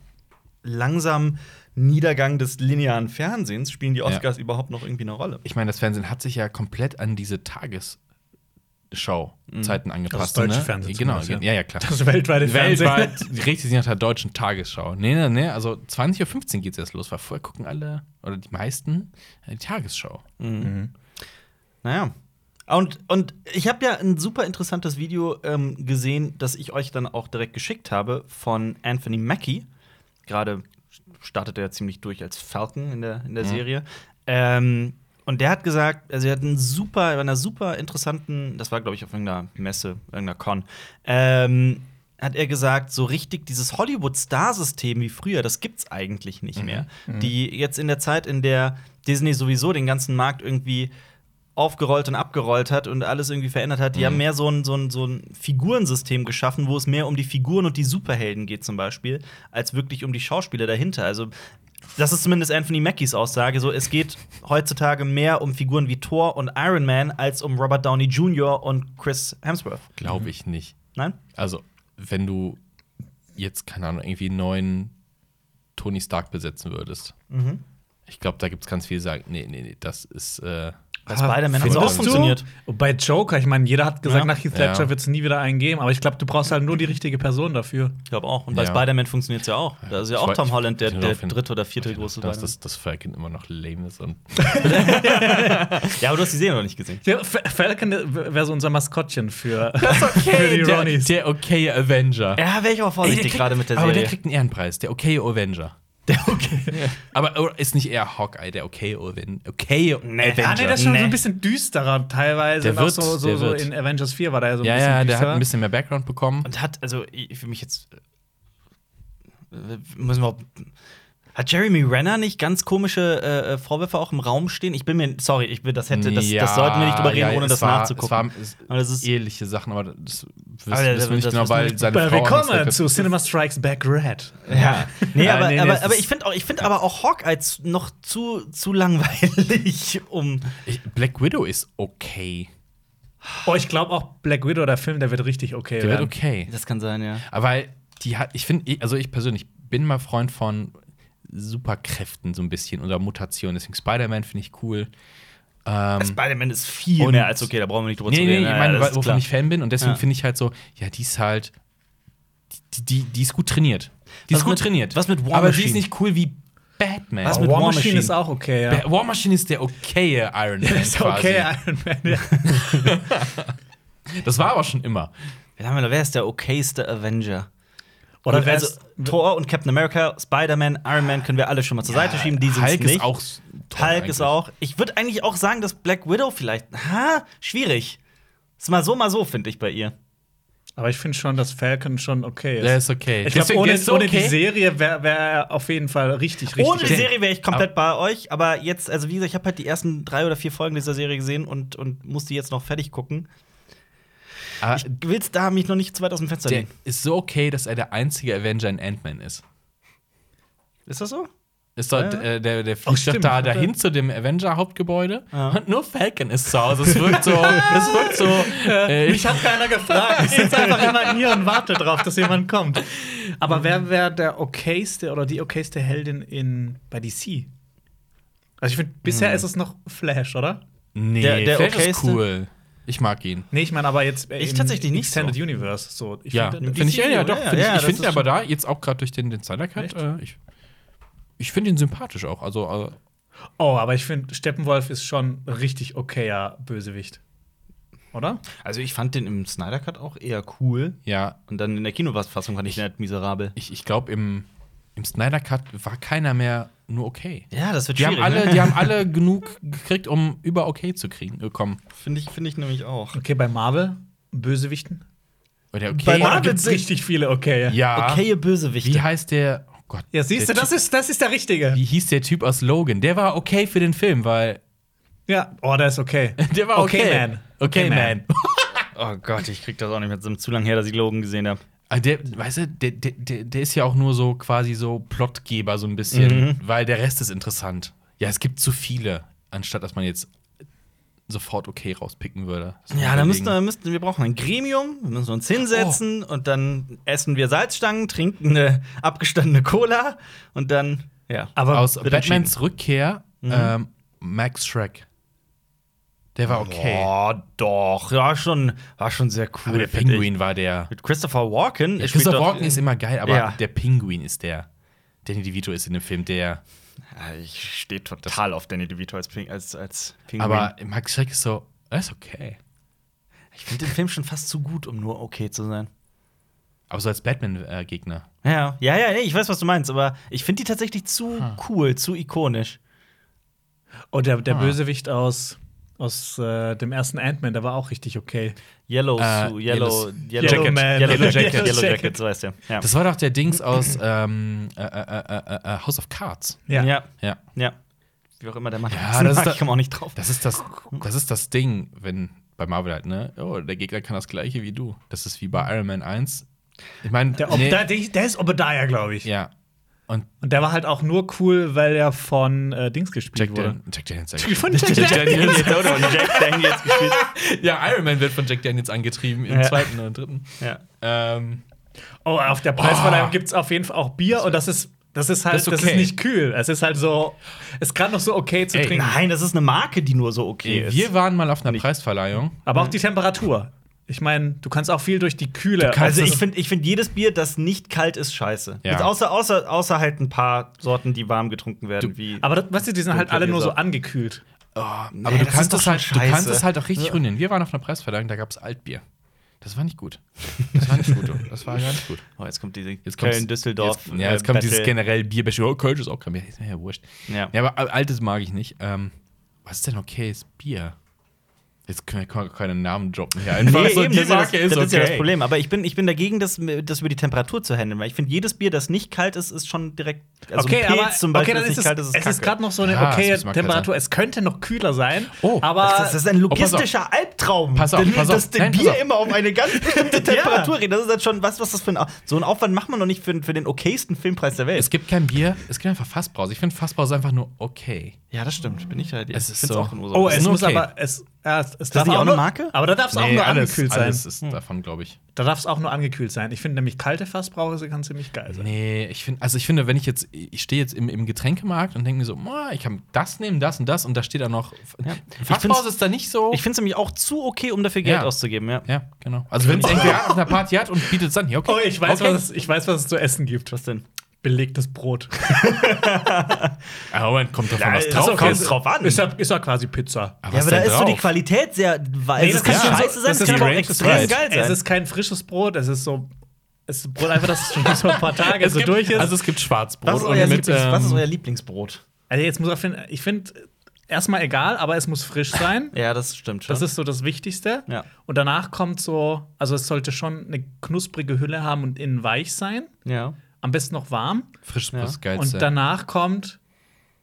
langsamen Niedergang des linearen Fernsehens spielen die Oscars überhaupt noch irgendwie eine Rolle.
ich meine, das Fernsehen hat sich ja komplett an diese Tagesschau-Zeiten angepasst.
Mhm. Also deutsche
ne?
Fernsehen
Genau,
zumindest,
ja, ja, klar.
Das weltweite Fernsehen.
Weltweit richtet sich nach der halt deutschen Tagesschau. Nee, nee, nee, also 20.15 Uhr geht's erst los, weil vorher gucken alle, oder die meisten, äh, die Tagesschau.
Naja. Und, und ich habe ja ein super interessantes Video ähm, gesehen, das ich euch dann auch direkt geschickt habe von Anthony Mackie. Gerade startet er ja ziemlich durch als Falcon in der, in der Serie. Ähm, und der hat gesagt, also er hat einen super, bei einer super interessanten, das war glaube ich auf irgendeiner Messe, irgendeiner Con, ähm, hat er gesagt, so richtig dieses Hollywood-Star-System wie früher, das gibt's eigentlich nicht mehr. Die jetzt in der Zeit, in der Disney sowieso den ganzen Markt irgendwie aufgerollt und abgerollt hat und alles irgendwie verändert hat. Die
Mhm.
haben mehr so ein, so, ein, so ein Figurensystem geschaffen, wo es mehr um die Figuren und die Superhelden geht, zum Beispiel, als wirklich um die Schauspieler dahinter. Also, das ist zumindest Anthony Mackies Aussage. So, es geht heutzutage mehr um Figuren wie Thor und Iron Man als um Robert Downey Jr. und Chris Hemsworth.
Mhm.
Glaube ich nicht.
Nein?
Also, wenn du jetzt, keine Ahnung, irgendwie einen neuen Tony Stark besetzen würdest,
Mhm.
ich glaube, da gibt es ganz viele, die sagen, nee, nee, nee, das ist. Äh,
Bei Spider-Man hat es
findest
auch
du?
funktioniert.
Und Bei Joker, ich meine, jeder hat gesagt,
Ja.
nach Heath
Ja.
Ledger wird es nie wieder einen geben, aber ich glaube, du brauchst halt nur die richtige Person dafür.
Ich glaube auch. Und bei
Ja.
Spider-Man funktioniert es ja auch. Da ist ja
ich
auch
weiß-
Tom
ich-
Holland der,
ich-
der
ich-
dritte oder vierte
ich-
große
Dass
Spider-Man.
das, das Falcon immer noch lame ist und.
Ja, aber du hast die Serie noch nicht gesehen.
Ja, Fa- Falcon wäre so unser Maskottchen für, für die
der,
Ronnies.
der okay Avenger.
Ja, wäre ich auch
Ey, der
vorsichtig
kriegt-
gerade mit der
Aber
Serie.
der kriegt einen Ehrenpreis, der okay Avenger.
der okay.
Aber oder ist nicht eher Hawkeye, der okay Aven okay
Nee.
Avenger.
Ah, nee, das ist schon
Nee.
so ein bisschen düsterer
Der
teilweise. Und auch
wird,
so, so,
der
so
wird.
in Avengers 4 war da ja so ein
ja,
bisschen
ja, der
düsterer.
hat ein bisschen mehr Background bekommen.
Und hat, also ich- für mich jetzt äh, müssen wir Hat Jeremy Renner nicht ganz komische äh, Vorwürfe auch im Raum stehen? Ich bin mir, sorry, ich bin, das hätte, das, das sollten wir nicht drüber reden,
ja,
ohne
es
das
war,
nachzugucken.
Es waren
Aber das ist-
ähnliche Sachen, aber das wissen,
Aber das-
wissen wir nicht
das
genau,
wissen wir
weil
nicht.
seine Frau anders
Willkommen
erklärt-
zu Cinema Strikes Back Red.
Ja. Nee,
Ja,
aber,
nee, nee,
aber,
es
aber
ist-
ich finde auch, ich finde aber auch Hawkeye zu- noch zu, zu langweilig, um.
Ich, Black Widow ist okay.
Oh, ich glaube auch Black Widow, der Film, der wird richtig okay.
Der wird
werden.
okay.
Das kann sein, ja.
Aber weil die hat, ich finde, ich- also ich persönlich bin mal Freund von Superkräften so ein bisschen oder Mutationen. Deswegen Spider-Man finde ich cool. Ähm,
Spider-Man ist viel
und-
mehr als okay, da brauchen wir nicht drüber
nee,
zu
nee,
reden.
ich
Ja,
meine,
ja, das
weil-
ist
wovon
klar.
ich Fan bin. Und deswegen
Ja.
finde ich halt so, ja, die ist halt, die, die, die ist gut trainiert. Die
Was
ist gut
mit-
trainiert.
was mit War
Aber die ist
Machine?
nicht cool wie Batman.
Was
Oh,
mit
War
War
Machine,
Machine.
ist auch okay, ja.
Ba- War Machine ist der okaye Iron Man.
ist
quasi.
okay, Iron Man. Ja.
Das war aber schon immer.
Wer, haben wir, da? wer ist der okayste Avenger?
Oder
Gut,
wer
also
ist-
Thor und Captain America, Spider-Man, Iron Man können wir alle schon mal zur Seite schieben. Die sind's
Hulk
nicht.
ist auch toll
Hulk
eigentlich.
ist auch. Ich würde eigentlich auch sagen, dass Black Widow vielleicht. Ha, schwierig. Ist mal so, mal so, finde ich bei ihr.
Aber ich finde schon, dass Falcon schon okay ist.
Der ist okay.
Ich glaube,
Deswegen-
ohne,
der ist so
ohne die
okay.
Serie wäre wär er auf jeden Fall richtig, richtig.
Ohne die
okay.
Serie wäre ich komplett bei euch, aber jetzt, also wie gesagt, ich habe halt die ersten drei oder vier Folgen dieser Serie gesehen und, und muss die jetzt noch fertig gucken.
Aber
Ich will's da mich noch nicht zu weit aus dem Fenster
der
legen.
ist so okay, dass er der einzige Avenger in Ant-Man ist.
Ist das so?
Ist dort,
Ja.
äh, der, der fliegt doch
stimmt.
da dahin zu dem Avenger-Hauptgebäude und nur Falcon ist zu Hause. Es wirkt so, es wirkt so. Äh,
Mich hat keiner gefragt. Ich sitze einfach immer hier und warte drauf, dass jemand kommt.
Mhm.
Aber wer wäre der okayste oder die okayste Heldin in, bei DC? Also ich finde, bisher ist es noch Flash, oder?
Mhm. nee,
Der- der
Flash ist
okayste-
cool. Ich mag ihn.
Nee, ich meine aber jetzt äh,
Ich
im
tatsächlich nicht
Extended
so.
Universe. So, ich
Ja,
find,
finde
im
ich, ja,
DCU,
ja, doch.
ja, ja,
find ich ich
das
finde ihn
ist
aber da, jetzt auch gerade durch den, den Snyder-Cut,
Echt?
äh, ich, ich finde ihn sympathisch auch. Also, äh,
Oh, aber ich finde, Steppenwolf ist schon ein richtig okayer Bösewicht. Oder?
Also ich fand den im Snyder Cut auch eher cool.
ja,
Und dann in der Kinofassung fand ich ihn halt miserabel.
ich, ich glaube, im, im Snyder-Cut war keiner mehr nur okay.
Ja, das wird
Die haben,
schwierig.
alle,
ne?
die haben alle genug gekriegt, um über okay zu kriegen, äh, kommen.
Finde ich, find ich nämlich auch.
Okay, bei Marvel, Bösewichten.
Weil der okay.
Bei
Boah, da
Marvel
gibt's
sind-
richtig viele okaye.
ja.
Okay, ihr Bösewichte.
Wie heißt der? Oh Gott.
Ja, siehst du,
der
das ist, das ist der Richtige.
Wie hieß der Typ aus Logan? Der war okay für den Film, weil.
Ja, oh, der ist okay.
Der war okay.
man.
Okay, man.
Oh Gott, ich krieg das auch nicht mehr. Das ist zu lange her, dass ich Logan gesehen habe.
Ah, Der, weißt du, der, der, der der ist ja auch nur so quasi so Plotgeber, so ein bisschen, weil der Rest ist interessant. Ja, es gibt zu viele, anstatt dass man jetzt sofort okay rauspicken würde. Das
Ja, da
muss
müssten
man
wir, müssten, wir brauchen ein Gremium, wir müssen uns hinsetzen und dann essen wir Salzstangen, trinken eine abgestandene Cola und dann, ja.
Aber
Aus
wird
Batmans Rückkehr, ähm, Max Shrek. Der war okay.
Oh, doch, ja, schon, war schon sehr cool.
Aber der
find ich.
Pinguin war der.
Mit Christopher Walken. er spielt
Christoph
doch-
Walken ist immer geil, aber
Ja.
der Pinguin ist der. Danny DeVito ist in dem Film der.
Ah, Ich stehe total auf Danny DeVito als, Ping, als, als Pinguin.
Aber Max Schreck ist so, das ist okay.
ich finde den Film schon fast zu gut, um nur okay zu sein.
Aber so als Batman-Gegner.
Ja, ja, ja, nee, ich weiß, was du meinst, aber ich finde die tatsächlich zu
Hm.
cool, zu ikonisch.
oh, der, der
Ah.
Bösewicht aus, aus äh, dem ersten Ant-Man, der war auch richtig okay.
Yellow,
Äh,
Su- Yellow,
Yellow-
Yellow,
Yellow Man.
Yellow
Yellow
Jacket,
Jacket.
Yellow Jacket, so heißt der. Ja.
Das war doch der Dings aus ähm, äh, äh, äh, äh, House of Cards.
ja. ja,
Ja.
Wie auch immer der Mann
Ja,
heißen
das ist
mag,
da-
ich komme auch nicht drauf.
Das ist das, das ist das Ding, wenn bei Marvel halt, ne? Oh, der Gegner kann das gleiche wie du. Das ist wie bei Iron Man 1. Ich meine,
Der, Ob der, der ist Obadiah, glaube ich.
ja. Und
Und der war halt auch nur cool, weil er von äh, Dings gespielt
Jack,
wurde.
Dan Jack Daniels. sag ich.
Von Jack Daniels.
Jetzt auch noch ein Jack Daniels gespielt.
ja, Iron Man wird von Jack Daniels angetrieben im
Ja.
zweiten oder dritten.
Ja.
Ähm,
Oh, auf der
Ah.
Preisverleihung gibt's auf jeden Fall auch Bier und das ist. Das ist halt,
Das
das
ist
ist,
okay.
nicht kühl. Es ist halt so, es ist gerade noch so okay zu
Ey,
trinken.
Nein, das ist eine Marke, die nur so okay ist.
wir waren mal auf einer
Nicht-
Preisverleihung.
Aber auch die Temperatur. Ich meine, du kannst auch viel durch die Kühle.
also
das
ich
ist-
finde ich find jedes Bier, das nicht kalt ist, scheiße.
Ja.
Jetzt außer, außer, außer halt ein paar Sorten, die warm getrunken werden, wie.
aber das, weißt du, die sind halt alle nur so
Dunkler
angekühlt.
aber
das
du,
ist
kannst
doch
es halt,
schon
du kannst
scheiße.
es halt auch richtig ruinieren. Wir waren auf einer Preisverleihung, da gab es Altbier. Das war nicht gut. Das war nicht gut. du. Das war gar nicht gut.
oh, jetzt kommt diese
Jetzt kommt's-
Köln, Düsseldorf.
Jetzt, ja, jetzt
äh,
kommt dieses
Battle.
generell Bierbäsche. Oh, Kölsch ist auch kein Bier. Ist mir ja wurscht.
Ja.
Ja, aber altes mag ich nicht. Ähm, was ist denn okayes Bier? Jetzt können wir können wir keinen Namen droppen hier
Nee,
einfach. so,
eben,
die
das, ist ja das,
Marke ist
das ist ja das
okay.
Problem. Aber ich bin, ich bin dagegen, das, das über die Temperatur zu handeln, weil ich finde, jedes Bier, das nicht kalt ist, ist schon direkt. Also
okay,
ein Pilz
aber
zum Beispiel,
okay, dann
das
ist
nicht
es,
kalt ist, ist
es ist
kacke.
gerade noch so eine
Ja, es
okaye
muss mal kalt
Temperatur. Es könnte noch kühler sein,
Oh,
aber
Das ist ein
pass auf.
logistischer Albtraum.
Pass auf,
Denn-
pass auf.
Dass der
Nein, pass
Bier
auf.
immer auf eine ganz bestimmte
Ja.
Temperatur redet. Das ist dann schon, was, was das für ein. Au- So einen Aufwand macht man noch nicht für, für den okaysten Filmpreis der Welt.
Es gibt kein Bier, es gibt einfach Fassbrause. Ich finde Fassbrause einfach nur okay.
ja, das stimmt. Bin ich halt.
Es ist
ich find's
so.
auch in Ordnung.
Oh,
Ist
es
nur
muss
okay.
aber. Es, ja, es, es
das
darf
nicht auch eine
nur-
Marke?
Aber da darf es auch nur angekühlt sein.
alles
Hm.
ist davon, glaube ich.
Da darf es auch nur angekühlt sein. Ich finde nämlich kalte Fassbrause kann ziemlich geil sein.
Nee, ich finde, also ich finde, wenn ich jetzt, ich stehe jetzt im, im Getränkemarkt und denke mir so, "Mua, ich kann das nehmen, das und das und da steht dann noch.
find's-
Fassbrause ist da nicht so.
ich finde es nämlich auch zu okay, um dafür Geld
Ja.
auszugeben, ja.
ja, genau. Also wenn es irgendwer auf einer Party hat und bietet es dann hier, okay.
Oh, ich weiß,
okay.
was es, ich weiß, was es zu essen gibt.
Was denn?
Belegtes Brot.
Ah, Moment, kommt davon was
ist
drauf.
so,
Okay.
kommt drauf an.
Ist ja, ist ja quasi Pizza.
Ja, aber da ist so die
Qualität.
Qualität sehr. Nee,
Also das kann schon so- das ist
kann aber auch
Range
extrem
Price.
geil sein.
Es ist kein frisches Brot, es ist so. Es ist Brot einfach, das schon so ein paar Tage
Es
so
gibt,
durch ist.
Also es gibt Schwarzbrot
was, ist euer
und mit.
Lieblings- was ist
ähm,
euer Lieblingsbrot?
Also jetzt muss er finden, ich finde erstmal egal, aber es muss frisch sein.
Ja, das stimmt schon.
Das ist so das Wichtigste.
Ja.
Und danach kommt so, also es sollte schon eine knusprige Hülle haben und innen weich sein.
ja.
Am besten noch warm.
Frisches
Ja.
Brot ist geil.
äh,
Und danach kommt.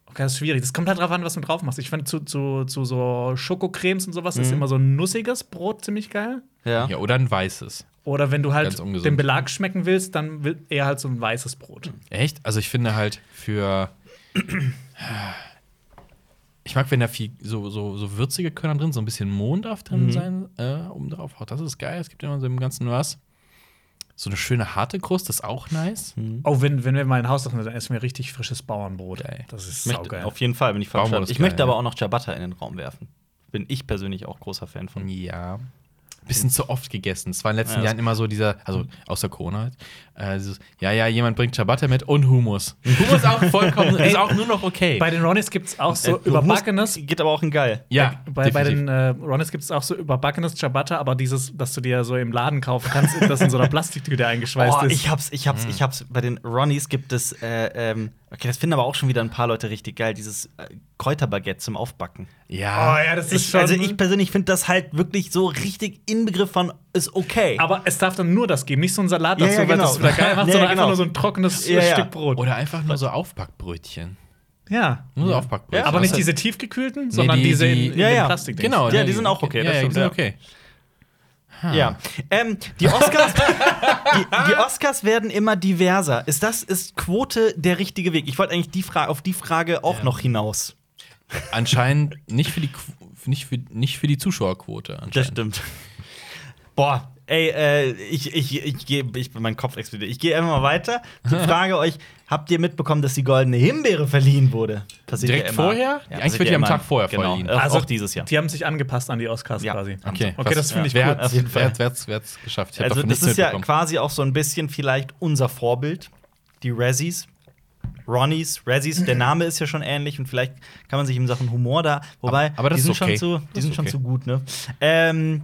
Okay, das ist schwierig. Das kommt halt drauf an, was du drauf machst. Ich finde zu, zu, zu so Schokocremes und sowas ist
Mhm.
immer so ein nussiges Brot ziemlich geil.
Ja.
ja, oder ein weißes.
Oder wenn du
Ganz
halt
ungesund.
den Belag schmecken willst, dann will eher halt so ein weißes Brot.
Mhm.
Echt? Also ich finde halt für. Ich mag, wenn da viel so, so, so würzige Körner drin, so ein bisschen Mond darf
Mhm.
drin sein, äh, oben drauf. Oh, das ist geil. Es gibt ja immer so im Ganzen was. So eine schöne harte Krust, das ist auch nice.
Oh, wenn, wenn wir mal ein Haus machen, dann essen wir richtig frisches Bauernbrot.
Geil.
Das ist
Ich möchte,
saugeil.
auf jeden Fall bin ich falsch.
Baumwolle ist
Ich
geil,
möchte
ja.
aber auch noch Ciabatta in den Raum werfen. Bin ich persönlich auch großer Fan
Mhm.
von.
Ja. Bisschen zu oft gegessen. Es war in den letzten
Ja, das-
Jahren immer so dieser,
Mhm.
also außer Corona halt, äh, dieses, ja, ja, jemand bringt Ciabatta mit und Hummus. Hummus auch vollkommen, ist auch nur noch okay.
Bei den Ronnies gibt es auch so
Äh,
überbackenes.
Hummus Geht aber auch in geil.
ja,
Bei, bei
definitiv.
den äh, Ronnies gibt es auch so überbackenes Ciabatta, aber dieses, dass du dir so im Laden kaufen kannst, das in so einer Plastiktüte eingeschweißt
Oh,
ist.
ich hab's, ich
Mhm.
hab's, ich hab's. Bei den Ronnies gibt es, äh, ähm, okay, das finden aber auch schon wieder ein paar Leute richtig geil, dieses äh, Kräuterbaguette zum Aufbacken.
ja.
Oh, ja, das
Ich, also ich persönlich finde das halt wirklich so richtig Inbegriff von ist okay.
aber es darf dann nur das geben, nicht so ein Salat
Ja,
dazu,
ja,
weil
genau.
das wieder geil
Ja,
macht,
ja,
sondern
genau.
einfach nur so ein trockenes
Ja, ja.
Stück Brot.
Oder einfach nur so Aufbackbrötchen.
ja.
Nur so Aufbackbrötchen.
Ja,
Aber nicht
Das-
diese tiefgekühlten, sondern
die-
diese in,
die-
in
Ja, ja.
den Plastik.
Genau,
Ja, die sind auch okay,
Ja,
das
ja, die
stimmt,
sind
ja.
okay. Ah.
Ja. Ähm, die Oscars, die, die Oscars werden immer diverser. Ist das, ist Quote der richtige Weg? Ich wollte eigentlich die Frage, auf die Frage auch noch hinaus.
Anscheinend nicht für die Qu- nicht für, nicht für die Zuschauerquote.
Das
Anscheinend.
stimmt. Boah, ey, äh, ich, ich, ich gehe, ich, mein Kopf explodiert. Ich gehe einfach mal weiter und frage euch: Habt ihr mitbekommen, dass die goldene Himbeere verliehen wurde? Passiert
Direkt
immer.
vorher? Eigentlich
passiert
wird die am
immer.
Tag vorher
genau.
verliehen.
Also auch dieses Jahr.
Die haben sich angepasst an die Oscars
Ja.
quasi.
Okay,
okay das finde ich
wer
cool.
hat's,
auf jeden Fall.
Wer, wer, hat's, wer hat's geschafft? Ich hab
Also,
davon
das
nichts
ist ja
mitbekommen.
quasi auch so ein bisschen vielleicht unser Vorbild, die Razzies. Ronnies, Razzies, der Name ist ja schon ähnlich und vielleicht kann man sich in Sachen Humor da, wobei,
Aber- aber das
die sind,
ist okay.
schon, zu, die
Das
sind
ist
schon
okay.
zu gut, ne? Ähm,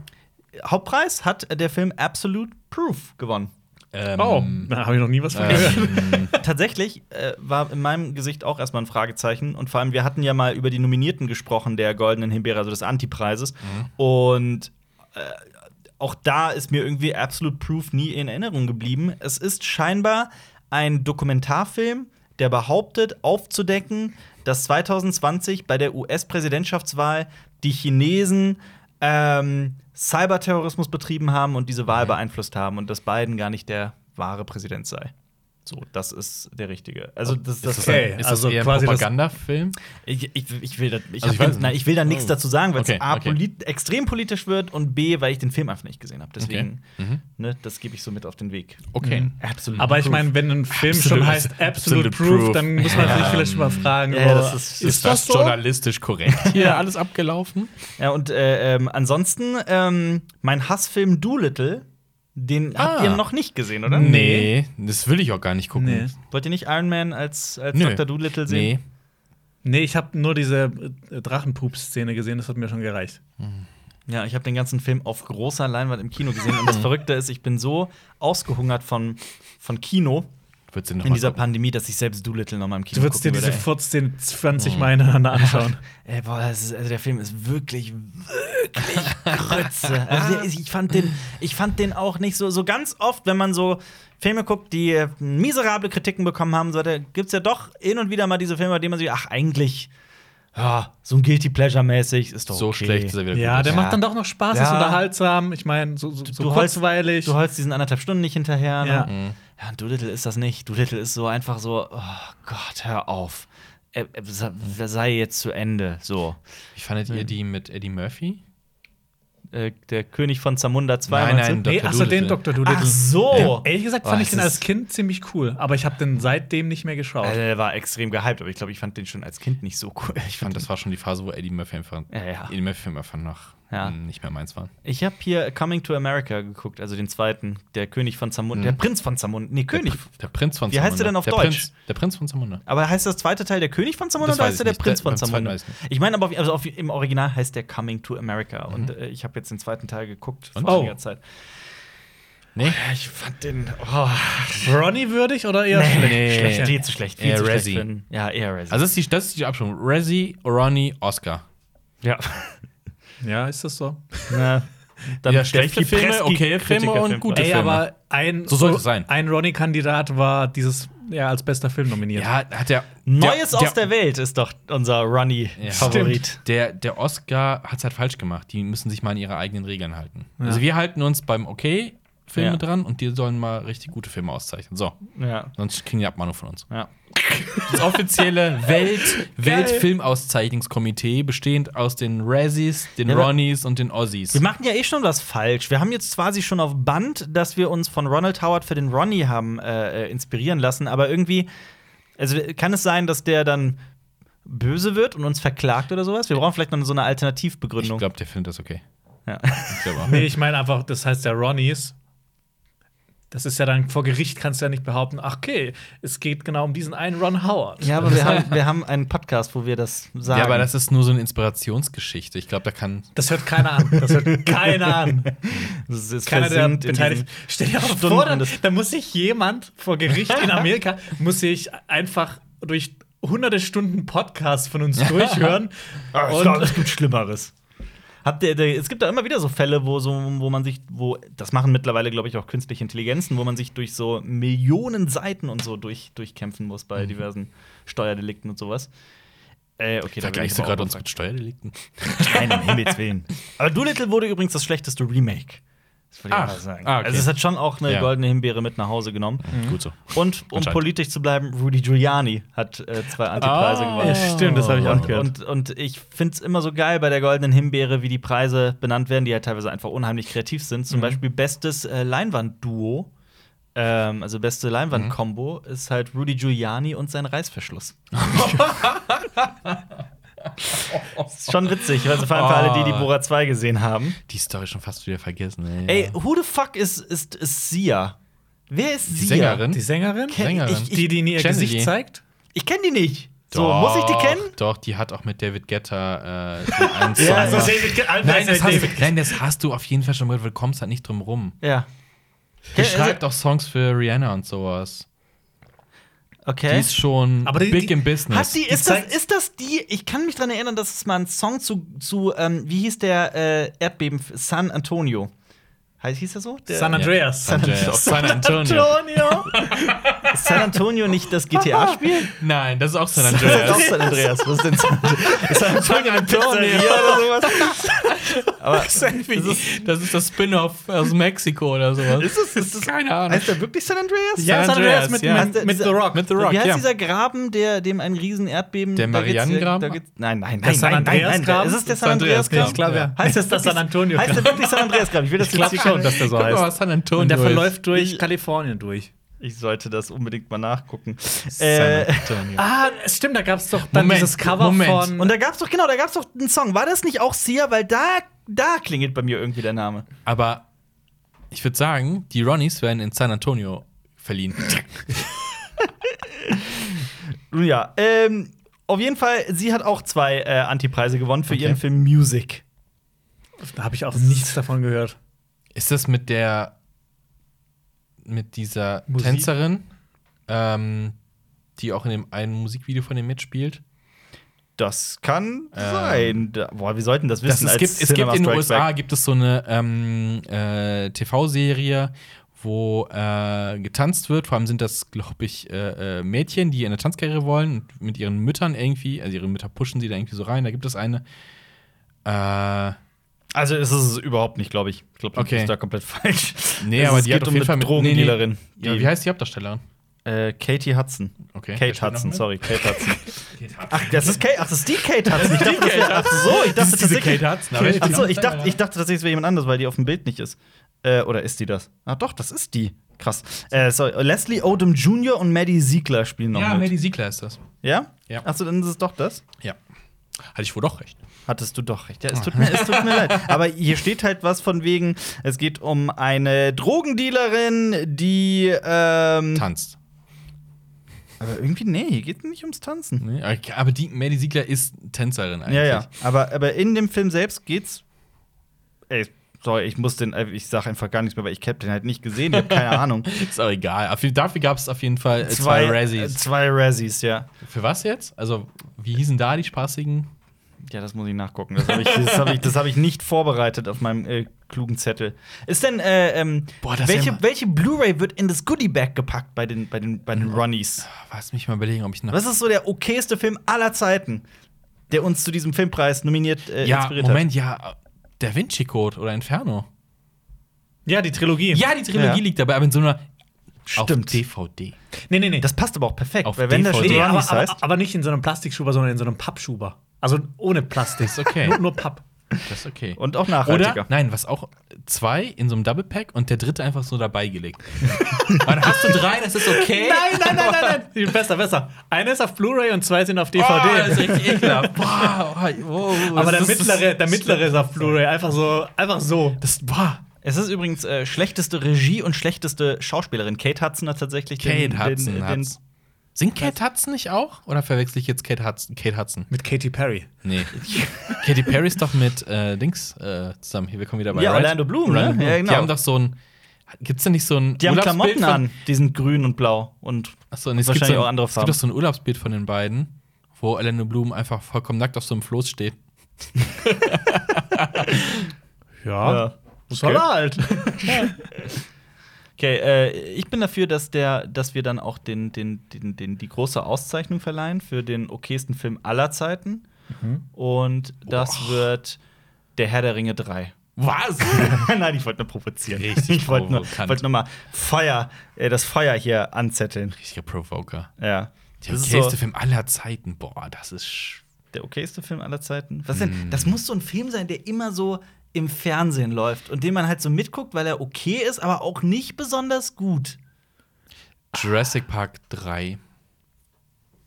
Hauptpreis hat der Film Absolute Proof gewonnen.
Ähm,
Oh, da habe ich noch nie was von gehört.
ähm,
Tatsächlich äh, war in meinem Gesicht auch erstmal ein Fragezeichen. Und vor allem, wir hatten ja mal über die Nominierten gesprochen, der Goldenen Himbeere, also des Antipreises.
Mhm.
Und äh, auch da ist mir irgendwie Absolute Proof nie in Erinnerung geblieben. Es ist scheinbar ein Dokumentarfilm, der behauptet, aufzudecken, dass 2020 bei der US-Präsidentschaftswahl die Chinesen ähm, Cyberterrorismus betrieben haben und diese Wahl beeinflusst haben und dass Biden gar nicht der wahre Präsident sei. So, das ist der richtige. Also das, das,
ist das
Okay,
ein, ist
also
das eher ein
quasi das-
Propagandafilm?
ich, ich, ich will da, ich
Also,
hab
ich weiß
den-
nicht.
nein, ich will da nichts
Oh.
dazu sagen, weil es
Okay,
a
okay.
Polit extrem politisch wird und b, weil ich den Film einfach nicht gesehen habe. Deswegen,
Mhm.
ne, das gebe ich so mit auf den Weg.
Okay.
Absolut.
Aber ich meine, wenn ein Film
Absolute-
schon heißt Absolute
Absolute
Proof,
Proof.
dann muss man sich vielleicht mal fragen,
Ja, das
wo-
ist-
Ist das, journalistisch korrekt? Hier alles abgelaufen?
Ja, und äh, ähm, ansonsten ähm, mein Hassfilm Doolittle, den habt
Ah.
ihr noch nicht gesehen, oder?
Nee, das will ich auch gar nicht gucken.
Nee.
Wollt ihr nicht Iron Man als, als
Nö.
Dr. Doolittle sehen?
Nee.
Nee, ich habe nur diese äh, Drachenpups-Szene gesehen, das hat mir schon gereicht.
Ja, ich habe den ganzen Film auf großer Leinwand im Kino gesehen. Und das Verrückte ist, ich bin so ausgehungert von, von Kino,
Würdest du noch
in
mal
dieser
gucken?
Pandemie, dass ich selbst Doolittle noch mal im Kino
Du würdest dir
gucken
diese
würde,
14, 20
Mhm.
Mal hintereinander anschauen.
ey. ey, boah, das ist, also der Film ist wirklich, wirklich Grütze. Also der, ist- ich, fand den, ich fand den auch nicht so, so ganz oft, wenn man so Filme guckt, die äh, miserable Kritiken bekommen haben, so, da gibt es ja doch hin und wieder mal diese Filme, bei denen man sich, ach, eigentlich, ja, so ein Guilty Pleasure-mäßig ist doch
So
okay.
schlecht, dass er wieder
Ja,
gut
der
ist.
macht dann doch noch Spaß, ist
Ja.
unterhaltsam. Ich meine, so, so, so
du holst-
kurzweilig.
Du holst diesen anderthalb Stunden nicht hinterher. Ne?
Ja.
Ja. ja, und Doolittle ist das nicht. Doolittle ist so einfach so, oh Gott, hör auf. Er, er sei- er sei jetzt zu Ende. So.
Wie fandet ihr die mit Eddie Murphy?
Äh, der König von Zamunda 2.
Nein,
meinst du?
nein,
nee,
Dr.
achso, den
Doolittle.
Dr. Doolittle.
Ach so.
Ehrlich gesagt
Oh,
fand ich
es
den als
ist- Äh,
Kind ziemlich cool, aber ich habe den seitdem nicht mehr geschaut.
Also, der war extrem gehypt, aber ich glaube, ich fand den schon als Kind nicht so cool.
Ich fand, das war schon die Phase, wo Eddie Murphy einfach,
Ja, ja.
Eddie Murphy einfach noch
Ja.
mh, nicht mehr meins war.
Ich habe hier Coming to America geguckt, also den zweiten. Der König von Zamunda. Der Prinz von Zamunda. Nee, König.
Der, Pr- der Prinz von
Wie heißt
Zamunda.
der denn auf
der
Deutsch?
Prinz, der Prinz von Zamunda.
Aber heißt das zweite Teil der König von Zamunda
Das
oder
weiß
heißt
ich
er der
nicht.
Prinz
Der-
von
beim zweiten
Zamunda?
weiß ich
Ich meine, aber auf, also auf, im Original heißt der Coming to America. Und äh, ich habe jetzt den zweiten Teil geguckt
Und?
vor
Oh.
einiger Zeit.
Nee?
Oh, Ich fand den oh,
Ronnie würdig oder eher schlecht?
nee.
schlecht,
Schlecht.
viel zu schlecht, viel
Eher
zu schlecht
Razzie.
für einen- Ja, eher Razzie.
Also, das ist die, das ist die Abstimmung. Razzie, Ronnie, Oscar.
ja.
Ja, ist das so?
Na, dann
Ja, schlechte
Steffi
Filme,
Presky,
okay Filme
Kritikerfilm.
und gute
Ey,
Filme.
aber ein,
So sollte es sein.
ein Ronnie-Kandidat war dieses ja, als bester Film nominiert.
Ja, hat der.
Neues
der,
aus der Welt ist doch unser
Ja.
Ronnie-Favorit.
Der, der Oscar hat es halt falsch gemacht. Die müssen sich mal an ihre eigenen Regeln halten.
Ja.
Also, wir halten uns beim Okay-Filme
Ja.
dran und die sollen mal richtig gute Filme auszeichnen. So,
Ja.
sonst kriegen die Abmahnung von uns.
ja.
Das offizielle Welt Weltfilmauszeichnungskomitee bestehend aus den Razzies, den
Ja, aber-
Ronnies und den Ozzies.
Wir machen ja eh schon was falsch. Wir haben jetzt quasi schon auf Band, dass wir uns von Ronald Howard für den Ronnie haben äh, äh, inspirieren lassen, aber irgendwie, also kann es sein, dass der dann böse wird und uns verklagt oder sowas? Wir brauchen vielleicht noch so eine
Ich
Alternativbegründung.
glaube, der findet das okay.
Ja.
Ich glaub auch.
Nee, ich meine einfach, das heißt ja Ronnies. Das ist ja dann vor Gericht kannst du ja nicht behaupten, ach okay, es geht genau um diesen einen Ron Howard.
Ja, aber wir haben, wir haben einen Podcast, wo wir das sagen.
Ja, aber das ist nur so eine Inspirationsgeschichte. Ich glaube, da kann.
Das hört keiner an. Das hört keiner an.
das ist
Keiner, der
versinkt in
beteiligt.
diesen-
Stell dir mal
Stunden
vor, da,
des-
da muss sich jemand vor Gericht in Amerika, muss sich einfach durch hunderte Stunden Podcasts von uns durchhören.
Ah, ich
Und-
glaube, es gibt Schlimmeres. Habt ihr, der, es gibt da immer wieder so Fälle, wo, so, wo man sich, wo, das machen mittlerweile, glaube ich, auch künstliche Intelligenzen, wo man sich durch so Millionen Seiten und so durch, durchkämpfen muss bei diversen Steuerdelikten und sowas. Äh, okay, da bin ich
Vergleichst du
aber
gerade
auch
uns mit Steuerdelikten?
überfragt. Nein, um Himmels Willen. Aber Doolittle wurde übrigens das schlechteste Remake. Das wollte ich
Ach,
mal sagen.
ah, okay.
Also, es hat schon auch eine
Ja.
goldene Himbeere mit nach Hause genommen.
Gut so.
Und um
Anscheinend.
politisch zu bleiben, Rudy Giuliani hat äh, zwei Antipreise
Ah.
gewonnen.
Ja,
stimmt, das habe ich auch
Und,
gehört.
und, und ich finde es immer so geil bei der Goldenen Himbeere, wie die Preise benannt werden, die halt teilweise einfach unheimlich kreativ sind.
Mhm.
Zum Beispiel bestes äh, Leinwandduo, ähm, also beste Leinwandkombo,
Mhm.
ist halt Rudy Giuliani und sein Reißverschluss. ist schon witzig, also vor allem für alle,
Ah.
die die Bora 2 gesehen haben.
Die Story schon fast wieder vergessen. Ey,
Ey, who the fuck is, is, is Sia? Wer ist
die
Sia?
Sängerin?
Die Sängerin?
Ken-
Sängerin.
Ich, ich,
Die, die nie ihr
Kenne
Gesicht
die.
zeigt?
ich kenne die nicht. So,
Doch,
muss ich die kennen?
Doch, die hat auch mit David Guetta äh, schon einen Song.
also
gemacht. nein, das hast, du-
David.
nein, das hast du auf jeden Fall schon mal gehört, weil du kommst halt nicht drum rum.
Ja.
Die
Also-
schreibt auch Songs für Rihanna und sowas.
Okay.
Die ist schon
Aber die-
big
die-
im Business.
Hat die, ist, das,
zeigt-
ist das die? Ich kann mich daran erinnern, dass es mal einen Song zu, zu ähm, wie hieß der äh, Erdbeben? San Antonio. Heißt, hieß der so? Der,
San Andreas.
San Andreas. San Antonio.
Ist San Antonio nicht das GTA-Spiel?
Nein, das ist auch San
Das ist auch
Andreas.
San Andreas. Was ist denn San Andreas? Ist San Antonio eine Pizzeria oder sowas? Aber
Das ist, das ist das Spin-off aus Mexiko oder sowas.
Ist es- ist es-
Keine Ahnung.
heißt der wirklich San Andreas?
Ja, San Andreas mit,
Andreas, ja.
mit, mit, The Rock.
Mit The Rock,
Wie heißt
ja.
dieser Graben, der dem ein riesen Erdbeben?
Der
da geht's-
Marianengraben?
da geht's- Nein, nein, nein,
Der San
nein, nein, nein,
Andreas-Graben?
Ist es der
Das
San
Andreas-Graben.
Andreas-Graben?
Ich glaube, ja.
Heißt das
das San Antonio?
Heißt der
Und
wirklich San Andreas Graben? Ich will das jetzt
glaub
hier
schon, dass der so
Guck mal,
heißt.
was San Antonio
der
ist.
verläuft durch Kalifornien durch.
Ich sollte das unbedingt mal nachgucken.
San
Äh,
Antonio.
Ah, stimmt, da gab es doch dann
Moment,
dieses Cover
Moment.
von.
und da gab's doch, genau, da gab's doch einen Song. War das nicht auch Sia? Weil da, da klingelt bei mir irgendwie der Name.
Aber ich würde sagen, die Ronnies werden in San Antonio verliehen.
Nun ja, ähm, auf jeden Fall, sie hat auch zwei äh, Antipreise gewonnen für ihren Film Music.
da habe ich auch nichts davon gehört.
Ist das mit der mit dieser
Musik?
Tänzerin? ähm, die auch in dem einen Musikvideo von dem mitspielt.
Das kann
Ähm,
sein. Da, boah, wir sollten das wissen.
es
als
gibt, es gibt
Cinema
in den
Strikes
USA
Back.
gibt es so eine ähm, äh, TV-Serie, wo äh, getanzt wird. Vor allem sind das, glaube ich, äh, äh, Mädchen, die in eine Tanzkarriere wollen und mit ihren Müttern irgendwie, also ihre Mütter pushen sie da irgendwie so rein. Da gibt es eine. Äh,
Also, es ist es überhaupt nicht, glaube ich. Ich glaube, du
Okay.
bist da komplett falsch.
nee,
es
aber die
geht
hat auf
um
jeden Fall
eine
mit
Drogendealerin.
Nee, nee. Ja, wie heißt die Hauptdarstellerin?
äh, Katie Hudson.
Okay. Wer
Kate
spielt noch
Hudson,
mit?
sorry, Kate Hudson.
Kate Hudson.
Ach, das ist Kate, ach, das ist die Kate Hudson. Ich dachte, das wär, ach so, ich dachte
diese
tatsächlich.
Kate Hudson, aber-
ach so, ich dachte, ich dachte tatsächlich, es wäre jemand anderes, weil die auf dem Bild nicht ist. Äh, oder ist die das? Ah, doch, das ist die. Krass. Äh, sorry, Leslie Odom Jr. und Maddie Ziegler spielen noch
Ja,
mit.
Maddie Siegler ist das.
ja?
Ja.
Achso, dann ist es doch das.
Ja. Hatte ich wohl doch recht.
Hattest du doch recht. Ja,
Oh.
es tut mir, es tut mir leid. Aber hier steht halt was von wegen, es geht um eine Drogendealerin, die. Ähm,
Tanzt.
aber irgendwie, nee, hier geht es nicht ums Tanzen.
Nee, aber- aber die Maddie Siegler ist Tänzerin eigentlich.
Ja, ja. Aber, aber in dem Film selbst geht's. Ey, sorry, ich muss den, äh, ich sag einfach gar nichts mehr, weil ich hab den halt nicht gesehen, ich hab keine Ahnung.
Ist auch egal. Auf jeden- Dafür gab es auf jeden Fall äh, zwei, Razzies.
äh, Zwei Razzies, ja.
Für was jetzt? Also, wie hießen da die spaßigen?
Ja, das muss ich nachgucken. Das habe ich, das hab ich, das hab ich nicht vorbereitet auf meinem äh, klugen Zettel. Ist denn, äh, ähm,
Boah, das wär
welche,
mal-
welche Blu-ray wird in das Goodie-Bag gepackt bei den, bei den, bei den Runnies?
Lass mich mal überlegen, ob ich noch.
Was ist so der okayste Film aller Zeiten, der uns zu diesem Filmpreis nominiert äh,
ja,
inspiriert
Moment, ja. Der Vinci Code oder Inferno.
Ja, die Trilogie.
Ja, die Trilogie
Ja.
liegt dabei, aber in so einer auf
Stimmt.
DVD.
Nee, nee, nee.
hat? Das passt aber auch perfekt,
Auf
weil wenn da schon
DVD.
nee aber,
Runnies heißt.
aber, aber nicht in so einem Plastikschuber, sondern in so einem Pappschuber. Also ohne Plastik.
Ist okay.
nur, nur Papp.
Das ist okay.
Und auch nachhaltiger.
oder? Nein, was auch zwei in so einem Double Pack und der dritte einfach so dabei gelegt. Aber dann hast du drei, das ist okay.
Nein, nein, nein, nein, nein. Besser, besser. Eine ist auf Blu-ray und zwei sind auf DVD.
Oh, das ist richtig ekelhaft. Boah, oh, oh,
aber der
das ist-
mittlere, der mittlere ist auf Blu-ray. Einfach so, einfach so.
Das war.
Es ist übrigens äh, schlechteste Regie und schlechteste Schauspielerin. Kate Hudson hat tatsächlich den,
Kate Hudson
den, den,
hat's. Singt Kate Hudson nicht auch? Oder verwechsel ich jetzt Kate Hudson? Kate Hudson.
Mit Katy Perry.
Nee. Katy Perry ist doch mit äh, Dings äh, zusammen. Hier, wir kommen wieder bei
Ja, Orlando Bloom, ne? Ja, genau.
Die haben doch so ein. Gibt's da nicht so ein.
Die haben
Urlaubsbild
Klamotten
von-
an, die sind grün und blau und
Achso, und es gibt,
wahrscheinlich
so ein,
auch andere
es gibt
Farben.
doch so ein Urlaubsbild von den beiden, wo Orlando Bloom einfach vollkommen nackt auf so einem Floß steht.
Ja.
Soll er halt.
Okay, äh, ich bin dafür, dass der, dass wir dann auch den, den, den, den, die große Auszeichnung verleihen für den okaysten Film aller Zeiten. Mhm. Und das wird der Herr der Ringe 3.
Was?
Nein, ich wollte nur provozieren.
Richtig
ich wollte nur,
provokant.
wollte nur mal Feuer, äh, das Feuer hier anzetteln.
Richtiger Provoker.
Ja.
Der
Das ist
okayste Film aller Zeiten. Boah, das ist. sch-
Der okayste Film aller Zeiten? Was denn?
Mhm.
Das muss so ein Film sein, der immer so im Fernsehen läuft und den man halt so mitguckt, weil er okay ist, aber auch nicht besonders gut.
Jurassic Park 3.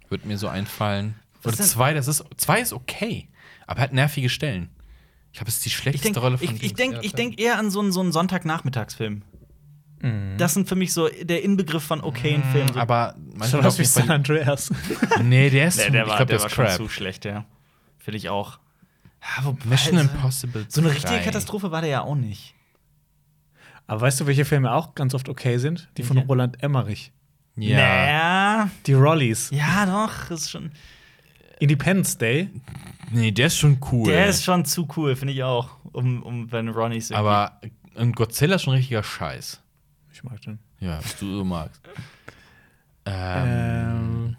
Wird mir so einfallen.
Was
Oder
denn?
2, das ist. 2 ist okay. Aber hat nervige Stellen. Ich glaube, es ist die
Ich
schlechteste
denke
Rolle von
ich, ich
Dings
denk,
aller
ich
Zeiten.
denk eher an so einen, so einen Sonntagnachmittagsfilm. Das sind für mich so der Inbegriff von okayen Filmen. So.
Mhm. Aber
Schon
manchmal
was
auf
wie
jeden
San
Fall.
Andreas.
Nee, der ist.
Nee,
ich glaube, der ist crap.
zu schlecht, ja. Finde ich auch. Ja, wobei,
Mission
so-
Impossible.
Also, So eine richtige
3.
Katastrophe war der ja auch nicht.
Aber weißt du, welche Filme auch ganz oft okay sind? Die von
Ja.
Roland Emmerich.
Ja.
Naja,
Die Rollies.
ja, doch, ist schon.
Independence Day.
Nee, der ist schon cool.
Der ist schon zu cool, finde ich auch. Um, um wenn Ronnie singt.
Aber und Godzilla ist schon richtiger Scheiß.
Ich mag den.
Ja, was du so magst.
Äh,
Ähm.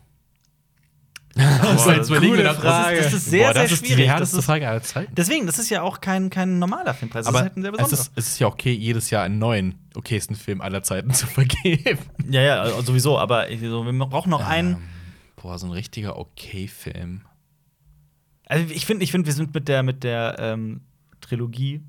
Boah,
jetzt überlegen wir
coole
das-
Frage.
Das ist, das ist sehr, Boah, das sehr ist schwierig. Die härteste
Das ist-
Frage aller Zeiten.
Deswegen, das ist ja auch kein, kein normaler Filmpreis.
Aber
das ist halt ein sehr
es,
besonderer.
ist, es ist ja okay, jedes Jahr einen neuen okaysten Film aller Zeiten zu vergeben.
ja, ja, also sowieso. Aber ich- so, wir brauchen noch einen.
Ähm, boah, so ein richtiger okay-Film.
Also ich finde, ich find, wir sind mit der, mit der ähm, Trilogie,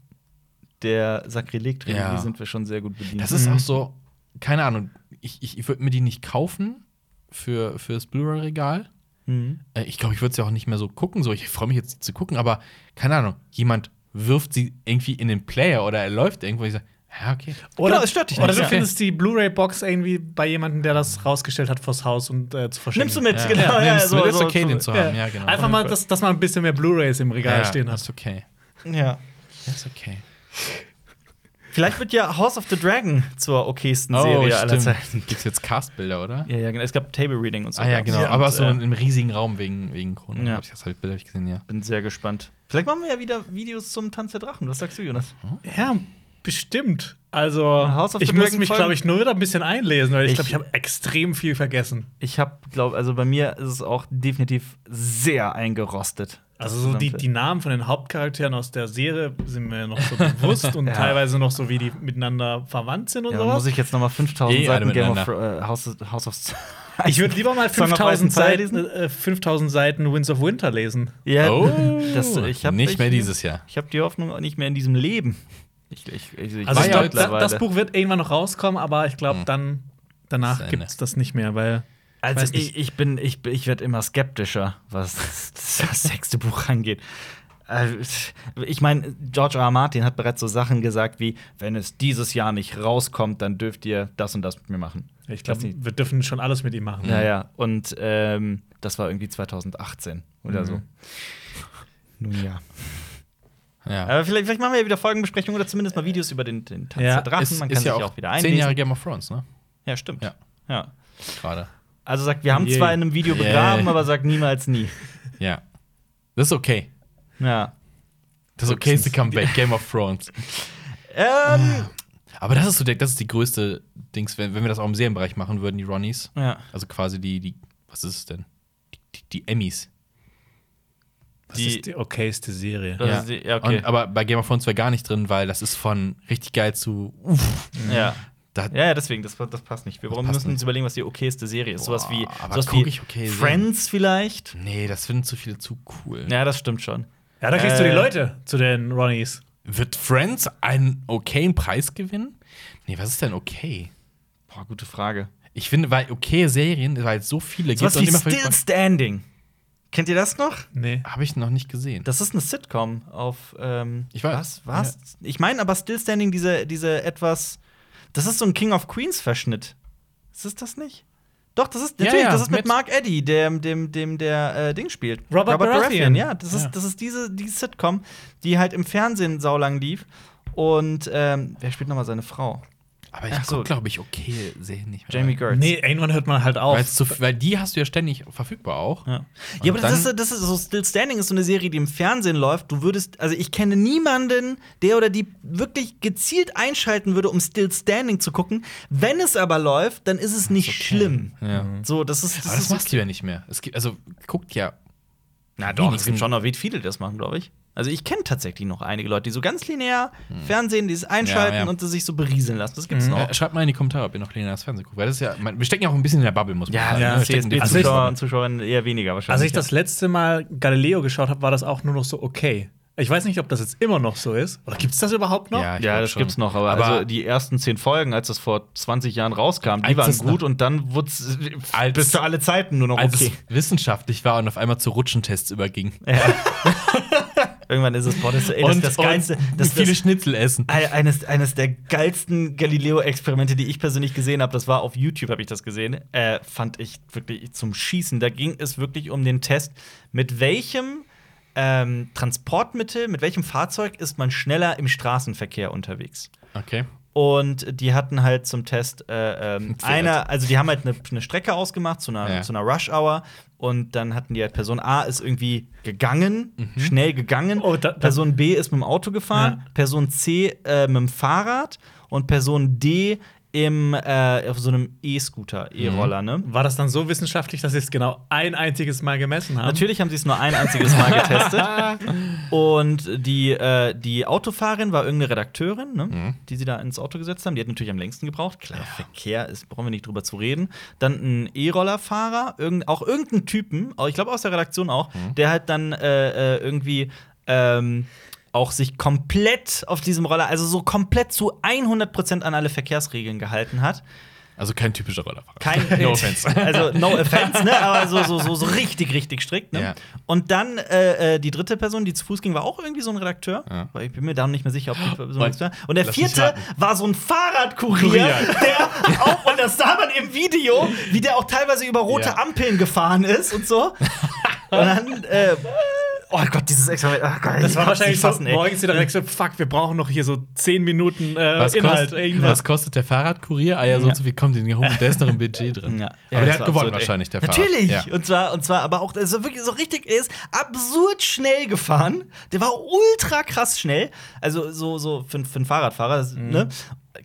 der Sakrileg-Trilogie,
Ja.
sind wir schon sehr gut bedient.
Das ist
Mhm.
auch so, keine Ahnung, ich, ich, ich würde mir die nicht kaufen für, fürs Blu-ray-Regal.
mhm.
Äh, Ich glaube, ich würde sie auch nicht mehr so gucken. So, ich freue mich jetzt die zu gucken, aber keine Ahnung, jemand wirft sie irgendwie in den Player oder er läuft irgendwo. Ich sage, ja, okay.
Genau, es stört dich
Oder
nicht,
du
ja.
findest die Blu-ray-Box irgendwie bei jemandem, der das rausgestellt hat vors Haus und äh, zu verschenken.
Nimmst du mit,
Ja.
genau.
Ja,
Ja,
nimmst
so,
du mit, ist
so,
okay,
so.
den zu haben. Ja, genau.
Einfach mal, dass, dass man ein bisschen mehr Blu-rays im Regal
ja,
stehen
Das
hat.
ist okay.
Ja.
Das ist okay.
Vielleicht wird ja House of the Dragon zur okaysten
Oh,
Serie aller
stimmt.
Zeiten.
Gibt's jetzt Castbilder, oder?
Ja, ja, genau. Es gab Table Reading und so.
Ah ja,
gab's.
genau. Aber
und,
so in
äh,
einem riesigen Raum wegen, wegen Corona.
Ja.
Hab ich das habe ich Bilder hab ich gesehen, ja.
bin sehr gespannt. Vielleicht machen wir ja wieder Videos zum Tanz der Drachen. Was sagst du, Jonas?
Ja, bestimmt. Also,
House of the
ich muss
Dragon
mich,
Folgen-
glaube ich, nur wieder ein bisschen einlesen, weil ich
Ich-
glaube, ich habe extrem viel vergessen.
Ich habe, glaube also bei mir ist es auch definitiv sehr eingerostet.
Also, so die, die Namen von den Hauptcharakteren aus der Serie sind mir noch so bewusst und
Ja.
teilweise noch so, wie die miteinander verwandt sind und
ja,
sowas.
muss ich jetzt noch mal 5000
Eh alle
Seiten Game of äh, House, of- House of
Ich würde lieber mal
Song of Ice and
5000
Fire
Seiten,
lesen?
äh, 5000 Seiten Winds of Winter lesen.
Ja,
Oh,
Äh, das, ich hab
nicht
echt-
mehr dieses Jahr.
Ich habe die Hoffnung auch nicht mehr in diesem Leben. Ich, ich, ich, ich
Also
war ja
ich glaube, da,
mittlerweile. Hm.
das Buch wird irgendwann noch rauskommen, aber ich glaube, dann danach
Das
gibt es das nicht mehr, weil weiß
Also
nicht.
ich, ich bin, ich, bin- ich werde immer skeptischer, was das, das sechste Buch angeht. Äh, Ich meine, George R. R. Martin hat bereits so Sachen gesagt wie, wenn es dieses Jahr nicht rauskommt, dann dürft ihr das und das mit mir machen.
ich glaube,
Weiß nicht.
wir dürfen schon alles mit ihm machen.
Ja, ja. Und ähm, das war irgendwie 2018 oder so. Nun ja.
Ja.
Aber vielleicht, vielleicht machen wir ja wieder Folgenbesprechungen oder zumindest mal Videos über den, den Tanz
Ja,
der Drachen. Man kann sich Äh, ja auch, wieder einlesen.
Zehn Jahre Game of Thrones, ne?
Ja, stimmt.
Ja.
ja.
Gerade.
Also sagt, wir haben
Yay.
zwar in einem Video
Yeah.
begraben, aber sagt niemals nie.
Ja. Das ist okay.
Ja.
Das okayste Comeback, Game of Thrones.
Ähm,
Aber das ist so der, das ist die größte Dings, wenn, wenn wir das auch im Serienbereich machen würden, die Ronnies.
ja.
Also quasi die, die, was ist es denn? Die, die, die Emmys.
Das
Die-
ist die okayste Serie.
Das ist die- ja, okay.
Und, aber bei Game of Thrones war gar nicht drin, weil das ist von richtig geil zu uff.
Ja.
Da,
Ja, ja, deswegen, das, das passt nicht. Wir
Mhm. Das
wollen-
passt
müssen uns
nicht.
überlegen, was die okayste Serie ist.
Boah,
sowas wie,
aber
sowas
guck
wie
ich okay Serien?
Friends vielleicht.
Nee, das finden zu viele zu cool.
Ja, das stimmt schon.
Ja, da kriegst du
Äh,
die Leute zu den Ronnies.
Wird Friends einen okayen Preis gewinnen? Nee, was ist denn okay?
Boah, gute Frage.
Ich finde, weil okay Serien, weil es so viele gibt
Sowas wie
und immer
Still Standing. Kennt ihr das noch?
Nee.
Habe ich noch nicht gesehen.
Das ist eine Sitcom auf. Ähm,
Ich weiß.
Was? was? Ich meine aber Still Standing, diese, diese etwas. Das ist so ein King of Queens-Verschnitt. Ist es das nicht? Doch, das ist
Ja,
natürlich,
ja,
das ist mit,
mit-
Mark Eddy, dem, dem, dem der äh, Ding spielt.
Robert Baratheon.
ja. Das ist,
Ja.
das ist diese, die Sitcom, die halt im Fernsehen saulang lief. Und ähm, wer spielt nochmal seine Frau?
Aber ich
Ach so.
gucke, glaube ich, okay Serien nicht mehr.
Jamie Gertz.
Nee, irgendwann hört man halt auf.
Weil, zu, weil die hast du ja ständig verfügbar auch.
Ja,
Und
ja aber das
dann-
ist, das ist so Still Standing ist so eine Serie, die im Fernsehen läuft. Du würdest, also ich kenne niemanden, der oder die wirklich gezielt einschalten würde, um Still Standing zu gucken. Wenn es aber läuft, dann ist es nicht schlimm.
Ja.
So, das ist.
Aber das
ist
machst du ja nicht mehr. Es gibt, also guckt ja.
na
doch,
es gibt schon noch viele, die das machen, glaube ich. Also ich kenne tatsächlich noch einige Leute, die so ganz linear Fernsehen, die es einschalten
Ja, ja.
und das sich so berieseln lassen. Das gibt's noch.
Äh, schreibt mal in die Kommentare, ob ihr noch Lenas Fernsehen guckt. Weil das ist ja, man, wir stecken ja auch ein bisschen in der Bubble, muss man sagen. ne?
ja,
wir stecken definitiv-
CSB-Zuschauer und Zuschauerinnen eher weniger wahrscheinlich.
Als ich das letzte Mal Galileo geschaut habe, war das auch nur noch so okay. Ich weiß nicht, ob das jetzt immer noch so ist. Oder gibt es das überhaupt noch?
Ja, ich
Ja,
glaub
das
schon.
gibt's noch, aber,
Aber-
also die ersten zehn Folgen, als das vor 20 Jahren rauskam, die
Als
waren
es noch-
gut und dann wurd's
Als-
bis zu alle Zeiten nur noch
Als
okay.
es wissenschaftlich war und auf einmal zu Rutschentests überging.
Irgendwann ist es boah, das, ey, das, das geilste, das,
viele
das,
Schnitzel essen.
ei- eines, eines der geilsten Galileo-Experimente, die ich persönlich gesehen habe. Das war auf YouTube, habe ich das gesehen. Äh, fand ich wirklich zum Schießen. Da ging es wirklich um den Test, mit welchem ähm, Transportmittel, mit welchem Fahrzeug ist man schneller im Straßenverkehr unterwegs?
Okay.
Und die hatten halt zum Test äh, ähm,
Ein Pferd.
einer, also die haben halt eine eine Strecke ausgemacht zu einer,
Ja.
zu einer Rush Hour und dann hatten die halt Person A ist irgendwie gegangen,
Mhm.
schnell gegangen,
Oh, da- da-
Person B ist mit dem Auto gefahren,
Ja.
Person C äh, mit dem Fahrrad und Person D im äh, auf so einem E-Scooter, E-Roller,
Mhm.
ne?
War das dann so wissenschaftlich, dass sie es genau ein einziges Mal gemessen haben?
Natürlich haben sie es nur ein einziges Mal getestet. Und die, äh, die Autofahrerin war irgendeine Redakteurin, ne, die sie da ins Auto gesetzt haben. Die hat natürlich am längsten gebraucht. Klar, Verkehr ist, brauchen wir nicht drüber zu reden. Dann ein E-Roller-Fahrer, irgend, auch irgendeinen Typen, auch- ich glaube aus der Redaktion auch, der halt dann äh, äh, irgendwie. Ähm, auch sich komplett auf diesem Roller, also so komplett zu 100% an alle Verkehrsregeln gehalten hat.
Also kein typischer Rollerfahrer.
Kein
no offense.
Also no offense, ne? Aber so, so, so, so richtig, richtig strikt, ne?
Ja.
Und dann äh, äh, die dritte Person, die zu Fuß ging, war auch irgendwie so ein Redakteur.
Ja.
Weil ich bin mir da noch nicht mehr sicher, ob die Person
Und-
das war. Und der
lass mich
vierte
raten.
war so ein Fahrradkurier,
Kurier.
der auch, und das sah man im Video, wie der auch teilweise über rote
Ja.
Ampeln gefahren ist und so. Und dann äh, Oh Gott, dieses Experiment. Oh Gott,
Das
ich
war
kann's
wahrscheinlich
nicht
so,
fassen, ey.
morgens wieder direkt so, fuck, wir brauchen noch hier so 10 Minuten äh,
Was,
Inhalt,
kostet,
irgendwas.
was kostet der Fahrradkurier? Ah ja, so und so viel kommt denn hier hoch und da ist noch ein Budget drin.
Ja. Ja, das
Aber der hat
war
gewonnen
absurd, ey.
wahrscheinlich, der Fahrrad.
Natürlich.
Ja.
Und zwar, und zwar aber auch, also wirklich so richtig, er ist absurd schnell gefahren. Der war ultra krass schnell. Also so, so für, für einen Fahrradfahrer, das,
Mhm.
ne?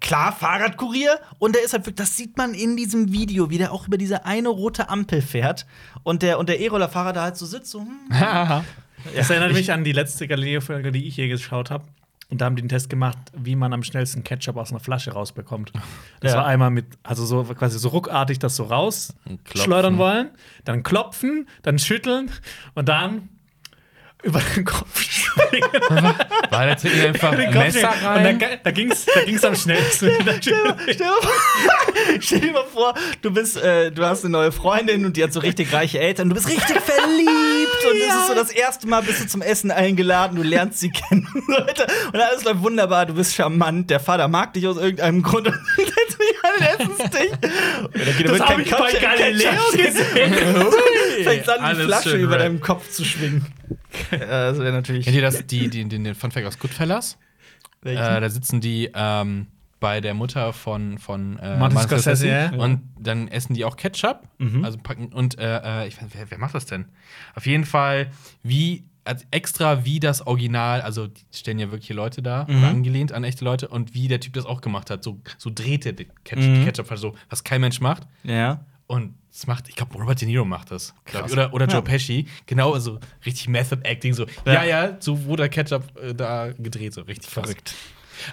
Klar, Fahrradkurier. Und der ist halt wirklich, das sieht man in diesem Video, wie der auch über diese eine rote Ampel fährt. Und der, und der E-Roller-Fahrer da halt so sitzt, so, hm.
Das erinnert mich an die letzte Galileo-Folge, die ich je geschaut habe. Und da haben die einen Test gemacht, wie man am schnellsten Ketchup aus einer Flasche rausbekommt. Das
Ja.
war einmal mit, also so quasi so ruckartig das so raus
Und klopfen.
schleudern wollen, dann klopfen, dann schütteln und dann über den Kopf springen.
Weil er zieht einfach
Den
ein
Kopf
Messer
springen.
rein.
Und da, da ging's, da ging's am schnellsten.
Stell dir, mal vor, stell dir mal vor, du bist, äh, du hast eine neue Freundin und die hat so richtig reiche Eltern. Du bist richtig verliebt und es ist so das erste Mal, bist du zum Essen eingeladen, du lernst sie kennen, Leute. Und alles läuft wunderbar, du bist charmant, der Vater mag dich aus irgendeinem Grund und lässt mich an den Essenstisch. Und dann geht er
Das
mit
hab
keinem
ich bei
Ketchup-
Galileo
Ketchup
gesehen.
stehen. Fängt an, die
Alles
Flasche
schön
über
red.
deinem Kopf zu schwingen. Ja, das wäre natürlich.
Kennt ihr das, die, die, den, den Funfact aus Goodfellas? Äh, da sitzen die ähm, bei der Mutter von, von äh,
Martin Scorsese, ja.
und dann essen die auch Ketchup. Also packen und äh, äh, ich weiß, wer, wer macht das denn? Auf jeden Fall, wie als extra wie das Original, also die stellen ja wirkliche Leute da, oder angelehnt an echte Leute und wie der Typ das auch gemacht hat. So, so dreht er den Ketchup,
Mhm.
Ketchup so, was kein Mensch macht.
ja.
Und es macht, ich glaube, Robert De Niro macht das. Glaub ich. Oder, oder Joe
Ja.
Pesci. Genau, also richtig Method Acting. So, ja, ja, so wurde der Ketchup äh, da gedreht. So richtig krass.
Verrückt.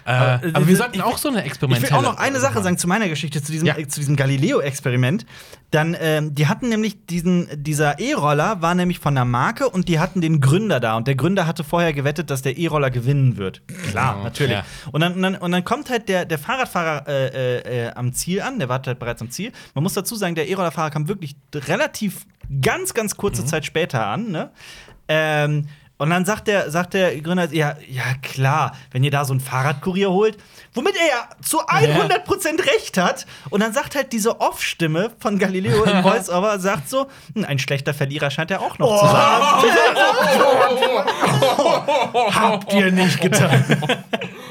Äh,
Aber,
aber,
äh,
wir
ich-
sollten auch so eine
Ich
experimentelle
will auch noch eine Sache
machen.
sagen zu meiner Geschichte, zu diesem,
Ja.
äh, zu diesem Galileo-Experiment. Dann, ähm, die hatten nämlich diesen, dieser E-Roller war nämlich von einer Marke und die hatten den Gründer da. Und der Gründer hatte vorher gewettet, dass der E-Roller gewinnen wird. Klar,
Ja,
natürlich.
ja.
Und, dann, und, dann, und dann kommt halt der, der Fahrradfahrer äh, äh, äh, am Ziel an, der wartet halt bereits am Ziel. Man muss dazu sagen, der E-Rollerfahrer kam wirklich relativ ganz, ganz kurze Zeit später an. Ne? Ähm, und dann sagt der, sagt der Gründer, ja, ja klar, wenn ihr da so einen Fahrradkurier holt, womit er ja zu 100% recht hat. Und dann sagt halt diese Off-Stimme von Galileo im Voice-Over, sagt so, hm, ein schlechter Verlierer scheint er auch noch zu sein. Habt ihr nicht getan.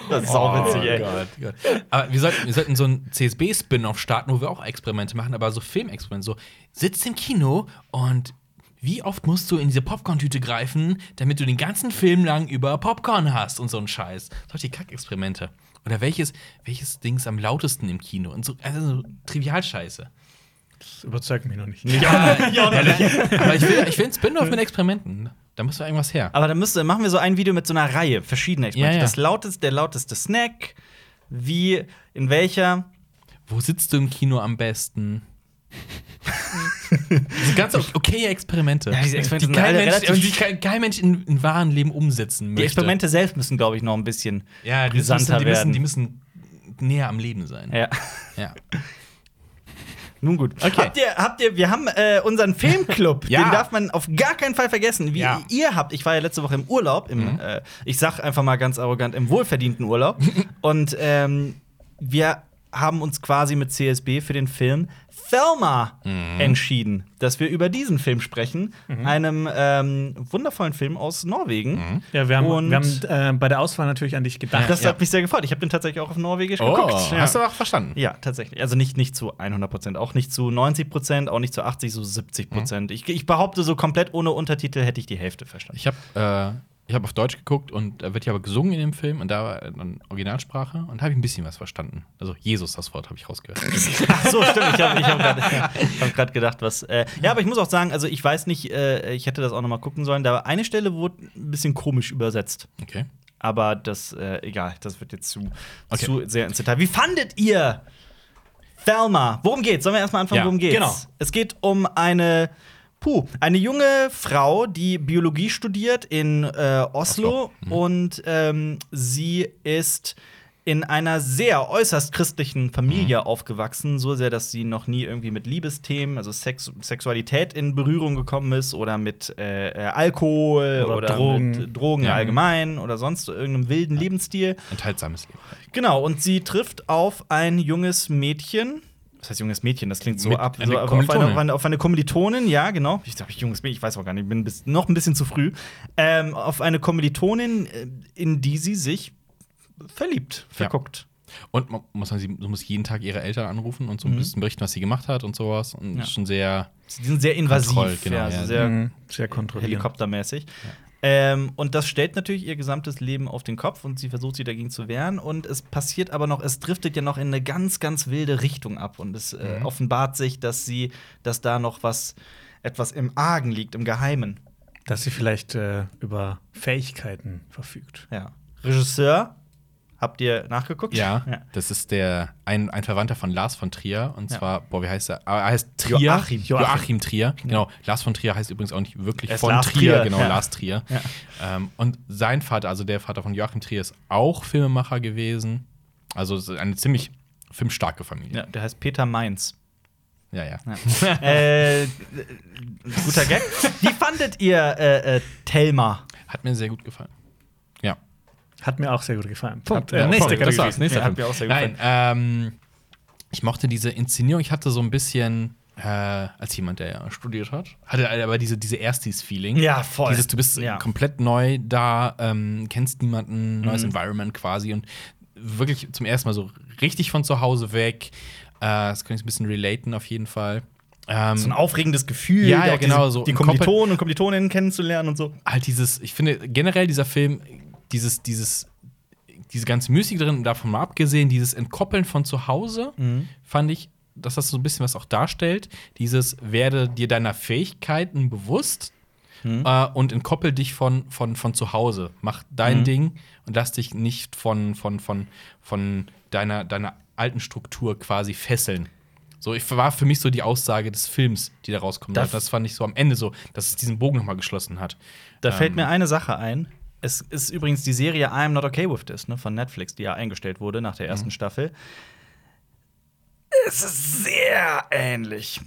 Das ist auch
Oh
witzig, ey.
Gott, Gott. Aber wir sollten, wir sollten so einen CSB-Spin-Off starten, wo wir auch Experimente machen, aber so Filmexperimente. So, sitzt im Kino und wie oft musst du in diese Popcorn-Tüte greifen, damit du den ganzen Film lang über Popcorn hast und so einen Scheiß. Solche Kackexperimente. Oder welches, welches Ding ist am lautesten im Kino? Und so, also so Trivialscheiße.
Das überzeugt mich noch nicht.
Ja, ja, aber ich will, ich will einen Spin-Off mit Experimenten. Da müssen wir irgendwas her.
Aber dann müsste, machen wir so ein Video mit so einer Reihe verschiedener Experimente.
Ja, ja.
Das lauteste, der lauteste Snack, wie, in welcher.
Wo sitzt du im Kino am besten? so ganz o- okay Experimente.
Ja, diese Experimente sind
die kein
alle
Mensch,
relativ
die kein, kein Mensch in, in wahren Leben umsetzen möchte.
Die Experimente selbst müssen, glaube ich, noch ein bisschen.
ja, die müssen,
brisanter
die, müssen, die müssen näher am Leben sein.
Ja.
Ja.
Nun gut.
Okay.
Habt ihr, habt ihr, wir haben äh, unseren Filmclub,
Ja.
den darf man auf gar keinen Fall vergessen. Wie
Ja. Mhm.
ihr habt, ich war ja letzte Woche im Urlaub, im, äh, ich sag einfach mal ganz arrogant, im wohlverdienten Urlaub. Und ähm, wir haben uns quasi mit CSB für den Film Thelma
Mhm.
entschieden, dass wir über diesen Film sprechen, einem ähm, wundervollen Film aus Norwegen.
Ja, wir haben,
Und-
wir haben äh, bei der Auswahl natürlich an dich gedacht.
Das
Mhm. Ja.
hat mich sehr gefreut. Ich habe den tatsächlich auch auf Norwegisch
Oh,
geguckt. Ja.
hast du auch verstanden.
Ja, tatsächlich. Also nicht, nicht zu 100 Prozent, auch nicht zu 90 Prozent, auch nicht zu 80, so 70 Prozent. Ich, ich behaupte, so komplett ohne Untertitel hätte ich die Hälfte verstanden.
Ich habe äh, ich hab auf Deutsch geguckt und da wird ja aber gesungen in dem Film und da war dann Originalsprache und habe ich ein bisschen was verstanden. Also Jesus, das Wort habe ich rausgehört.
Ach so, stimmt. Ich habe ich hab gerade hab grad gedacht, was. Äh, ja, aber ich muss auch sagen, also ich weiß nicht, äh, ich hätte das auch noch mal gucken sollen. Da war eine Stelle wurde ein bisschen komisch übersetzt.
Okay.
Aber das, äh, egal, das wird jetzt zu,
Okay.
zu sehr ins Detail. Wie fandet ihr Thelma? Worum geht's? Sollen wir erstmal anfangen,
Ja,
worum geht's?
genau.
Es geht um eine, puh, eine junge Frau, die Biologie studiert in äh, Oslo,
Oslo,
und ähm, sie ist in einer sehr äußerst christlichen Familie aufgewachsen, so sehr, dass sie noch nie irgendwie mit Liebesthemen, also Sex Sexualität in Berührung gekommen ist oder mit äh, äh, Alkohol oder,
Oder Drogen.
mit Drogen
Ja.
allgemein oder sonst irgendeinem wilden Lebensstil.
Enthaltsames Leben.
Genau, und sie trifft auf ein junges Mädchen, das heißt junges Mädchen, das klingt so
Mit
ab.
eine
so, auf, auf,
Kommilitonin.
eine, auf, eine, auf eine Kommilitonin, ja, genau. Ich glaube, ich junges Mädchen, ich weiß auch gar nicht, ich bin bis, noch ein bisschen zu früh. Ähm, auf eine Kommilitonin, äh, in die sie sich verliebt, verguckt.
Und man muss sagen, sie muss jeden Tag ihre Eltern anrufen und so ein
Mhm.
bisschen berichten, was sie gemacht hat und sowas. Und
Ja.
ist schon sehr.
Sie sind sehr invasiv,
Kontroll, genau,
ja, so
ja.
sehr
Mhm. Sehr kontrolliert.
helikoptermäßig. Ähm, und das stellt natürlich ihr gesamtes Leben auf den Kopf und sie versucht sich dagegen zu wehren. Und es passiert aber noch, es driftet ja noch in eine ganz, ganz wilde Richtung ab. Und es äh,
Mhm.
offenbart sich, dass sie, dass da noch was, etwas im Argen liegt, im Geheimen.
Dass sie vielleicht äh, über Fähigkeiten verfügt.
Ja. Regisseur, habt ihr nachgeguckt?
Ja, das ist der ein, ein Verwandter von Lars von Trier. Und
Ja.
zwar, boah, wie heißt er? Ah, Er heißt Trier.
Joachim.
Joachim, Trier. Genau. Lars von Trier heißt übrigens auch nicht wirklich
Er ist
von
Lars
Trier,
Trier,
genau,
ja.
Lars Trier.
Ja.
Ähm, und sein Vater, also der Vater von Joachim Trier, ist auch Filmemacher gewesen. Also es ist eine ziemlich filmstarke
ja.
Familie.
Der heißt Peter Mainz.
Ja, ja. ja.
Ja. äh, äh, guter Gag. Wie fandet ihr äh, äh, Thelma?
Hat mir sehr gut gefallen. Ja.
Hat mir auch sehr gut gefallen.
Punkt.
Äh,
Ja,
nächste
Punkt.
Das
Kategorie.
war's, nächster
Ja,
Film.
hat mir auch sehr
Nein, ähm, ich mochte diese Inszenierung. Ich hatte so ein bisschen, äh, als jemand, der ja studiert hat, hatte aber diese, diese Erstis-Feeling.
Ja, voll.
Dieses, du bist
Ja. Mhm.
komplett neu da, ähm, kennst niemanden, neues Environment quasi und wirklich zum ersten Mal so richtig von zu Hause weg. Äh, das kann ich ein bisschen relaten auf jeden Fall. Ähm,
so ein aufregendes Gefühl,
Ja, ja,
auch
genau,
diese,
so
die
im
Kommilitonen und Kommilitoninnen kennenzulernen und so.
halt dieses, ich finde generell dieser Film, dieses, dieses, diese ganze Musik drin, davon mal abgesehen, dieses Entkoppeln von zu Hause,
Mhm.
fand ich, dass das so ein bisschen was auch darstellt. Dieses werde dir deiner Fähigkeiten bewusst
Mhm.
äh, und entkoppel dich von, von, von zu Hause. Mach
Mhm.
dein Ding und lass dich nicht von, von, von, von deiner, deiner alten Struktur quasi fesseln. So, ich war für mich so die Aussage des Films, die da rauskommt.
Das-
Das, das fand ich so am Ende so, dass es diesen Bogen nochmal geschlossen hat.
Da
Ähm,
fällt mir eine Sache ein. Es ist übrigens die Serie I Am Not Okay With This ne, von Netflix, die ja eingestellt wurde nach der
Mhm.
ersten Staffel. Es ist sehr ähnlich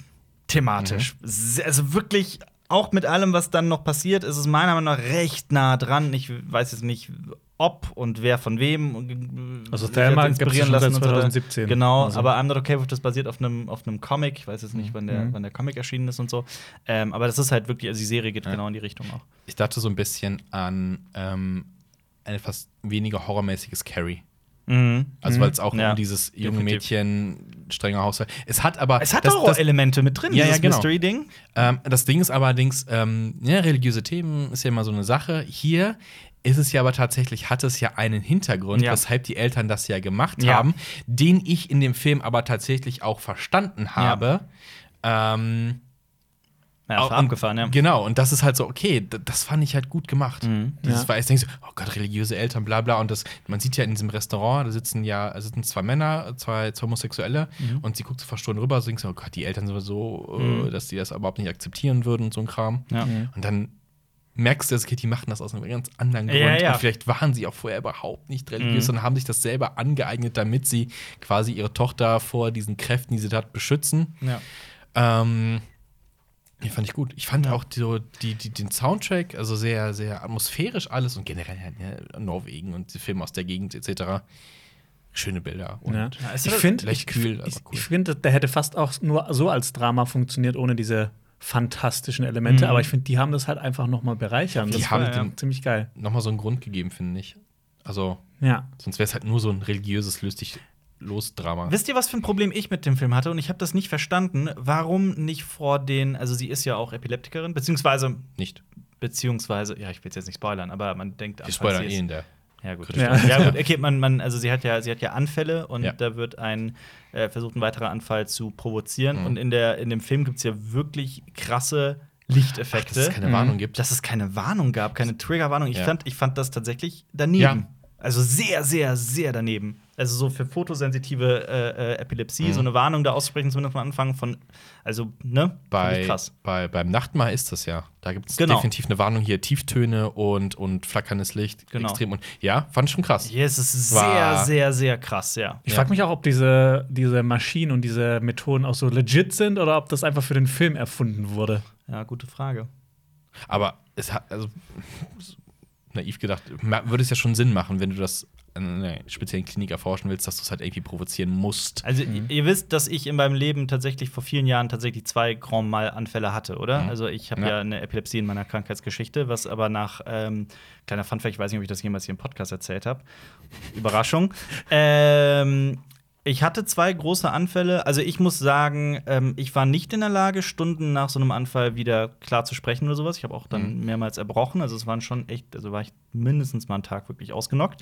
thematisch.
Mhm.
Sehr, also wirklich, auch mit allem, was dann noch passiert, ist es meiner Meinung nach recht nah dran. Ich weiß jetzt nicht, ob und wer von wem. und, äh,
Also
sich
Thelma
hat
gibt's schon seit
und so weiter.
2017.
Genau,
Also. Mhm.
aber I'm Not Okay With This basiert auf einem auf einem Comic. Ich weiß jetzt nicht, wann der, wann der Comic erschienen ist und so. Ähm, aber das ist halt wirklich, also die Serie geht genau in die Richtung auch.
Ich dachte so ein bisschen an ähm, ein etwas weniger horrormäßiges Carrie.
Mhm.
Also, weil es auch
Ja,
um dieses junge
definitiv.
Mädchen, strenger Haushalt. Es hat aber.
Es hat
das, das,
Horror-Elemente mit drin,
Ja, ja,
dieses
genau.
Mystery-Ding.
ähm, das Ding ist allerdings, ähm, ja, religiöse Themen ist ja immer so eine Sache. Hier ist es ja aber tatsächlich, hat es ja einen Hintergrund,
Ja.
weshalb die Eltern das ja gemacht
Ja.
haben, den ich in dem Film aber tatsächlich auch verstanden habe. Ähm,
Ja,
Auch-
war abgefahren, ja.
Genau, und das ist halt so, okay, d- das fand ich halt gut gemacht.
Mhm.
Dieses
Ja.
war, ich denke so, oh Gott, religiöse Eltern, bla bla. Und das, man sieht ja in diesem Restaurant, da sitzen ja, da sitzen zwei Männer, zwei, zwei Homosexuelle
Mhm.
und sie guckt so verstohlen rüber, so denkt so, oh Gott, die Eltern sind so, äh, dass die das überhaupt nicht akzeptieren würden und so ein Kram.
Ja.
Und dann merkst du, dass okay, die machen das aus einem ganz anderen
Ja,
Grund.
ja.
Und vielleicht waren sie auch vorher überhaupt nicht religiös
Mhm.
und haben sich das selber angeeignet, damit sie quasi ihre Tochter vor diesen Kräften, die sie hat, beschützen.
Ja.
Ähm, den fand ich gut. Ich fand auch die, so die, die, den Soundtrack, also sehr, sehr atmosphärisch alles und generell ja, Norwegen und die Filme aus der Gegend etc. Schöne Bilder. Und
äh, Ja.
Ja, ist
Ich
halt
finde, ich,
leicht kühl, aber
ich,
cool.
ich finde, der hätte fast auch nur so als Drama funktioniert, ohne diese fantastischen Elemente.
Mhm.
Aber ich finde, die haben das halt einfach noch mal bereichert.
Die
Das
haben
war
dem-
ziemlich geil.
Nochmal so einen Grund gegeben, finde ich. Also,
Ja.
sonst wäre es halt nur so ein religiöses Löst dich los Drama.
Wisst ihr, was für ein Problem ich mit dem Film hatte? Und ich habe das nicht verstanden, warum nicht vor den, also sie ist ja auch Epileptikerin, beziehungsweise,
Nicht.
beziehungsweise, ja, ich will jetzt nicht spoilern, aber man denkt
Wir
anfangs,
spoilern
sie
eh
ist-
in der.
Ja, gut.
Ja.
Ja. gut, okay, man, man, also sie hat ja, sie hat ja Anfälle und
Ja.
da wird ein, äh, versucht ein weiterer Anfall zu provozieren.
Mhm.
Und in, der, in dem Film gibt es ja wirklich krasse Lichteffekte.
Dass es keine
Mhm.
Warnung gibt.
dass es keine Warnung gab, keine Triggerwarnung. Ich,
Ja.
fand, ich fand das tatsächlich daneben.
Ja.
Also sehr, sehr, sehr daneben. Also so für fotosensitive äh, äh, Epilepsie,
Mhm.
so eine Warnung da auszusprechen, zumindest am Anfang von, also, ne? Fand ich
Bei,
krass.
bei, beim Nachtmahl ist das ja. Da gibt es
Genau.
definitiv eine Warnung hier. Tieftöne und, und flackerndes Licht.
Genau.
Extrem. Und ja, fand ich schon krass.
Hier ist es sehr,
War-
sehr, sehr krass, ja.
Ich
Ja.
frage mich auch, ob diese, diese Maschinen und diese Methoden auch so legit sind oder ob das einfach für den Film erfunden wurde.
Ja, gute Frage.
Aber es hat, also naiv gedacht, ma- würde es ja schon Sinn machen, wenn du das an einer speziellen Klinik erforschen willst, dass du es halt irgendwie provozieren musst.
Also, ihr wisst, dass ich in meinem Leben tatsächlich vor vielen Jahren tatsächlich zwei Grand Mal-Anfälle hatte, oder?
Mhm.
Also, ich habe
Ja.
ja. eine Epilepsie in meiner Krankheitsgeschichte, was aber nach, ähm, kleiner Funfact, ich weiß nicht, ob ich das jemals hier im Podcast erzählt habe. Überraschung. ähm, ich hatte zwei große Anfälle. Also, ich muss sagen, ähm, ich war nicht in der Lage, Stunden nach so einem Anfall wieder klar zu sprechen oder sowas. Ich habe auch dann mehrmals erbrochen. Also, es waren schon echt, also war ich mindestens mal einen Tag wirklich ausgenockt.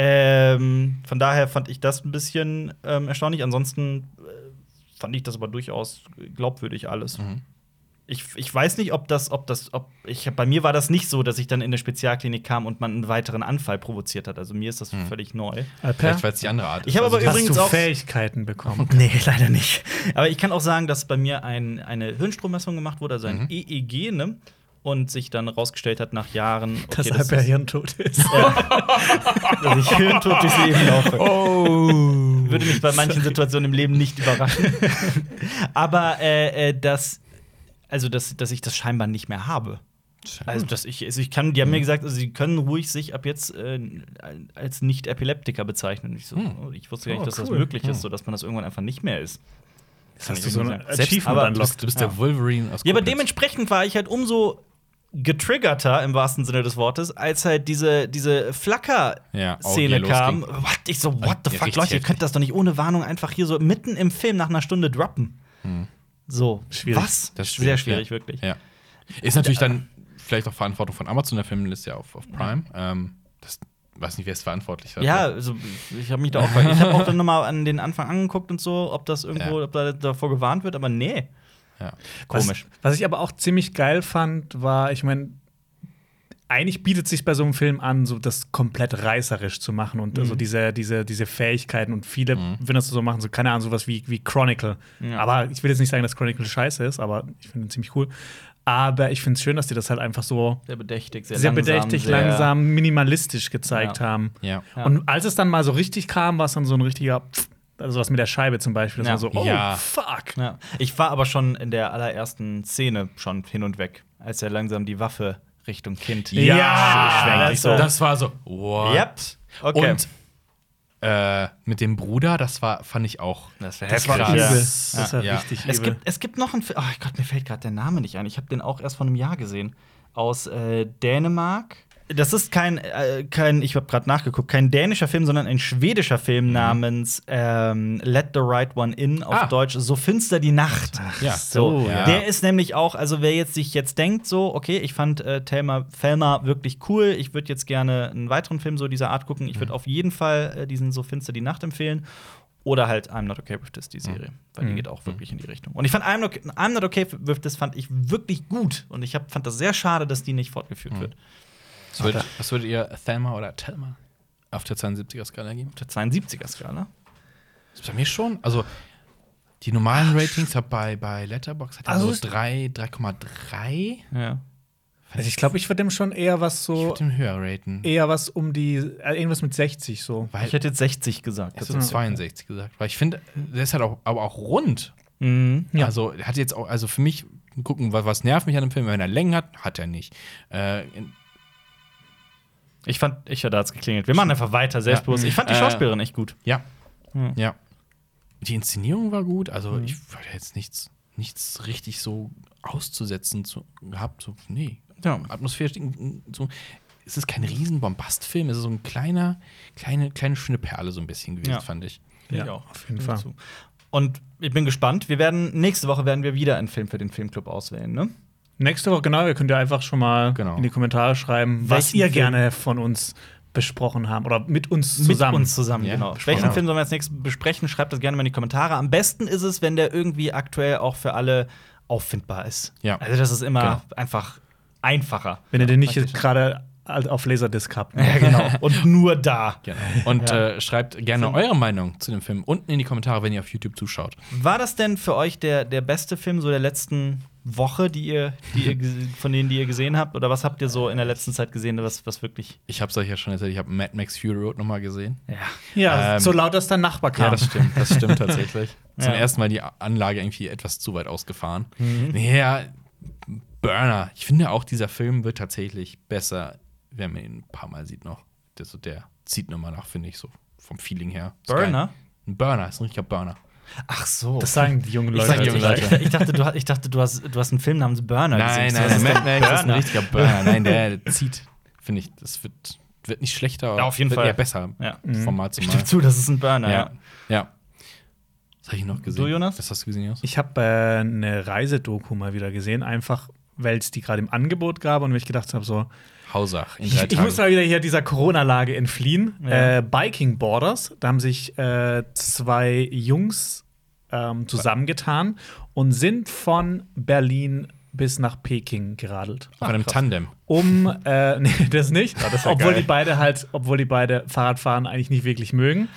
Ähm, von daher fand ich das ein bisschen ähm, erstaunlich. Ansonsten äh, fand ich das aber durchaus glaubwürdig alles.
Mhm.
Ich, ich weiß nicht, ob das, ob das, ob ich bei mir war das nicht so, dass ich dann in eine Spezialklinik kam und man einen weiteren Anfall provoziert hat. Also mir ist das völlig neu.
Alper,
Vielleicht, weil es die andere Art ist. Also,
Ich hab aber
das-
hast
übrigens
du
auch-
Fähigkeiten bekommen?
Nee, leider nicht. Aber ich kann auch sagen, dass bei mir ein, eine Hirnstrommessung gemacht wurde, also ein EEG, ne? Und sich dann rausgestellt hat nach Jahren,
Dass
das
Alper
ist,
hirntot ist.
dass ich hirntot durchs Leben laufe.
Oh.
würde mich bei manchen Situationen im Leben nicht überraschen. Aber äh, äh, dass, also dass, dass ich das scheinbar nicht mehr habe. Also, dass ich, also ich kann, die haben mir gesagt, also sie können ruhig sich ab jetzt äh, als Nicht-Epileptiker bezeichnen. Ich, so, oh, Hm. ich wusste gar nicht,
Oh,
dass das
cool.
möglich ist, so dass man das irgendwann einfach nicht mehr ist.
Hast du
ich
so
nicht
ein
sagen.
Selbst,
Achievement
aber du
unlocked?
bist, du bist der Wolverine aus
Ja, aber
Koblenz.
dementsprechend war ich halt umso getriggerter im wahrsten Sinne des Wortes, als halt diese, diese
Ja, oh,
Flacker-Szene
hier
kam.
losging. Äh,
What? Ich so, what the fuck,
Ja, richtig
Leute, ihr
heftig.
könnt das doch nicht ohne Warnung einfach hier so mitten im Film nach einer Stunde droppen. So,
Schwierig.
was?
Hm. Das ist
Sehr
schwierig,
schwierig, wirklich.
Ja. Ist natürlich dann vielleicht auch Verantwortung von Amazon, der Film ist ja auf, auf Prime. Ähm, das weiß nicht, wer es verantwortlich hat.
Ja, also ich habe mich da auch, ich habe auch dann nochmal an den Anfang angeguckt und so, ob das irgendwo,
Ja.
ob da davor gewarnt wird, aber nee.
ja.
Komisch.
Was, was ich aber auch ziemlich geil fand, war, ich meine, eigentlich bietet sich bei so einem Film an, so das komplett reißerisch zu machen und also diese, diese, diese Fähigkeiten und viele würden das so machen, so keine Ahnung, sowas wie, wie Chronicle.
Ja.
Aber ich will jetzt nicht sagen, dass Chronicle scheiße ist, aber ich finde ihn ziemlich cool. Aber ich finde es schön, dass die das halt einfach so
Sehr bedächtig,
sehr bedächtig, langsam, minimalistisch gezeigt
Ja.
haben.
Ja.
Ja.
Und als es dann mal so richtig kam, war es dann so ein richtiger, Pff, also was mit der Scheibe zum Beispiel, das
Ja.
war so, oh,
Ja.
fuck.
Ja. Ich war aber schon in der allerersten Szene schon hin und weg, als er langsam die Waffe Richtung Kind.
Ja,
schwenkt
das,
sich so.
das war so. What?
Yep. Okay.
Und äh, mit dem Bruder, das war, fand ich auch.
Das war
heftig.
heftig.
Übel.
Ja.
Das war
Ja.
richtig übel.
Es gibt, es gibt noch einen Film. Oh Gott, mir fällt gerade der Name nicht ein. Ich habe den auch erst vor einem Jahr gesehen. Aus äh, Dänemark. Das ist kein, äh, kein ich habe gerade nachgeguckt, kein dänischer Film, sondern ein schwedischer Film namens ähm, Let the Right One In auf
Ah.
Deutsch So finster die Nacht.
ja.
So,
so,
ja.
der ist nämlich auch, also wer jetzt sich jetzt denkt, so, okay, ich fand äh, Thelma Felmer wirklich cool, ich würde jetzt gerne einen weiteren Film so dieser Art gucken, ich würde auf jeden Fall äh, diesen So finster die Nacht empfehlen. Oder halt I'm Not Okay with This, die Serie. Weil die geht auch wirklich in die Richtung. Und ich fand I'm Not, I'm not Okay with This fand ich wirklich gut. Und ich hab, fand das sehr schade, dass die nicht fortgeführt wird.
Was, würdet, was würdet ihr Thelma oder Thelma auf der 72er-Skala geben?
Auf der 72er-Skala.
Das ist bei mir schon. Also, die normalen Ratings hat bei, bei Letterboxd hat er
Also
so
ist-
drei- 3,3.
Ja.
Also ich glaube, ich würde dem schon eher was
Ich
so,
würde ihn höher raten.
eher was um die, äh, irgendwas mit 60 so.
Weil
Ich hätte jetzt 60 gesagt.
Hast du 62 gesagt? Weil ich finde, der ist halt auch, aber auch rund.
Mhm.
Ja.
Also er hat jetzt auch, also für mich, gucken, was, was nervt mich an dem Film, wenn er Längen hat, hat er nicht. Äh, in-
Ich fand, ich hatte es geklingelt. Wir machen einfach weiter, selbstbewusst. Ich fand die
Äh,
Schauspielerin echt gut.
ja.
Ja. Mhm.
Ja. Die Inszenierung war gut, also ich würde jetzt nichts, nichts richtig so auszusetzen zu, gehabt. So, nee.
Ja.
Atmosphärisch in- in- so. Es ist kein riesen Bombastfilm, es ist so ein kleiner, kleine, kleine schöne Perle so ein bisschen gewesen,
Ja.
fand ich.
Ja,
Ja,
auch,
auf jeden Fall.
Zu. Und ich bin gespannt. Wir werden nächste Woche werden wir wieder einen Film für den Filmclub auswählen, ne?
Nächste Woche, genau, ihr könnt ja einfach schon mal
Genau.
in die Kommentare schreiben, was
Welchen
ihr
Film-
gerne von uns besprochen haben oder mit uns zusammen.
Mit uns zusammen,
Ja,
genau.
besprochen.
Welchen Film sollen wir als nächstes besprechen? Schreibt das gerne mal in die Kommentare. Am besten ist es, wenn der irgendwie aktuell auch für alle auffindbar ist.
Ja.
Also das ist immer
Genau.
einfach einfacher.
Wenn ihr den nicht
Dankeschön.
jetzt gerade al- auf Laserdisc habt.
Ja, genau. Und nur da.
Genau. Und äh, schreibt gerne eure Meinung zu dem Film unten in die Kommentare, wenn ihr auf YouTube zuschaut.
War das denn für euch der, der beste Film so der letzten Woche, die ihr, die ihr ge- von denen, die ihr gesehen habt? Oder was habt ihr so in der letzten Zeit gesehen, was, was wirklich.
Ich habe es euch ja schon erzählt, ich habe Mad Max Fury Road nochmal gesehen.
Ja.
Ja,
Ähm,
so laut, dass dein Nachbar kam.
stimmt, das stimmt tatsächlich. Zum
Ja.
ersten Mal die Anlage irgendwie etwas zu weit ausgefahren. Ja, Burner. Ich finde auch, dieser Film wird tatsächlich besser, wenn man ihn ein paar Mal sieht noch. Das ist so der zieht nochmal nach, finde ich, so vom Feeling her. Ist
Burner?
geil. Ein Burner, ist ein richtiger Burner.
Ach so.
Das sagen die jungen Leute.
sagen die jungen
also.
Leute.
ich, ich dachte, du, hast- ich dachte du, hast, du hast einen Film namens Burner
Nein,
gesehen.
nein, nein, nein, nein, das ist ein
Burner.
richtiger Burner. Nein, der zieht, finde ich, das wird, wird nicht schlechter, aber
Ja, auf jeden
wird
Fall.
eher besser.
Ja.
Von Mal zu
Ich
Mal.
stimme zu, das ist ein Burner.
Ja. ja. Was habe ich noch gesehen?
Du, Jonas?
Was hast du gesehen, Jonas?
Ich habe äh, eine Reisedoku mal wieder gesehen, einfach weil es die gerade im Angebot gab und weil ich gedacht habe, so,
Hausach. In
ich,
drei
ich
halt-
muss
Tagen.
mal wieder hier dieser Corona-Lage entfliehen.
Ja.
Äh, Biking Borders, da haben sich äh, zwei Jungs ähm, zusammengetan und sind von Berlin bis nach Peking geradelt.
Auf einem Tandem.
Um, äh, nee, das nicht.
Ah, das ist ja
obwohl
geil.
die beide halt, obwohl die beide Fahrradfahren eigentlich nicht wirklich mögen.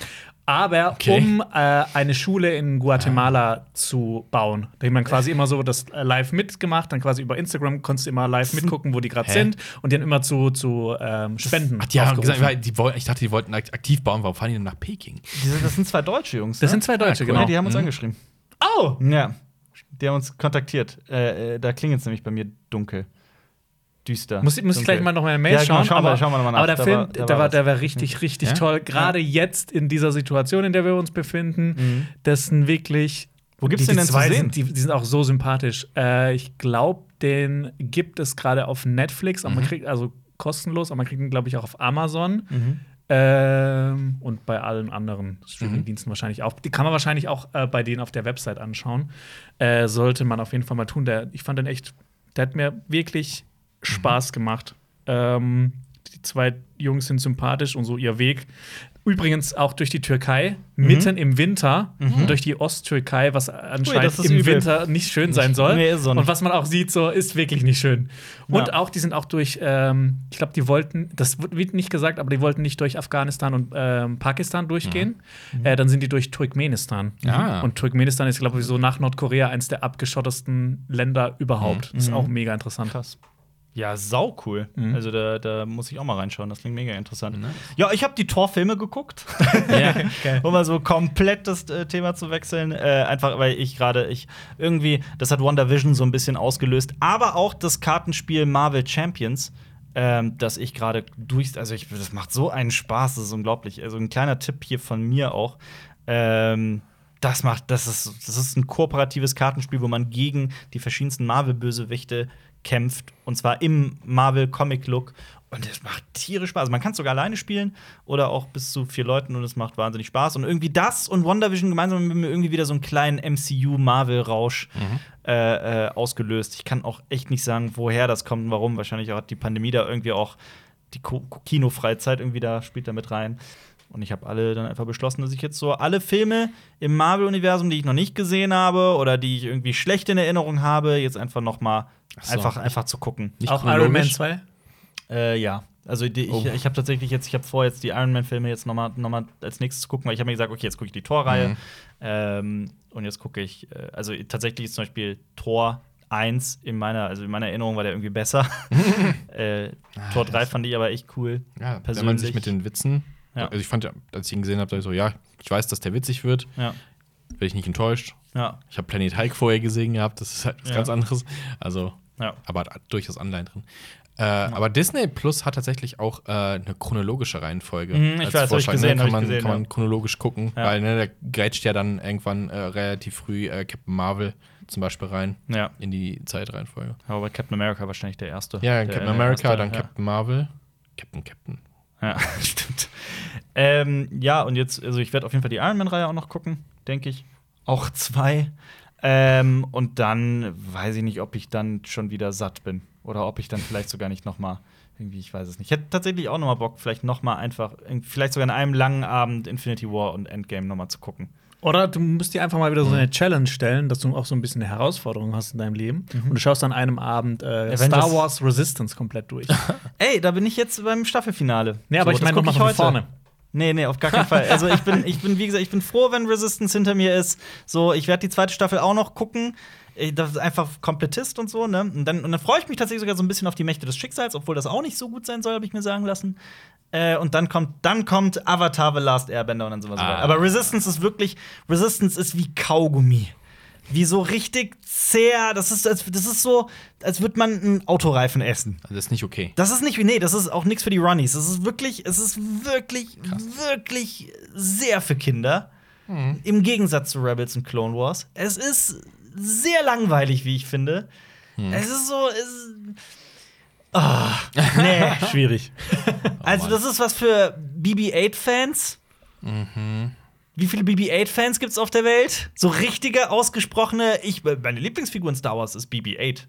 Aber
Okay. Ah.
um äh, eine Schule in Guatemala zu bauen. Da hat man quasi immer so das äh, live mitgemacht, dann quasi über Instagram konntest du immer live mitgucken, wo die gerade
Hm. Hä?
sind und die haben immer zu, zu ähm, Spenden.
Ach, die haben
aufgerufen.
gesagt, weil die wollten, ich dachte, die wollten ak- aktiv bauen. Warum fahren die denn nach Peking?
Diese- Das sind zwei deutsche Jungs.
das
ne?
sind zwei Deutsche,
Ah, cool.
Ja,
genau.
die haben uns
Mhm.
angeschrieben.
oh!
Ja. Die haben uns kontaktiert. Äh, äh, da klingelt es nämlich bei mir dunkel. Düster.
Muss, ich- muss ich
Dunkel.
gleich mal noch meine Mail
Ja, genau,
schauen.
schauen wir-
aber,
schauen wir noch mal nach.
aber der
Da
Film,
war- da
der,
war
war,
was. Mhm.
der war richtig, richtig
Ja?
toll. Gerade jetzt in dieser Situation, in der wir uns befinden, das sind wirklich.
Mhm. Wo gibt's
die-
den
die
denn zu
zwei
sehen?
Sind, die, die sind auch so sympathisch. Äh, ich glaube, den gibt es gerade auf Netflix,
Mhm.
aber man kriegt also kostenlos, aber man kriegt ihn, glaube ich, auch auf Amazon. Ähm, und bei allen anderen
mhm.
Streamingdiensten wahrscheinlich auch. Die kann man wahrscheinlich auch äh, bei denen auf der Website anschauen. Äh, sollte man auf jeden Fall mal tun. Der, ich fand den echt, der hat mir wirklich
Mhm.
Spaß gemacht. Ähm, die zwei Jungs sind sympathisch und so ihr Weg. Übrigens auch durch die Türkei, mitten im Winter, durch die Osttürkei, was anscheinend
Mhm. das ist
im
übel.
Winter nicht schön sein soll.
Nee, ist so nicht.
und was man auch sieht, so ist wirklich nicht schön. Und
Ja.
auch, die sind auch durch, ähm, ich glaube, die wollten, das wird nicht gesagt, aber die wollten nicht durch Afghanistan und ähm, Pakistan durchgehen.
Mhm.
Äh, dann sind die durch Turkmenistan.
Ah.
Und Turkmenistan ist, glaube ich, so nach Nordkorea eins der abgeschottesten Länder überhaupt. Ist auch mega interessant.
Mhm. Krass. Ja, sau cool. Also da, da muss ich auch mal reinschauen. Das klingt mega interessant. Ja, ich habe die Torfilme geguckt.
Ja.
um mal so komplett das äh, Thema zu wechseln. Äh, einfach, weil ich gerade, ich irgendwie, das hat WandaVision so ein bisschen ausgelöst. Aber auch das Kartenspiel Marvel Champions, ähm, das ich gerade durch, also ich, das macht so einen Spaß, das ist unglaublich. Also ein kleiner Tipp hier von mir auch. Ähm, das macht, das ist, das ist ein kooperatives Kartenspiel, wo man gegen die verschiedensten Marvel-Bösewichte kämpft. Und zwar im Marvel-Comic-Look. Und das macht tierisch Spaß. Also man kann es sogar alleine spielen oder auch bis zu vier Leuten und es macht wahnsinnig Spaß. Und irgendwie das und WandaVision gemeinsam haben mir irgendwie wieder so einen kleinen MCU-Marvel-Rausch äh, äh, ausgelöst. Ich kann auch echt nicht sagen, woher das kommt und warum. Wahrscheinlich hat die Pandemie da irgendwie auch die Ko Ko- Kinofreizeit irgendwie da spielt da mit rein. Und ich habe alle dann einfach beschlossen, dass ich jetzt so alle Filme im Marvel-Universum, die ich noch nicht gesehen habe oder die ich irgendwie schlecht in Erinnerung habe, jetzt einfach noch mal
so.
einfach, einfach zu gucken.
Nicht
Auch Iron Man
chronologisch.
2?
Äh, ja. Also die, ich,
Oh.
ich habe tatsächlich jetzt, ich habe vor, jetzt die Iron Man-Filme jetzt nochmal noch mal als nächstes zu gucken, weil ich habe mir gesagt, okay, jetzt gucke ich die
Mhm.
Thor-Reihe. Ähm, und jetzt gucke ich, äh, also tatsächlich ist zum Beispiel Thor 1 in meiner, also in meiner Erinnerung war der irgendwie besser. äh,
Ah,
Thor 3 fand ich aber echt cool.
Ja,
persönlich.
wenn man sich mit den Witzen.
Ja.
Also ich fand, ja, als ich ihn gesehen habe, dachte ich so, ja, ich weiß, dass der witzig wird.
Ja.
Bin ich nicht enttäuscht.
Ja.
Ich habe Planet Hulk vorher gesehen gehabt, das ist halt was
Ja.
ganz anderes. Also,
Ja.
aber hat durchaus Anleihen drin. Äh, Aber Disney Plus hat tatsächlich auch äh, eine chronologische Reihenfolge.
Mhm, ich weiß, hab ich
Vorschlag,
gesehen, hab
ne? kann
ich
man,
gesehen,
kann man
ja.
chronologisch gucken,
Ja.
weil ne, der grätscht ja dann irgendwann äh, relativ früh äh, Captain Marvel zum Beispiel rein
Ja.
in die Zeitreihenfolge.
Aber Captain America wahrscheinlich der erste.
Ja,
der,
Captain
der
America,
erste,
dann
ja.
Captain Marvel. Captain, Captain.
Ja, stimmt. Ähm, ja, und jetzt, also ich werde auf jeden Fall die Iron Man-Reihe auch noch gucken, denke ich. Auch zwei. Ähm, und dann weiß ich nicht, ob ich dann schon wieder satt bin. Oder ob ich dann vielleicht sogar nicht noch mal irgendwie, ich weiß es nicht. Ich hätte tatsächlich auch noch mal Bock, vielleicht noch mal einfach, vielleicht sogar in einem langen Abend Infinity War und Endgame noch mal zu gucken.
Oder du musst dir einfach mal
Mhm.
wieder so eine Challenge stellen, dass du auch so ein bisschen eine Herausforderung hast in deinem Leben. Und du schaust an einem Abend äh,
Mhm. Avengers.
Star Wars Resistance komplett durch.
Ey, da bin ich jetzt beim Staffelfinale.
nee,
So,
aber ich
das
meine
guck
nochmal von vorne.
Nee, nee, auf gar keinen Fall. Also ich bin, ich bin, wie gesagt, ich bin froh, wenn Resistance hinter mir ist. So, ich werde die zweite Staffel auch noch gucken. Ich- Das ist einfach Komplettist und so, ne? Und dann, und dann freue ich mich tatsächlich sogar so ein bisschen auf die Mächte des Schicksals, obwohl das auch nicht so gut sein soll, habe ich mir sagen lassen. Äh, und dann kommt, dann kommt Avatar The Last Airbender und dann sind wir so weit.
Ah.
Aber Resistance ist wirklich, Resistance ist wie Kaugummi. wie so richtig zäh. Das ist, als- das ist so, als würde man einen Autoreifen essen.
Also, das ist nicht okay.
Das ist nicht, nee, das ist auch nichts für die Runnies. Das ist wirklich, es ist wirklich, wirklich sehr für Kinder. Im Gegensatz zu Rebels und Clone Wars. Es ist sehr langweilig, wie ich finde. Es ist so, es, ah, nee.
Schwierig.
Also,
Mann.
das ist was für BB-8-Fans. Wie viele BB-8-Fans gibt's auf der Welt? So richtige, ausgesprochene. Ich, meine Lieblingsfigur in Star Wars ist BB-8.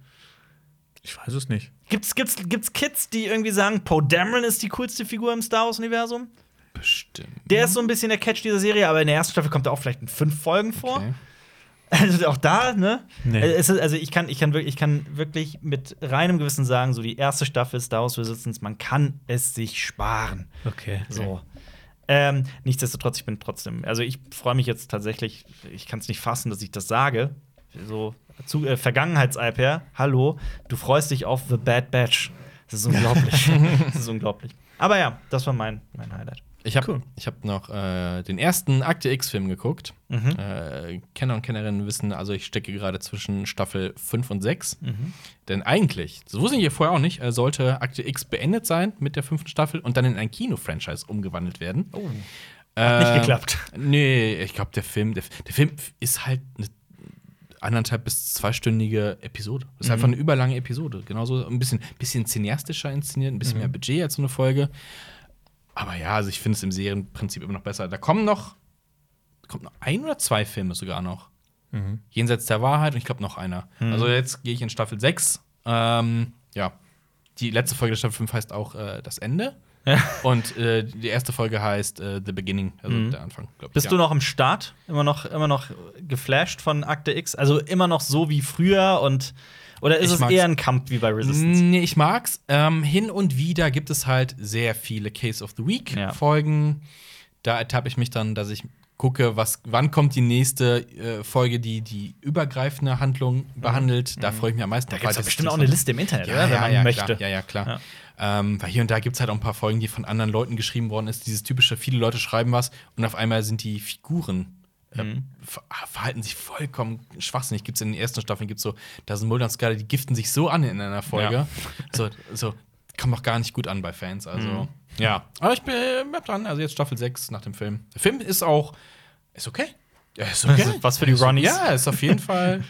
Ich weiß es nicht.
Gibt's, gibt's, gibt's Kids, die irgendwie sagen, Poe Dameron ist die coolste Figur im Star Wars-Universum?
Bestimmt.
Der ist so ein bisschen der Catch dieser Serie, aber in der ersten Staffel kommt er auch vielleicht in fünf Folgen vor.
Okay.
Also auch da, ne?
Nee.
Äh, Es ist, also ich kann, ich, kann wirklich, ich kann wirklich mit reinem Gewissen sagen, so die erste Staffel Star Wars Resistance, man kann es sich sparen.
Okay.
So. Ähm, nichtsdestotrotz, ich bin trotzdem, also ich freue mich jetzt tatsächlich, ich kann es nicht fassen, dass ich das sage. So, zu, äh, Vergangenheits-Alper, hallo, du freust dich auf The Bad Batch. Das ist unglaublich. das ist unglaublich. Aber ja, das war mein, mein Highlight.
Ich habe
Cool.
ich hab noch äh, den ersten Akte X-Film geguckt.
Mhm.
Äh, Kenner und Kennerinnen wissen, also ich stecke gerade zwischen Staffel 5 und 6.
Mhm.
Denn eigentlich, das wusste ich ja vorher auch nicht, äh, sollte Akte X beendet sein mit der fünften Staffel und dann in ein Kino-Franchise umgewandelt werden.
Oh.
Hat
nicht geklappt.
Nee, ich glaube, der Film, der, der Film ist halt eine anderthalb bis zweistündige Episode. Das ist halt
Mhm.
einfach eine überlange Episode. Genauso ein bisschen, bisschen cineastischer inszeniert, ein
Mhm.
bisschen mehr Budget als so eine Folge. Aber ja, also ich finde es im Serienprinzip immer noch besser. Da kommen noch, kommt noch ein oder zwei Filme sogar noch.
Mhm.
Jenseits der Wahrheit und ich glaube noch einer. Also jetzt gehe ich in Staffel 6. Ähm, ja. Die letzte Folge der Staffel 5 heißt auch äh, Das Ende. Und äh, die erste Folge heißt äh, The Beginning, also der Anfang, glaube ich.
Mhm. Bist
ja.
du noch am Start? Immer noch, immer noch geflasht von Akte X? Also immer noch so wie früher und oder ist
Ich
es
mag's. Mm,
eher ein Kampf wie bei Resistance?
Nee, ich mag's. Ähm, hin und wieder gibt es halt sehr viele Case of the Week
Ja.
Folgen. Da ertappe ich mich dann, dass ich gucke, was, wann kommt die nächste äh, Folge, die die übergreifende Handlung behandelt. Da freue ich mich am meisten.
Mhm. Da gibt es
drauf,
doch
weil das-
bestimmt
das
auch
war-
eine Liste im Internet,
ja,
oder?
ja,
wenn man
ja,
möchte.
Klar, ja, ja, klar. Ähm, weil hier und da gibt es halt auch ein paar Folgen, die von anderen Leuten geschrieben worden ist. Dieses typische, viele Leute schreiben was und auf einmal sind die Figuren. äh,
Mhm.
ver- Verhalten sich vollkommen schwachsinnig. Gibt es in den ersten Staffeln gibt's so, da sind Mulder und Scully, die giften sich so an in einer Folge.
Ja.
So, so, kommt auch gar nicht gut an bei Fans. Also,
Mhm.
ja. Aber ich bin bleib dran. Also, jetzt Staffel 6 nach dem Film. Der Film ist auch. Ist okay. Ja, ist okay.
Was für die
Ist-
Ronnies.
Ja, ist auf jeden Fall.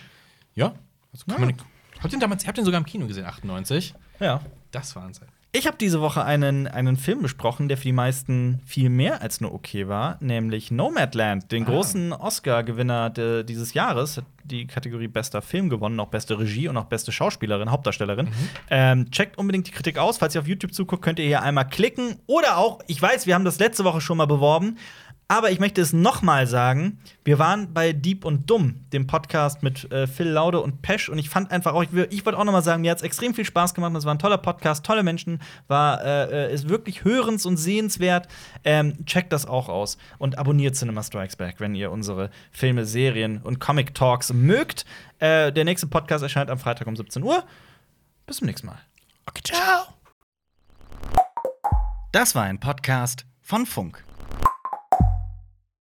ja. Also, kann man, habt ihr den damals, habt ihr den sogar im Kino gesehen, 98?
ja.
Das war Wahnsinn.
Ich habe diese Woche einen, einen Film besprochen, der für die meisten viel mehr als nur okay war, nämlich Nomadland, den
Ah.
großen Oscar-Gewinner de- dieses Jahres, hat die Kategorie bester Film gewonnen, auch beste Regie und auch beste Schauspielerin, Hauptdarstellerin. Ähm, checkt unbedingt die Kritik aus. Falls ihr auf YouTube zuguckt, könnt ihr hier einmal klicken oder auch, ich weiß, wir haben das letzte Woche schon mal beworben, aber ich möchte es nochmal sagen. Wir waren bei Dieb und Dumm, dem Podcast mit äh, Phil Laude und Pesch. Und ich fand einfach auch, ich, will- ich wollte auch nochmal sagen, mir hat es extrem viel Spaß gemacht. Es war ein toller Podcast, tolle Menschen, war, äh, äh, ist wirklich hörens- und sehenswert. Ähm, checkt das auch aus und abonniert Cinema Strikes Back, wenn ihr unsere Filme, Serien und Comic Talks mögt. Äh, der nächste Podcast erscheint am Freitag um 17 Uhr. Bis zum nächsten Mal.
Okay, ciao.
Das war ein Podcast von Funk.